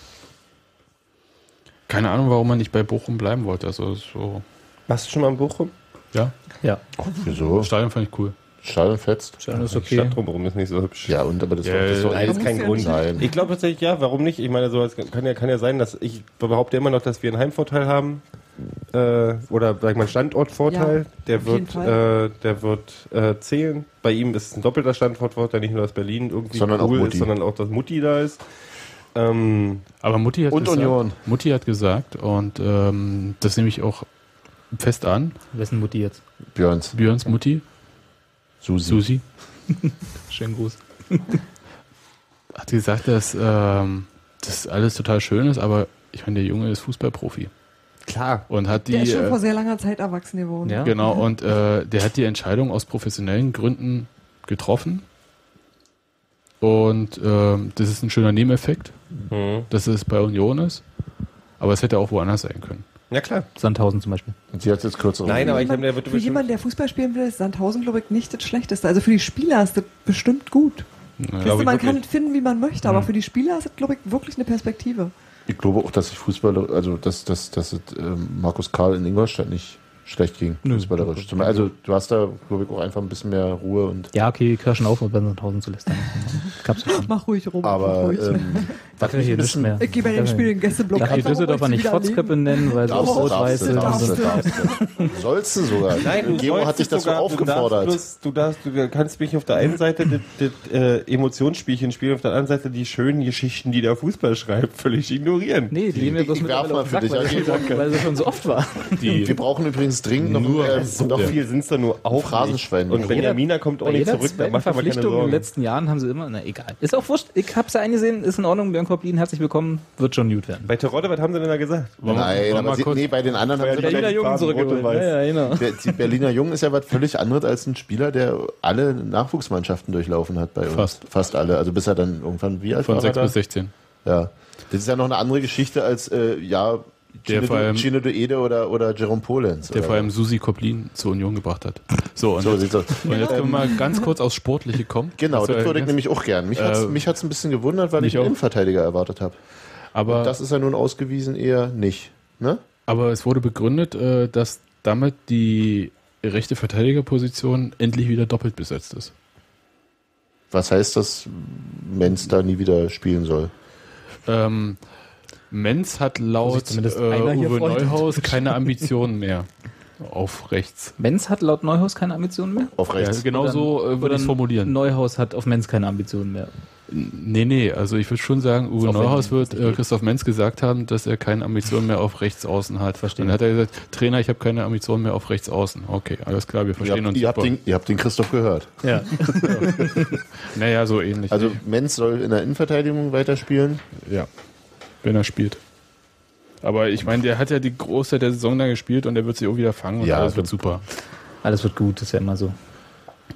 Speaker 6: keine Ahnung, warum man nicht bei Bochum bleiben wollte. Also so,
Speaker 3: Warst du schon mal in Bochum?
Speaker 6: ja,
Speaker 7: Ja,
Speaker 2: Wieso?
Speaker 6: das Stadion fand ich cool.
Speaker 2: Stadion fetzt.
Speaker 7: Stadion ist
Speaker 3: Die
Speaker 7: okay.
Speaker 3: Stadt drumherum ist nicht so hübsch.
Speaker 2: Ja, und aber das,
Speaker 6: Ja,
Speaker 2: war, das war
Speaker 3: Nein, das ist kein Grund.
Speaker 2: Nein.
Speaker 3: Ich glaube tatsächlich, ja, warum nicht? Ich meine, sowas kann ja, kann ja sein, dass ich behaupte immer noch, dass wir einen Heimvorteil haben. Äh, oder sag ich mal Standortvorteil.
Speaker 4: Ja,
Speaker 3: der
Speaker 4: auf jeden
Speaker 3: wird,
Speaker 4: Fall.
Speaker 3: äh, der wird äh, zählen. Bei ihm ist es ein doppelter Standortvorteil, nicht nur, dass Berlin irgendwie
Speaker 2: Sondern auch
Speaker 3: cool
Speaker 2: Mutti.
Speaker 3: ist, sondern auch, dass Mutti da ist. Ähm,
Speaker 6: Aber Mutti hat
Speaker 2: Und
Speaker 6: gesagt,
Speaker 2: Union.
Speaker 6: Mutti hat gesagt, und ähm, das nehme ich auch fest an,
Speaker 7: Wessen Mutti jetzt?
Speaker 2: Björns.
Speaker 6: Björns Mutti,
Speaker 2: Susi.
Speaker 6: Susi,
Speaker 7: Schönen Gruß.
Speaker 6: hat gesagt, dass ähm, das alles total schön ist, aber ich meine, der Junge ist Fußballprofi
Speaker 3: klar.
Speaker 6: und hat die
Speaker 4: der ist schon
Speaker 6: äh,
Speaker 4: vor sehr langer Zeit erwachsen geworden.
Speaker 7: Ja.
Speaker 6: genau und äh, der hat die Entscheidung aus professionellen Gründen getroffen und ähm, das ist ein schöner Nebeneffekt,
Speaker 3: Mhm.
Speaker 6: dass es bei Union ist, aber es hätte auch woanders sein können.
Speaker 3: Ja, klar.
Speaker 7: Sandhausen zum Beispiel.
Speaker 2: Und sie hat jetzt kürzere.
Speaker 3: Nein, aber ich glaube,
Speaker 4: Jemand,
Speaker 3: der wird
Speaker 4: für jemanden, der Fußball spielen will, ist Sandhausen, glaube ich, nicht das Schlechteste. Also für die Spieler ist das bestimmt gut.
Speaker 6: Ja.
Speaker 3: Glaub
Speaker 4: Wisst ihr,
Speaker 3: ich
Speaker 4: man kann
Speaker 3: wirklich.
Speaker 4: es finden, wie man möchte, aber für die Spieler ist das, glaube ich, wirklich eine Perspektive.
Speaker 2: ich glaube auch, dass sich Fußballer, also dass, dass, dass es, ähm, Markus Karl in Ingolstadt nicht schlecht ging. Fußballerisch. Zum- Also du hast da, glaube ich, auch einfach ein bisschen mehr Ruhe und.
Speaker 7: Ja, okay, Kirschen auf und bei Sandhausen zu <laughs> lästern. Gab's auch schon.
Speaker 4: Mach ruhig rum. mach
Speaker 2: Aber
Speaker 4: ruhig.
Speaker 2: ähm,
Speaker 7: Da kann ich hier nichts mehr.
Speaker 4: ich gehe bei dem Spiel den Gästeblock.
Speaker 7: Darf ich
Speaker 4: ab, warum
Speaker 7: Düsseldorfer
Speaker 4: soll ich
Speaker 7: nicht
Speaker 4: sie widerlegen?
Speaker 7: Fotzköppen nennen, weil sie auch rot-weiß
Speaker 2: darfst du,
Speaker 7: sind?
Speaker 4: Rot-Weiß
Speaker 2: darfst du,
Speaker 4: sind.
Speaker 2: darfst du. Sollst du sogar. Geo hat
Speaker 3: sollst
Speaker 2: dich
Speaker 3: es
Speaker 2: dazu
Speaker 3: sogar. Du,
Speaker 2: aufgefordert.
Speaker 3: darfst, bloß- du, darfst, du kannst mich auf der einen Seite das, das äh, Emotionsspielchen spielen, auf der anderen Seite die schönen Geschichten, die der Fußball schreibt, völlig ignorieren.
Speaker 7: Nee, die gehen mir bloß
Speaker 2: ich
Speaker 7: mit
Speaker 2: werf mal für dich,
Speaker 7: weil,
Speaker 2: okay,
Speaker 7: das schon- weil das schon so oft war.
Speaker 2: Wir brauchen übrigens dringend noch
Speaker 6: Nur
Speaker 2: ähm,
Speaker 3: so
Speaker 2: noch
Speaker 3: viel sind es da nur auch
Speaker 2: Phrasenschwein.
Speaker 3: nicht. Und Benjamina kommt auch
Speaker 7: Bei
Speaker 3: nicht
Speaker 7: jeder
Speaker 3: zurück, da
Speaker 7: zweiten
Speaker 3: macht aber keine
Speaker 7: Verpflichtung in den
Speaker 3: Sorgen.
Speaker 7: letzten Jahren haben sie immer, na egal. Ist auch wurscht, ich hab's ja eingesehen, ist in Ordnung, Björn Koblin, herzlich willkommen, wird schon gut werden.
Speaker 3: Bei Terodde, was haben sie denn da gesagt?
Speaker 6: Wollen wir- wollen
Speaker 2: Nein,
Speaker 6: wir
Speaker 2: aber sie,
Speaker 6: kurz-
Speaker 2: nee, bei den anderen haben sie
Speaker 3: Berliner
Speaker 2: doch-
Speaker 3: Jungen zurückgeholt.
Speaker 7: Ja, ja, genau.
Speaker 2: Der die Berliner Jung ist ja was völlig anderes als ein Spieler, der alle Nachwuchsmannschaften durchlaufen hat bei uns.
Speaker 6: Fast.
Speaker 2: Fast alle. Also bis er dann irgendwann wie alt
Speaker 6: Von
Speaker 2: war
Speaker 6: 6
Speaker 2: er
Speaker 6: bis
Speaker 2: da?
Speaker 6: 16.
Speaker 2: Ja. Das ist ja noch eine andere Geschichte als, äh, ja,
Speaker 6: der vor allem,
Speaker 2: Gino Duede oder, oder Jerome Polenz.
Speaker 6: der
Speaker 2: oder?
Speaker 6: vor allem Susi Koplin zur Union gebracht hat. So, und,
Speaker 2: So
Speaker 6: jetzt,
Speaker 2: sieht's aus.
Speaker 6: und jetzt können wir mal ganz kurz aufs Sportliche kommen.
Speaker 2: <laughs> Genau,
Speaker 6: Also,
Speaker 2: das würde
Speaker 6: äh,
Speaker 2: ich nämlich auch gern. Mich hat's,
Speaker 6: äh,
Speaker 2: mich hat's ein bisschen gewundert, weil
Speaker 6: mich
Speaker 2: ich einen
Speaker 6: auch.
Speaker 2: Innenverteidiger erwartet habe.
Speaker 6: Aber
Speaker 2: Das ist ja nun ausgewiesen eher nicht. Ne?
Speaker 6: Aber es wurde begründet, äh, dass damit die rechte Verteidigerposition endlich wieder doppelt besetzt ist.
Speaker 2: Was heißt das, Menz da nie wieder spielen soll?
Speaker 6: Ähm, Menz hat
Speaker 5: Muss ich
Speaker 6: laut äh,
Speaker 5: zumindest einer hier
Speaker 6: Uwe
Speaker 5: freuen.
Speaker 6: Neuhaus keine Ambitionen mehr auf rechts.
Speaker 5: Menz hat laut Neuhaus keine Ambitionen mehr?
Speaker 2: Auf rechts.
Speaker 6: Ja, genau
Speaker 5: Oder-
Speaker 6: so äh, würde ich es formulieren.
Speaker 5: Neuhaus hat auf Menz keine Ambitionen mehr.
Speaker 6: nee, nee, also ich würde schon sagen, Uwe
Speaker 5: Auch wenn
Speaker 6: Neuhaus
Speaker 5: die-
Speaker 6: wird äh, Christoph Menz gesagt haben, dass er keine Ambitionen mehr auf rechts außen hat.
Speaker 5: Verstehe.
Speaker 6: Dann hat er gesagt, Trainer, ich habe keine Ambitionen mehr auf rechts außen. Okay, alles klar,
Speaker 2: Ihr
Speaker 6: wir verstehen
Speaker 2: habt,
Speaker 6: uns.
Speaker 2: ihr, habt
Speaker 6: super.
Speaker 2: den, ihr habt den Christoph gehört.
Speaker 5: Ja.
Speaker 6: naja, so ähnlich. <laughs>
Speaker 2: Also Menz soll in der Innenverteidigung weiterspielen.
Speaker 6: Ja, wenn er spielt. Aber ich meine, der hat ja die Großteil der Saison da gespielt und der wird sich auch wieder fangen und
Speaker 2: Ja,
Speaker 6: alles
Speaker 2: dann-
Speaker 6: wird super.
Speaker 5: Alles wird gut, ist ja immer so.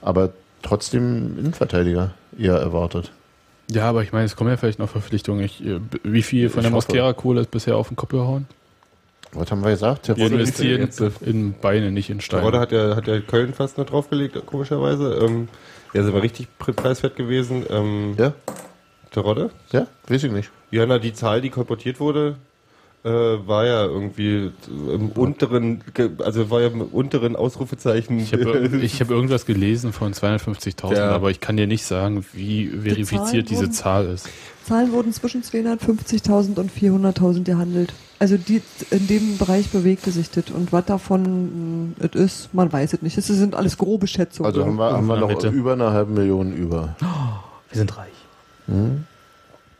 Speaker 2: Aber trotzdem Innenverteidiger eher erwartet.
Speaker 6: Ja, aber ich meine, es kommen ja vielleicht noch Verpflichtungen. Ich, äh, b- wie viel von
Speaker 2: Ich
Speaker 6: der
Speaker 2: hoffe.
Speaker 6: Mosquera-Kohle ist bisher auf den Kopf gehauen?
Speaker 2: Was haben wir gesagt? Der
Speaker 6: Wir
Speaker 2: Rodde-
Speaker 6: investieren
Speaker 3: jetzt?
Speaker 6: in Beine, nicht in
Speaker 3: Der
Speaker 6: Steine.
Speaker 3: Rodde hat ja, hat ja Köln fast noch draufgelegt, komischerweise. Ähm, der ist aber richtig pre- preiswert gewesen. Ähm,
Speaker 2: Ja,
Speaker 3: Der Rodde?
Speaker 2: ja, weiß ich nicht.
Speaker 3: Ja, na, die Zahl, die kolportiert wurde, äh, war ja irgendwie im unteren, ge- also war ja im unteren Ausrufezeichen. <laughs>
Speaker 6: Ich habe <laughs> ir- ich hab irgendwas gelesen von 250.000,
Speaker 3: Ja.
Speaker 6: aber ich kann dir nicht sagen, wie verifiziert diese
Speaker 4: wurden-
Speaker 6: Zahl ist.
Speaker 4: Zahlen wurden zwischen 250.000 und 400.000 gehandelt. Also die, in dem Bereich bewegte sich das. Und was davon mh, es ist, man weiß es nicht. Es sind alles grobe Schätzungen.
Speaker 2: Also haben wir, haben wir
Speaker 5: in
Speaker 2: noch
Speaker 5: der Mitte.
Speaker 2: über eine halbe Million über.
Speaker 5: Wir sind reich.
Speaker 2: Hm?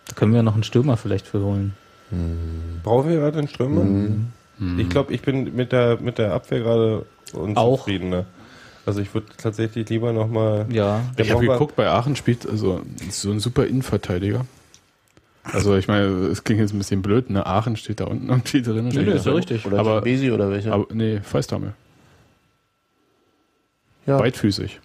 Speaker 5: Da können wir noch einen Stürmer vielleicht für holen.
Speaker 3: Brauchen wir gerade einen Stürmer? Mhm. Ich glaube, ich bin mit der, mit der Abwehr gerade
Speaker 5: Auch.
Speaker 3: unzufriedener. Also ich würde tatsächlich lieber nochmal.
Speaker 5: Ja.
Speaker 6: Ich habe geguckt, bei Aachen spielt also so ein super Innenverteidiger. Also ich meine, es klingt jetzt ein bisschen blöd, ne? Aachen steht da unten irgendwie drin. steht da drin.
Speaker 2: Oder
Speaker 6: Aber-
Speaker 2: Besi oder welche?
Speaker 6: Aber, nee, Feistammel.
Speaker 2: Ja.
Speaker 6: Beidfüßig.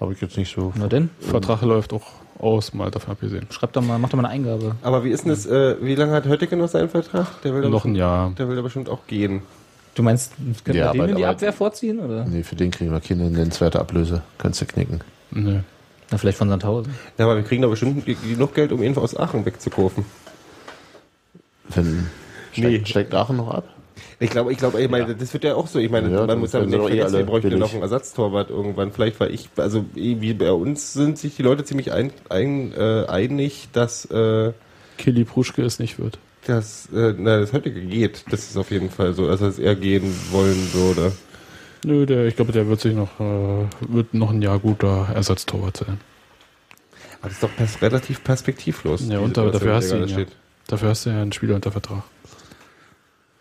Speaker 2: Habe ich jetzt nicht so.
Speaker 5: Na denn,
Speaker 6: Vertrag läuft auch aus, mal davon abgesehen.
Speaker 5: schreib doch mal, mach doch mal eine Eingabe.
Speaker 3: Aber wie ist denn das, äh, wie lange hat Hötteke noch seinen Vertrag? Der will da
Speaker 6: Noch ein
Speaker 3: bestimmt,
Speaker 6: Jahr.
Speaker 3: der will da bestimmt auch gehen.
Speaker 5: Du meinst, können
Speaker 2: Ja,
Speaker 5: wir den
Speaker 2: aber-
Speaker 5: in die
Speaker 2: aber-
Speaker 5: Abwehr vorziehen? Oder?
Speaker 2: Nee, für den kriegen wir keine nennenswerte Ablöse. Kannst du knicken.
Speaker 6: Nee.
Speaker 5: Na, vielleicht von Sandhausen.
Speaker 3: Ja, aber wir kriegen da bestimmt genug Geld, um ihn aus Aachen wegzukaufen.
Speaker 2: Wenn,
Speaker 3: Nee.
Speaker 2: steigt, steigt Aachen noch ab?
Speaker 3: Ich glaube, ich glaube, ich meine, das wird ja auch so. Ich meine,
Speaker 2: Ja,
Speaker 3: man muss
Speaker 2: dann
Speaker 3: dann nicht
Speaker 2: sind doch eh
Speaker 3: vergessen, wir
Speaker 2: alle
Speaker 3: bräuchten ja
Speaker 2: billig.
Speaker 3: noch einen Ersatztorwart irgendwann. Vielleicht war ich, also wie bei uns sind sich die Leute ziemlich ein, ein, äh, einig, dass, äh,
Speaker 6: Kili Pruschke es nicht wird.
Speaker 3: dass äh, na, das heutige geht. Das ist auf jeden Fall so, also dass er gehen wollen würde.
Speaker 6: Nö, der, ich glaube, der wird sich noch, äh, wird noch ein Jahr guter Ersatztorwart sein.
Speaker 3: Aber das ist doch pers relativ perspektivlos.
Speaker 6: Ja,
Speaker 3: die
Speaker 6: und da-
Speaker 3: Situation,
Speaker 6: dafür
Speaker 3: in
Speaker 6: hast
Speaker 3: der
Speaker 6: du ihn
Speaker 3: gerade
Speaker 6: ja. Dafür hast du ja einen Spieler unter Vertrag.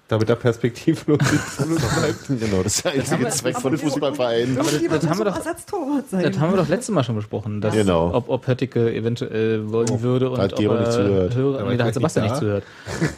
Speaker 3: Damit er perspektivlos ist.
Speaker 2: <laughs> Genau, das ist der einzige Zweck von Fußballvereinen.
Speaker 4: Irgendjemand
Speaker 5: das haben wir
Speaker 4: muss
Speaker 5: doch-
Speaker 4: Ersatztorwart sein.
Speaker 5: Das haben wir doch letztes Mal schon besprochen, dass,
Speaker 2: Genau. Oh,
Speaker 5: ob, ob Höttike eventuell wollen würde und
Speaker 2: hat
Speaker 5: ob
Speaker 2: Gero
Speaker 5: er
Speaker 2: nicht zugehört.
Speaker 5: höre,
Speaker 3: Aber
Speaker 5: nee, da hat
Speaker 3: vielleicht
Speaker 5: Sebastian nicht
Speaker 3: nicht
Speaker 5: zugehört.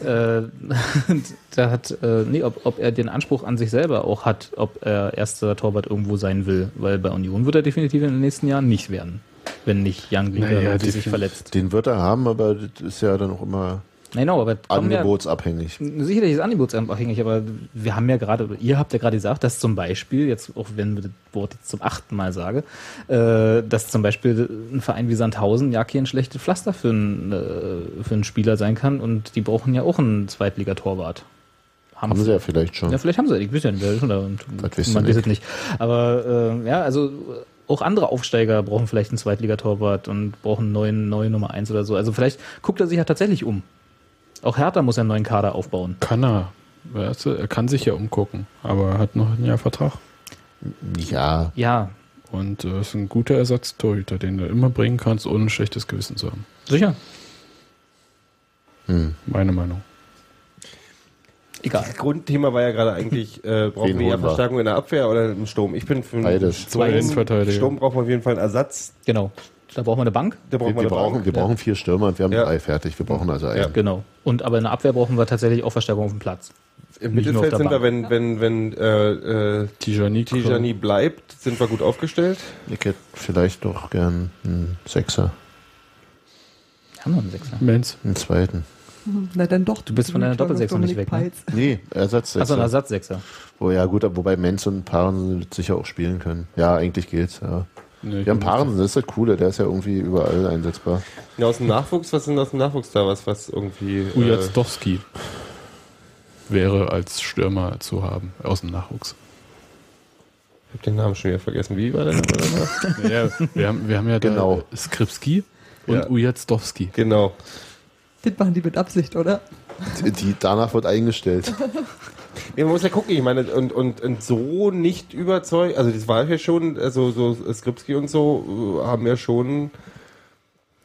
Speaker 5: äh, <laughs> und da hat, äh, nee, ob, ob er den Anspruch an sich selber auch hat, ob er erster Torwart irgendwo sein will, weil bei Union wird er definitiv in den nächsten Jahren nicht werden, wenn nicht Jan Glieder
Speaker 6: Naja,
Speaker 5: sich
Speaker 6: definitiv.
Speaker 5: verletzt.
Speaker 2: Den wird er haben, aber das ist ja dann auch immer
Speaker 5: Nein, genau, aber kommen ja-
Speaker 2: angebotsabhängig.
Speaker 5: Sicherlich ist Angebotsamt abhängig, aber wir haben ja gerade, oder ihr habt ja gerade gesagt, dass zum Beispiel, jetzt auch wenn wir das Wort jetzt zum achten Mal sage, äh, dass zum Beispiel ein Verein wie Sandhausen ja kein schlechtes Pflaster für einen, äh, für einen Spieler sein kann und die brauchen ja auch einen Zweitligatorwart.
Speaker 2: Haben sie ja vielleicht schon.
Speaker 5: Ja, vielleicht haben sie, ich weiß ja nicht, wer ist denn da? Und
Speaker 2: Das wissen
Speaker 5: man
Speaker 2: wir
Speaker 5: weiß es nicht. Aber äh, ja, also auch andere Aufsteiger brauchen vielleicht einen Zweitligatorwart und brauchen einen neuen, neuen Nummer 1 oder so. Also vielleicht guckt er sich ja tatsächlich um. Auch Hertha muss ja einen neuen Kader aufbauen.
Speaker 6: Kann er. Weißt du, er kann sich ja umgucken, aber er hat noch ein Jahr Vertrag.
Speaker 2: Ja,
Speaker 5: Ja,
Speaker 6: Und äh, ist ein guter Ersatztorhüter, den du immer bringen kannst, ohne ein schlechtes Gewissen zu haben.
Speaker 5: sicher.
Speaker 6: Meine Meinung.
Speaker 5: Egal.
Speaker 3: Grundthema war ja gerade eigentlich, äh, brauchen
Speaker 2: Wen
Speaker 3: wir ja
Speaker 2: holen wir?
Speaker 3: Verstärkung in der Abwehr oder im Sturm? Ich bin für einen
Speaker 2: beides.
Speaker 6: Zwei
Speaker 5: Zwei-
Speaker 6: Innenverteidiger.
Speaker 3: Sturm brauchen wir auf jeden Fall einen Ersatz.
Speaker 5: Genau. Da brauchen wir eine Bank.
Speaker 3: Da
Speaker 2: Wir,
Speaker 3: brauchen
Speaker 2: wir,
Speaker 3: eine
Speaker 2: brauchen,
Speaker 3: Bank.
Speaker 2: wir brauchen vier Stürmer und wir haben
Speaker 3: Ja.
Speaker 2: drei fertig. Wir brauchen also einen.
Speaker 5: Genau. Und aber in der Abwehr brauchen wir tatsächlich auch Verstärkung auf dem Platz.
Speaker 3: Im
Speaker 5: Nicht nur auf
Speaker 3: Mittelfeld
Speaker 5: der
Speaker 3: sind wir,
Speaker 5: Bank.
Speaker 3: wenn, wenn, wenn äh, äh,
Speaker 6: Tijani.
Speaker 3: Tijani bleibt, sind wir gut aufgestellt.
Speaker 2: Ich hätte vielleicht doch gern einen Sechser,
Speaker 5: Wir haben noch einen Sechser.
Speaker 6: Menz.
Speaker 2: einen zweiten.
Speaker 4: Na dann doch.
Speaker 7: Du bist von deiner Doppelsechs noch nicht weg, ne?
Speaker 2: Nee, Ersatzsechser.
Speaker 5: Also
Speaker 7: Achso, ein Ersatzsechser.
Speaker 2: oh ja, gut, aber wobei Menz und Paaren wird sicher auch spielen können. Ja, eigentlich geht's. Ja,
Speaker 6: Nee, ich
Speaker 2: ja
Speaker 6: bin-
Speaker 2: Paaren, das ist das Coole, der ist ja irgendwie überall einsetzbar.
Speaker 3: Ja, aus dem Nachwuchs, was ist denn aus dem Nachwuchs da? Was, was irgendwie. äh,
Speaker 6: Ujazdowski wäre als Stürmer zu haben, aus dem Nachwuchs.
Speaker 3: ich hab den Namen schon wieder vergessen. Wie war der Name? danach?
Speaker 6: Ja, wir, haben, wir haben ja
Speaker 2: Genau.
Speaker 6: da Skripski und
Speaker 3: Ja.
Speaker 6: Ujazdowski.
Speaker 3: genau.
Speaker 4: Das machen die mit Absicht, oder?
Speaker 2: Die, die danach wird eingestellt.
Speaker 3: Ja, man muss ja gucken, ich meine, und, und, und so nicht überzeugt, also das war ja schon, also so Skripski und so äh, haben ja schon,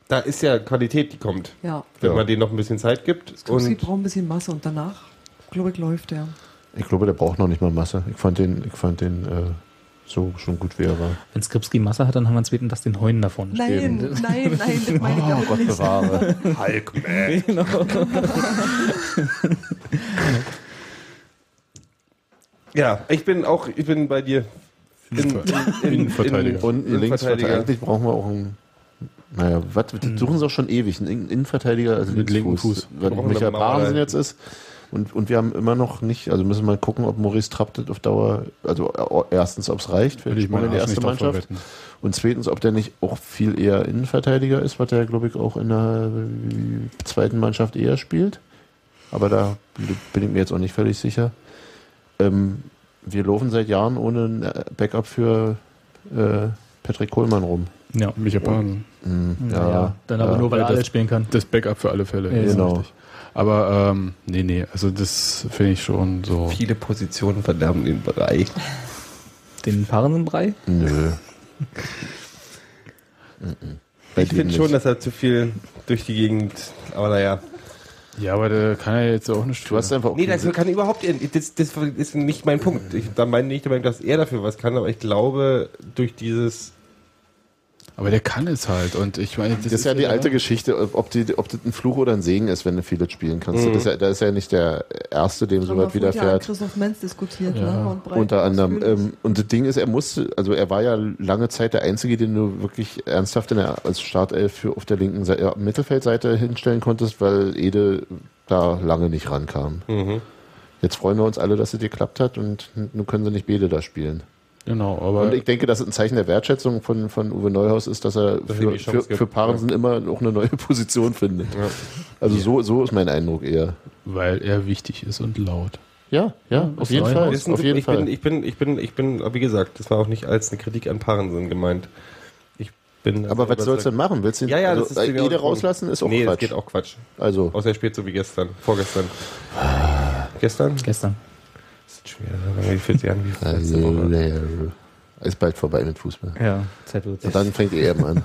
Speaker 3: da ist ja Qualität, die kommt,
Speaker 4: Ja.
Speaker 3: wenn
Speaker 2: Ja.
Speaker 3: man denen noch ein bisschen Zeit gibt.
Speaker 4: Sie
Speaker 3: Und
Speaker 4: brauchen ein bisschen Masse und danach, glaube ich, läuft der.
Speaker 2: Ich glaube, der braucht noch nicht mal Masse. Ich fand den, ich fand den äh, so schon gut, wie er war.
Speaker 7: Wenn Skripski Masse hat, dann haben wir uns wegen das den Heunen davon.
Speaker 5: <laughs>
Speaker 4: <laughs> Nein, nein, nein, das meine
Speaker 2: <laughs> Oh
Speaker 4: ich aber nicht.
Speaker 2: bewahre.
Speaker 5: Genau.
Speaker 3: ja, ich bin auch, ich bin bei dir.
Speaker 6: Innenverteidiger.
Speaker 2: Und einen Linksverteidiger.
Speaker 3: Innenverteidiger.
Speaker 2: Eigentlich brauchen wir auch einen. Naja, was, das suchen sie auch schon ewig. Einen In- Innenverteidiger als
Speaker 6: Hm. Mit
Speaker 2: Linksfuß.
Speaker 6: linkem
Speaker 2: Weil
Speaker 3: Brauchen
Speaker 2: Michael
Speaker 3: eine Mauer.
Speaker 2: Parensen jetzt ist. Und, und wir haben immer noch nicht, also müssen wir mal gucken, ob Maurice Trapp das auf Dauer, also äh, erstens, ob es reicht für
Speaker 6: Würde
Speaker 2: den
Speaker 6: ich
Speaker 2: Sprung
Speaker 6: meine
Speaker 2: in die erste Mannschaft. Und zweitens, ob der nicht auch viel eher Innenverteidiger ist, was er, glaube ich, auch in der äh, zweiten Mannschaft eher spielt. Aber da bin ich mir jetzt auch nicht völlig sicher. Ähm, wir laufen seit Jahren ohne ein äh, Backup für äh, Patrick Kohlmann rum.
Speaker 7: Ja.
Speaker 6: Micha Parensen.
Speaker 2: Hm,
Speaker 7: Ja, dann aber
Speaker 2: ja.
Speaker 7: nur, weil er
Speaker 6: das-
Speaker 7: alles spielen kann.
Speaker 6: Das Backup für alle Fälle.
Speaker 7: Ja,
Speaker 6: ist
Speaker 2: genau.
Speaker 6: richtig. Aber ähm, nee, nee, also das finde ich schon so.
Speaker 3: Viele Positionen verderben den Bereich.
Speaker 7: Den Parensenbrei? <laughs>
Speaker 2: Nö. Mhm. Bei
Speaker 3: Ich
Speaker 2: denen
Speaker 3: finde schon,
Speaker 2: nicht.
Speaker 3: dass er zu viel durch die Gegend, aber naja.
Speaker 6: Ja, aber der kann ja jetzt auch nicht.
Speaker 2: Du hast einfach auch
Speaker 3: Nee,
Speaker 2: diese-
Speaker 3: dafür kann überhaupt, das, das ist nicht mein Punkt. Ich da meine nicht, dass er dafür was kann, aber ich glaube, durch dieses
Speaker 6: aber der kann es halt. Und ich meine,
Speaker 2: Das ist ja die alte Geschichte, ob- ob, die, ob das ein Fluch oder ein Segen ist, wenn du viele spielen kannst. Das ist ja, da ist ja nicht der Erste, dem
Speaker 4: Haben wir
Speaker 2: sowas
Speaker 4: vorhin ja mit
Speaker 2: widerfährt.
Speaker 4: Christoph Menz diskutiert,
Speaker 6: Ja.
Speaker 4: ne? Und breit
Speaker 2: Unter anderem.
Speaker 4: ausführlich.
Speaker 2: Ähm, und das Ding ist, er musste, also er war ja lange Zeit der Einzige, den du wirklich ernsthaft in der, als Startelf für, auf der linken Seite, ja, Mittelfeldseite hinstellen konntest, weil Ede da lange nicht rankam. Jetzt freuen wir uns alle, dass es geklappt hat und nun können sie nicht Bede da spielen.
Speaker 6: Genau, aber.
Speaker 2: Und ich denke, dass es ein Zeichen der Wertschätzung von, von Uwe Neuhaus ist, dass er
Speaker 3: Dass ihm
Speaker 2: für,
Speaker 3: die
Speaker 2: für,
Speaker 3: Chance
Speaker 2: für
Speaker 3: gibt,
Speaker 2: Parensen immer noch eine neue <laughs> Position findet. Also so, so ist mein Eindruck eher.
Speaker 6: weil er wichtig ist und laut.
Speaker 2: Ja, ja, auf jeden
Speaker 7: Neuhaus.
Speaker 2: Fall.
Speaker 3: Wissen
Speaker 2: Auf
Speaker 3: Sie,
Speaker 2: jeden
Speaker 3: ich
Speaker 2: Fall.
Speaker 3: Bin, ich bin, ich bin, ich bin, wie gesagt, das war auch nicht als eine Kritik an Parensen gemeint. Ich bin. also
Speaker 2: Aber was sollst du denn machen? Willst du ihn
Speaker 3: Ja, ja,
Speaker 2: also,
Speaker 3: das ist
Speaker 2: äh,
Speaker 3: genau
Speaker 2: Ede
Speaker 3: der Punkt.
Speaker 2: rauslassen? Ist auch
Speaker 3: nee, das
Speaker 2: Quatsch.
Speaker 3: geht auch Quatsch.
Speaker 2: Also,
Speaker 3: Außer er spielt so wie gestern, vorgestern. gestern?
Speaker 7: Gestern.
Speaker 3: Das ist schon wieder so lange, wie fühlt sich an wie letzte Woche.
Speaker 2: also ist bald vorbei mit Fußball.
Speaker 7: Ja, Zeit wird.
Speaker 2: Und dann fängt EM
Speaker 3: <laughs>
Speaker 2: an.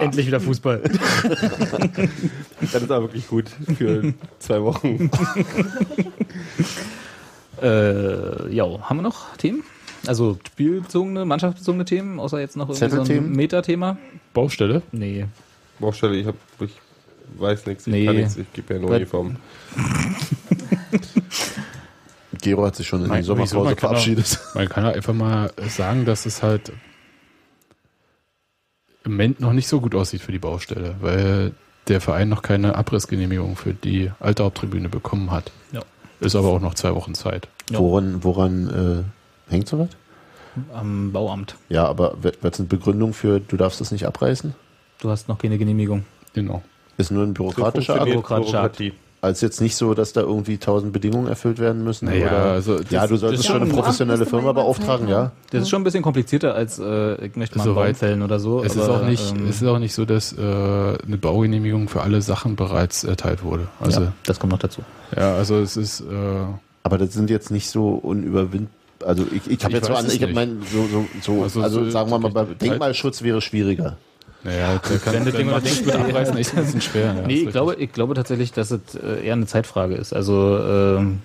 Speaker 7: Endlich wieder Fußball.
Speaker 3: Das ist aber wirklich gut für zwei Wochen.
Speaker 7: <laughs> äh, ja, haben wir noch Themen? Also spielbezogene, mannschaftsbezogene Themen, außer jetzt noch irgendwie so ein
Speaker 2: Zettelthemen?
Speaker 7: Metathema?
Speaker 6: Baustelle?
Speaker 7: Nee.
Speaker 3: Baustelle, ich hab, ich weiß nichts, ich
Speaker 7: Nee.
Speaker 3: kann nichts, ich gebe ja nur
Speaker 7: Weil-
Speaker 3: Uniform.
Speaker 2: Gero hat sich schon in die
Speaker 6: Nein, wieso?
Speaker 2: Sommerpause
Speaker 3: genau.
Speaker 6: Man kann auch-
Speaker 2: verabschiedet.
Speaker 6: Man kann ja einfach mal sagen, dass es halt im Moment noch nicht so gut aussieht für die Baustelle, weil der Verein noch keine Abrissgenehmigung für die alte Haupttribüne bekommen hat.
Speaker 7: Ja.
Speaker 6: Ist aber auch noch zwei Wochen Zeit.
Speaker 7: Ja.
Speaker 2: Woran, woran äh, hängt sowas?
Speaker 7: Am Bauamt.
Speaker 2: Ja, aber w- was sind Begründung für, du darfst es nicht abreißen?
Speaker 7: Du hast noch keine Genehmigung.
Speaker 6: Genau.
Speaker 2: Ist nur ein bürokratischer Akt.
Speaker 7: Bürokratischer Akt.
Speaker 3: Bürokratie.
Speaker 2: Also jetzt nicht so, dass da irgendwie tausend Bedingungen erfüllt werden müssen.
Speaker 6: Naja,
Speaker 2: oder,
Speaker 6: also
Speaker 2: ja,
Speaker 6: das-
Speaker 2: du solltest
Speaker 7: das-
Speaker 2: schon eine
Speaker 4: Ja,
Speaker 2: professionelle
Speaker 4: das müsste man
Speaker 2: Firma
Speaker 4: immer
Speaker 2: beauftragen,
Speaker 4: Zeit haben.
Speaker 2: ja.
Speaker 7: Das ist schon ein bisschen komplizierter als, äh, ich möchte mal einen
Speaker 6: Soweit.
Speaker 7: Baum fällen oder so.
Speaker 6: Es, ist
Speaker 7: aber,
Speaker 6: auch nicht,
Speaker 7: ähm,
Speaker 6: es ist auch nicht so, dass äh, eine Baugenehmigung für alle Sachen bereits erteilt wurde. Also,
Speaker 7: ja,
Speaker 6: ja,
Speaker 7: das kommt noch dazu.
Speaker 6: also es ist. Äh,
Speaker 2: Aber das sind jetzt nicht so unüberwindbar. Also ich, ich habe
Speaker 6: Ich
Speaker 2: jetzt so
Speaker 6: weiß
Speaker 2: an,
Speaker 6: es
Speaker 2: ich habe
Speaker 6: nicht.
Speaker 2: meinen so, so, so also,
Speaker 6: Also so-
Speaker 2: sagen wir mal, bei
Speaker 6: halt-
Speaker 2: Denkmalschutz wäre schwieriger.
Speaker 6: naja, der kann
Speaker 7: Wenn das Ding
Speaker 6: der
Speaker 7: mal
Speaker 6: macht
Speaker 7: denkt, <laughs>
Speaker 6: mit Abreißen echt ein bisschen schwer. Ja,
Speaker 7: Nee,
Speaker 6: ist
Speaker 7: ich glaube,
Speaker 6: richtig.
Speaker 7: ich glaube tatsächlich, dass es äh, eher eine Zeitfrage ist. Also ähm,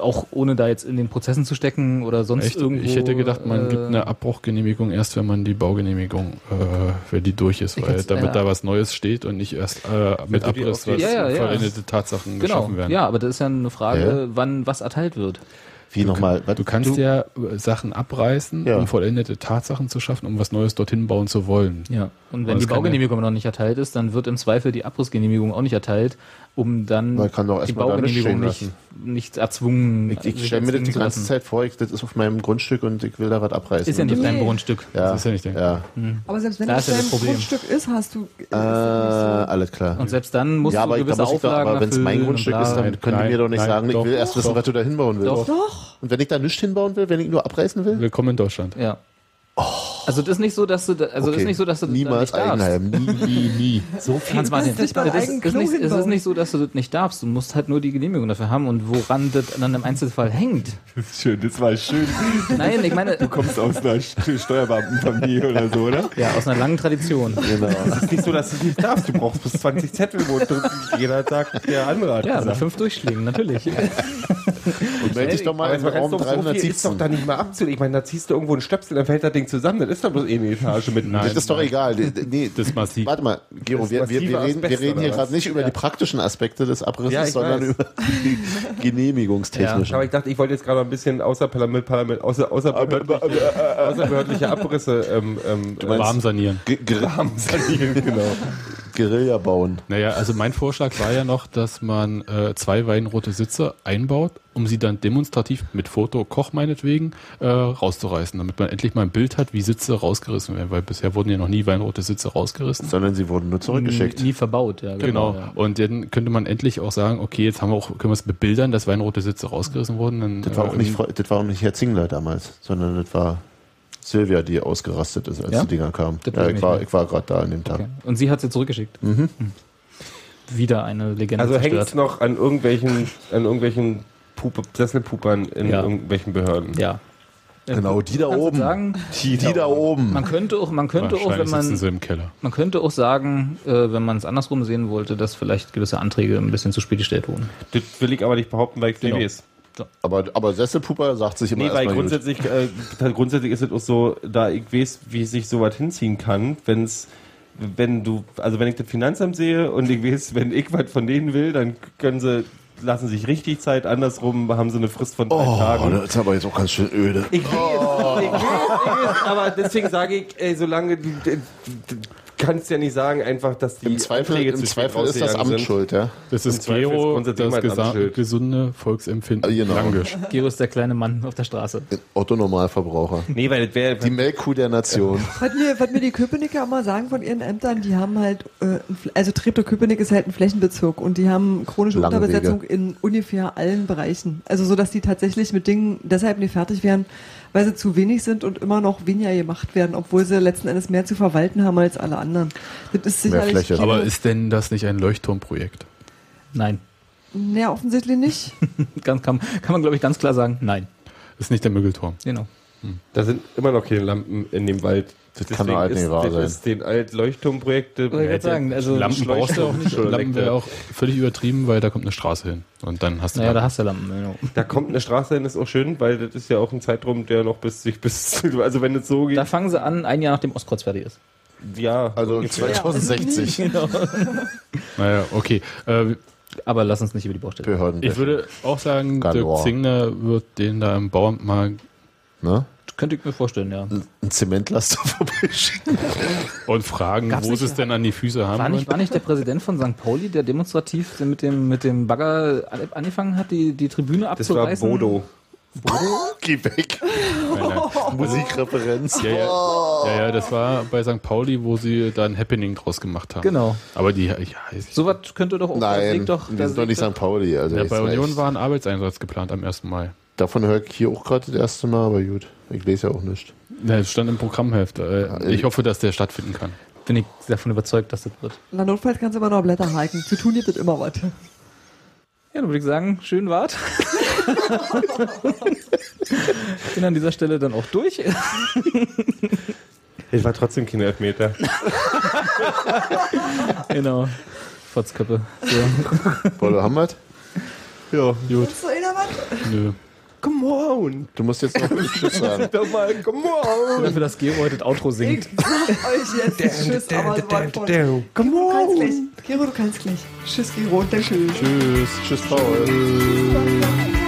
Speaker 7: auch ohne da jetzt in den Prozessen zu stecken oder sonst
Speaker 6: Echt?
Speaker 7: irgendwo.
Speaker 6: ich hätte gedacht, man
Speaker 7: äh,
Speaker 6: gibt eine Abbruchgenehmigung erst, wenn man die Baugenehmigung, äh, wenn die durch ist,
Speaker 7: Ich
Speaker 6: weil
Speaker 7: kann's-
Speaker 6: damit
Speaker 7: ja.
Speaker 6: da was Neues steht und nicht erst äh, mit
Speaker 3: du die
Speaker 6: Abriss
Speaker 3: auf
Speaker 6: was
Speaker 3: die-
Speaker 7: Ja, ja, ja.
Speaker 6: vollendete
Speaker 7: Genau,
Speaker 6: Tatsachen geschaffen werden.
Speaker 7: ja, aber das ist ja eine Frage,
Speaker 2: Ja, ja.
Speaker 7: wann was erteilt wird.
Speaker 2: Wie nochmal? Was?
Speaker 6: Du kannst ja äh, Sachen abreißen,
Speaker 2: Ja.
Speaker 6: um vollendete Tatsachen zu schaffen, um was Neues dorthin bauen zu wollen.
Speaker 5: Ja, und wenn
Speaker 6: Aber
Speaker 5: die
Speaker 6: es kann ja-
Speaker 5: Baugenehmigung noch nicht erteilt ist, dann wird im Zweifel die Abrissgenehmigung auch nicht erteilt, um dann
Speaker 2: Man kann doch
Speaker 5: die
Speaker 2: erstmal da nicht
Speaker 5: Baugenehmigung
Speaker 2: stehen
Speaker 5: nicht, nicht erzwungen
Speaker 2: Ich, ich
Speaker 5: sich
Speaker 2: stelle mir das
Speaker 5: erzwingen
Speaker 2: die
Speaker 5: zu
Speaker 2: ganze
Speaker 5: lassen.
Speaker 2: Zeit vor, ich, das ist auf meinem Grundstück und ich will da was abreißen.
Speaker 5: Ist ja nicht auf deinem
Speaker 4: Nee.
Speaker 5: Grundstück.
Speaker 2: Ja,
Speaker 6: Das ist ja nicht der-
Speaker 2: ja.
Speaker 4: Aber selbst wenn
Speaker 5: Da
Speaker 4: das
Speaker 5: ist ja das
Speaker 4: dein
Speaker 5: Problem.
Speaker 4: Grundstück ist, hast du. ist es
Speaker 2: Äh,
Speaker 4: nicht so.
Speaker 2: alles klar.
Speaker 5: Und selbst dann musst
Speaker 2: ja, aber ich-
Speaker 5: du
Speaker 2: da
Speaker 5: gewisse
Speaker 2: muss ich doch,
Speaker 5: Auflagen
Speaker 2: aber wenn es mein
Speaker 5: erfüllen und
Speaker 2: Grundstück
Speaker 5: bla.
Speaker 2: ist, dann
Speaker 6: Nein,
Speaker 2: können die mir doch nicht
Speaker 6: nein,
Speaker 2: sagen,
Speaker 6: doch,
Speaker 2: ich will erst wissen,
Speaker 6: doch.
Speaker 2: was du da hinbauen willst.
Speaker 5: Doch.
Speaker 4: Doch.
Speaker 2: Und wenn ich da nichts hinbauen will, wenn ich nur abreißen will?
Speaker 6: Willkommen in Deutschland.
Speaker 5: Ja. Also das ist nicht so, dass du, da, also das
Speaker 2: Oh. Okay.
Speaker 5: ist nicht so, dass du das
Speaker 2: Niemals
Speaker 5: nicht darfst.
Speaker 2: Eigenheim. Nie, nie, nie.
Speaker 5: <laughs> So viel Hans
Speaker 4: kannst
Speaker 5: Martin,
Speaker 4: nicht mal
Speaker 5: Also das ist,
Speaker 4: eigenen
Speaker 5: ist
Speaker 4: Klo
Speaker 5: nicht, es ist
Speaker 4: hinbauen.
Speaker 5: nicht so, dass du das nicht darfst. Du musst halt nur die Genehmigung dafür haben und woran das dann im Einzelfall hängt.
Speaker 3: Das ist schön, das war schön.
Speaker 5: Nein, ich meine,
Speaker 3: Du kommst aus einer Ste- Steuerbeamtenfamilie oder so, oder? Genau.
Speaker 5: ja, aus einer langen Tradition.
Speaker 3: Es ist nicht so, dass du es nicht darfst. Du brauchst bis 20 Zettel, wo drin jeder sagt, der andere hat
Speaker 5: Ja, nach
Speaker 3: gesagt.
Speaker 5: fünf Durchschlägen, natürlich.
Speaker 2: Und melde dich doch mal
Speaker 3: Aber
Speaker 2: in
Speaker 3: jetzt rennst
Speaker 2: Raum
Speaker 3: du doch so viel, ist doch
Speaker 2: 317.
Speaker 3: da nicht mal abzulegen. Ich meine, da ziehst du irgendwo einen Stöpsel, dann fällt das Ding zusammen. Das ist doch bloß eh eine Etage mit
Speaker 2: das ist doch egal. Nee, Nee,
Speaker 6: Das ist massiv.
Speaker 2: Warte mal, Gero,
Speaker 3: Das
Speaker 2: wir, wir,
Speaker 3: massive
Speaker 2: wir, reden, wir
Speaker 3: Asbest,
Speaker 2: reden hier
Speaker 3: oder
Speaker 2: gerade
Speaker 3: was?
Speaker 2: nicht über die praktischen Aspekte des Abrisses,
Speaker 3: Ja, ich
Speaker 2: sondern
Speaker 3: weiß.
Speaker 2: über <laughs> die genehmigungstechnischen.
Speaker 3: Aber ich dachte, ich wollte jetzt gerade ein bisschen außerparlament, Parlament, außer, außerbehördliche, außerbehördliche Abrisse ähm, ähm, du
Speaker 6: Warm sanieren.
Speaker 2: Ge- Ger-
Speaker 3: sanieren, genau.
Speaker 2: Guerilla bauen.
Speaker 6: Naja, also mein Vorschlag war ja noch, dass man äh, zwei weinrote Sitze einbaut, um sie dann demonstrativ mit Foto, Koch meinetwegen, äh, rauszureißen, damit man endlich mal ein Bild hat, wie Sitze rausgerissen werden, weil bisher wurden ja noch nie weinrote Sitze rausgerissen.
Speaker 2: Sondern sie wurden nur zurückgeschickt.
Speaker 5: Nie verbaut, ja.
Speaker 6: Genau.
Speaker 5: ja.
Speaker 6: Und dann könnte man endlich auch sagen, okay, jetzt haben wir auch, können wir es bebildern, dass weinrote Sitze rausgerissen wurden. Dann,
Speaker 2: Das war, auch
Speaker 6: äh,
Speaker 2: nicht, Frau- das war auch nicht Herr Zingler damals, sondern das war Silvia, die ausgerastet ist, als
Speaker 5: Ja?
Speaker 2: die Dinger kamen.
Speaker 5: Das weiß
Speaker 2: Ja,
Speaker 5: ich
Speaker 2: ich war,
Speaker 5: nicht.
Speaker 2: ich war gerade da an dem Tag.
Speaker 5: Okay. Und sie hat sie zurückgeschickt. Wieder eine Legende
Speaker 3: Mhm. Also hängt
Speaker 5: zerstört.
Speaker 3: es noch an irgendwelchen, an irgendwelchen Pup Sesselpupern in
Speaker 5: Ja.
Speaker 3: irgendwelchen Behörden.
Speaker 5: Ja.
Speaker 2: Genau, die da
Speaker 5: Kannst du
Speaker 2: oben.
Speaker 5: Sagen,
Speaker 2: Die, da oben.
Speaker 5: man könnte auch, man könnte auch, wenn
Speaker 6: wahrscheinlich sitzen
Speaker 5: man,
Speaker 6: sie im Keller.
Speaker 5: man könnte auch sagen, äh, wenn man es andersrum sehen wollte, dass vielleicht gewisse Anträge ein bisschen zu spät gestellt wurden.
Speaker 3: Das will ich aber nicht behaupten, weil ich genau.
Speaker 5: Genau.
Speaker 3: lese.
Speaker 2: Aber, aber Sesselpuper sagt sich immer
Speaker 3: Nee, weil
Speaker 2: erstmal gut.
Speaker 3: grundsätzlich, äh, t- grundsätzlich ist es auch so, da ich weiß, wie sich sowas hinziehen kann, wenn's, wenn du, also wenn ich das Finanzamt sehe und ich weiß, wenn ich was von denen will, dann können sie, lassen sich richtig Zeit, andersrum haben sie eine Frist von drei
Speaker 2: Oh,
Speaker 3: Tagen.
Speaker 2: das ist aber jetzt auch ganz schön öde.
Speaker 3: Ich will es, ich will es, ich will es, <laughs> aber deswegen sage ich, ey, solange du, du, du kannst ja nicht sagen, einfach, dass die
Speaker 2: Im Zweifel,
Speaker 3: Anträge
Speaker 2: im
Speaker 3: zu spät
Speaker 2: Zweifel ist das
Speaker 3: rausgegangen
Speaker 2: Amt
Speaker 3: sind.
Speaker 2: schuld, ja?
Speaker 6: Das
Speaker 3: Im
Speaker 6: ist
Speaker 3: Zweifel ist
Speaker 6: Gero,
Speaker 3: grundsätzlich
Speaker 6: das
Speaker 3: immer das
Speaker 6: gesa-
Speaker 3: Amtsschild.
Speaker 6: gesunde Volksempfinden.
Speaker 2: Ah, genau.
Speaker 6: Langisch.
Speaker 5: Gero ist der kleine Mann auf der Straße.
Speaker 2: Otto Normalverbraucher.
Speaker 3: Nee, weil das wäre,
Speaker 2: Die Melkkuh der Nation.
Speaker 4: Was mir, was mir die Köpenicker immer sagen von ihren Ämtern, die haben halt, äh, ein Fl- also Treptow-Köpenick ist halt ein Flächenbezirk und die haben chronische
Speaker 2: Lange
Speaker 4: Unterbesetzung in ungefähr allen Bereichen. Also so, dass die tatsächlich mit Dingen deshalb nicht fertig werden, weil sie zu wenig sind und immer noch weniger gemacht werden, obwohl sie letzten Endes mehr zu verwalten haben als alle anderen. Das ist
Speaker 2: Mehr
Speaker 4: sicherlich...
Speaker 2: Fläche.
Speaker 4: keine-
Speaker 6: Aber ist denn das nicht ein Leuchtturmprojekt?
Speaker 5: Nein.
Speaker 4: Naja, offensichtlich
Speaker 2: <laughs>
Speaker 4: nicht.
Speaker 5: Ganz, kann, kann man, glaube ich, ganz klar sagen, nein.
Speaker 6: Ist nicht der Müggelturm.
Speaker 5: Genau.
Speaker 3: da sind immer noch keine Lampen in dem Wald.
Speaker 2: Das kann doch halt
Speaker 3: ist,
Speaker 2: nicht wahr
Speaker 3: das
Speaker 2: sein.
Speaker 3: ist den alt Leuchtturmprojekte.
Speaker 5: Wollte ich grad sagen, also-
Speaker 6: Lampen brauchst du auch nicht. Lampen wäre auch völlig übertrieben, weil da kommt eine Straße hin. Und dann hast du
Speaker 5: Naja, da
Speaker 6: Lampen.
Speaker 5: hast du Lampen. Genau.
Speaker 3: Da kommt eine Straße hin, ist auch schön, weil das ist ja auch ein Zeitraum, der noch bis sich bis <laughs> also wenn es so geht,
Speaker 5: Da fangen sie an, ein Jahr nachdem Ostkreuz fertig ist.
Speaker 3: ja.
Speaker 2: Also
Speaker 3: ungefähr.
Speaker 2: 2060.
Speaker 5: Genau.
Speaker 6: Naja, okay. Äh,
Speaker 5: <laughs> Aber lass uns nicht über die Baustelle.
Speaker 2: Behörden.
Speaker 6: ich würde auch sagen,
Speaker 2: Galore.
Speaker 6: Dirk Zingler wird den da im Bauamt mal.
Speaker 2: ne?
Speaker 5: Könnte ich mir vorstellen, ja.
Speaker 2: Ein Zementlaster <laughs> vorbeischicken.
Speaker 6: Und fragen,
Speaker 5: Gab's
Speaker 6: wo
Speaker 5: nicht,
Speaker 6: sie es
Speaker 5: ja.
Speaker 6: denn an die Füße haben.
Speaker 5: War nicht, war
Speaker 6: wollen.
Speaker 5: nicht der Präsident von St. Pauli, der demonstrativ mit dem, mit dem Bagger an- angefangen hat, die, die Tribüne
Speaker 3: Das war
Speaker 5: abzureißen?
Speaker 3: Bodo.
Speaker 2: Geh weg.
Speaker 6: Nein,
Speaker 2: <laughs>
Speaker 6: nein.
Speaker 2: Musikreferenz.
Speaker 6: Ja, ja, ja, ja, das war bei St. Pauli, wo sie da ein Happening draus gemacht haben.
Speaker 5: Genau.
Speaker 6: Aber die, ja, ich weiß nicht.
Speaker 5: Sowas könnte doch auch. das
Speaker 2: Nein,
Speaker 5: liegt doch,
Speaker 2: wir
Speaker 5: das
Speaker 2: sind doch
Speaker 5: liegt
Speaker 2: nicht
Speaker 5: doch-
Speaker 2: St. Pauli. Also
Speaker 6: ja,
Speaker 2: jetzt
Speaker 6: bei Union
Speaker 2: echt.
Speaker 6: war ein Arbeitseinsatz geplant am 1. Mai.
Speaker 2: Davon höre ich hier auch gerade das erste Mal, aber gut. Ich lese ja auch nicht.
Speaker 6: Ja, es stand im Programmhefte. Äh, Ich hoffe, dass der stattfinden kann.
Speaker 5: Bin ich davon überzeugt, dass das wird.
Speaker 4: Na, notfalls kannst du immer noch Blätter hiken. Zu tun gibt es immer was.
Speaker 5: Ja, dann würde ich sagen, schön <laughs> wart. Bin an dieser Stelle dann auch durch.
Speaker 3: Das war trotzdem kein Elfmeter.
Speaker 5: genau. Fotzköppe. So.
Speaker 2: Polo Hammert,
Speaker 3: ja.
Speaker 4: Ist so einer was?
Speaker 6: Nö.
Speaker 3: Come on.
Speaker 2: du musst
Speaker 6: <laughs>
Speaker 2: jetzt noch Tschüss sagen.
Speaker 3: Doch mal, come on.
Speaker 5: Dafür, dass Gero heute das Outro singt.
Speaker 4: Ich sag euch Oh, jetzt Tschüss, aber so weit von... Du
Speaker 3: Come
Speaker 4: kannst
Speaker 3: on.
Speaker 4: gleich. Gero, du kannst gleich. Tschüss, Gero. Danke.
Speaker 2: Tschüss. Tschüss, Paul.
Speaker 4: Tschüss.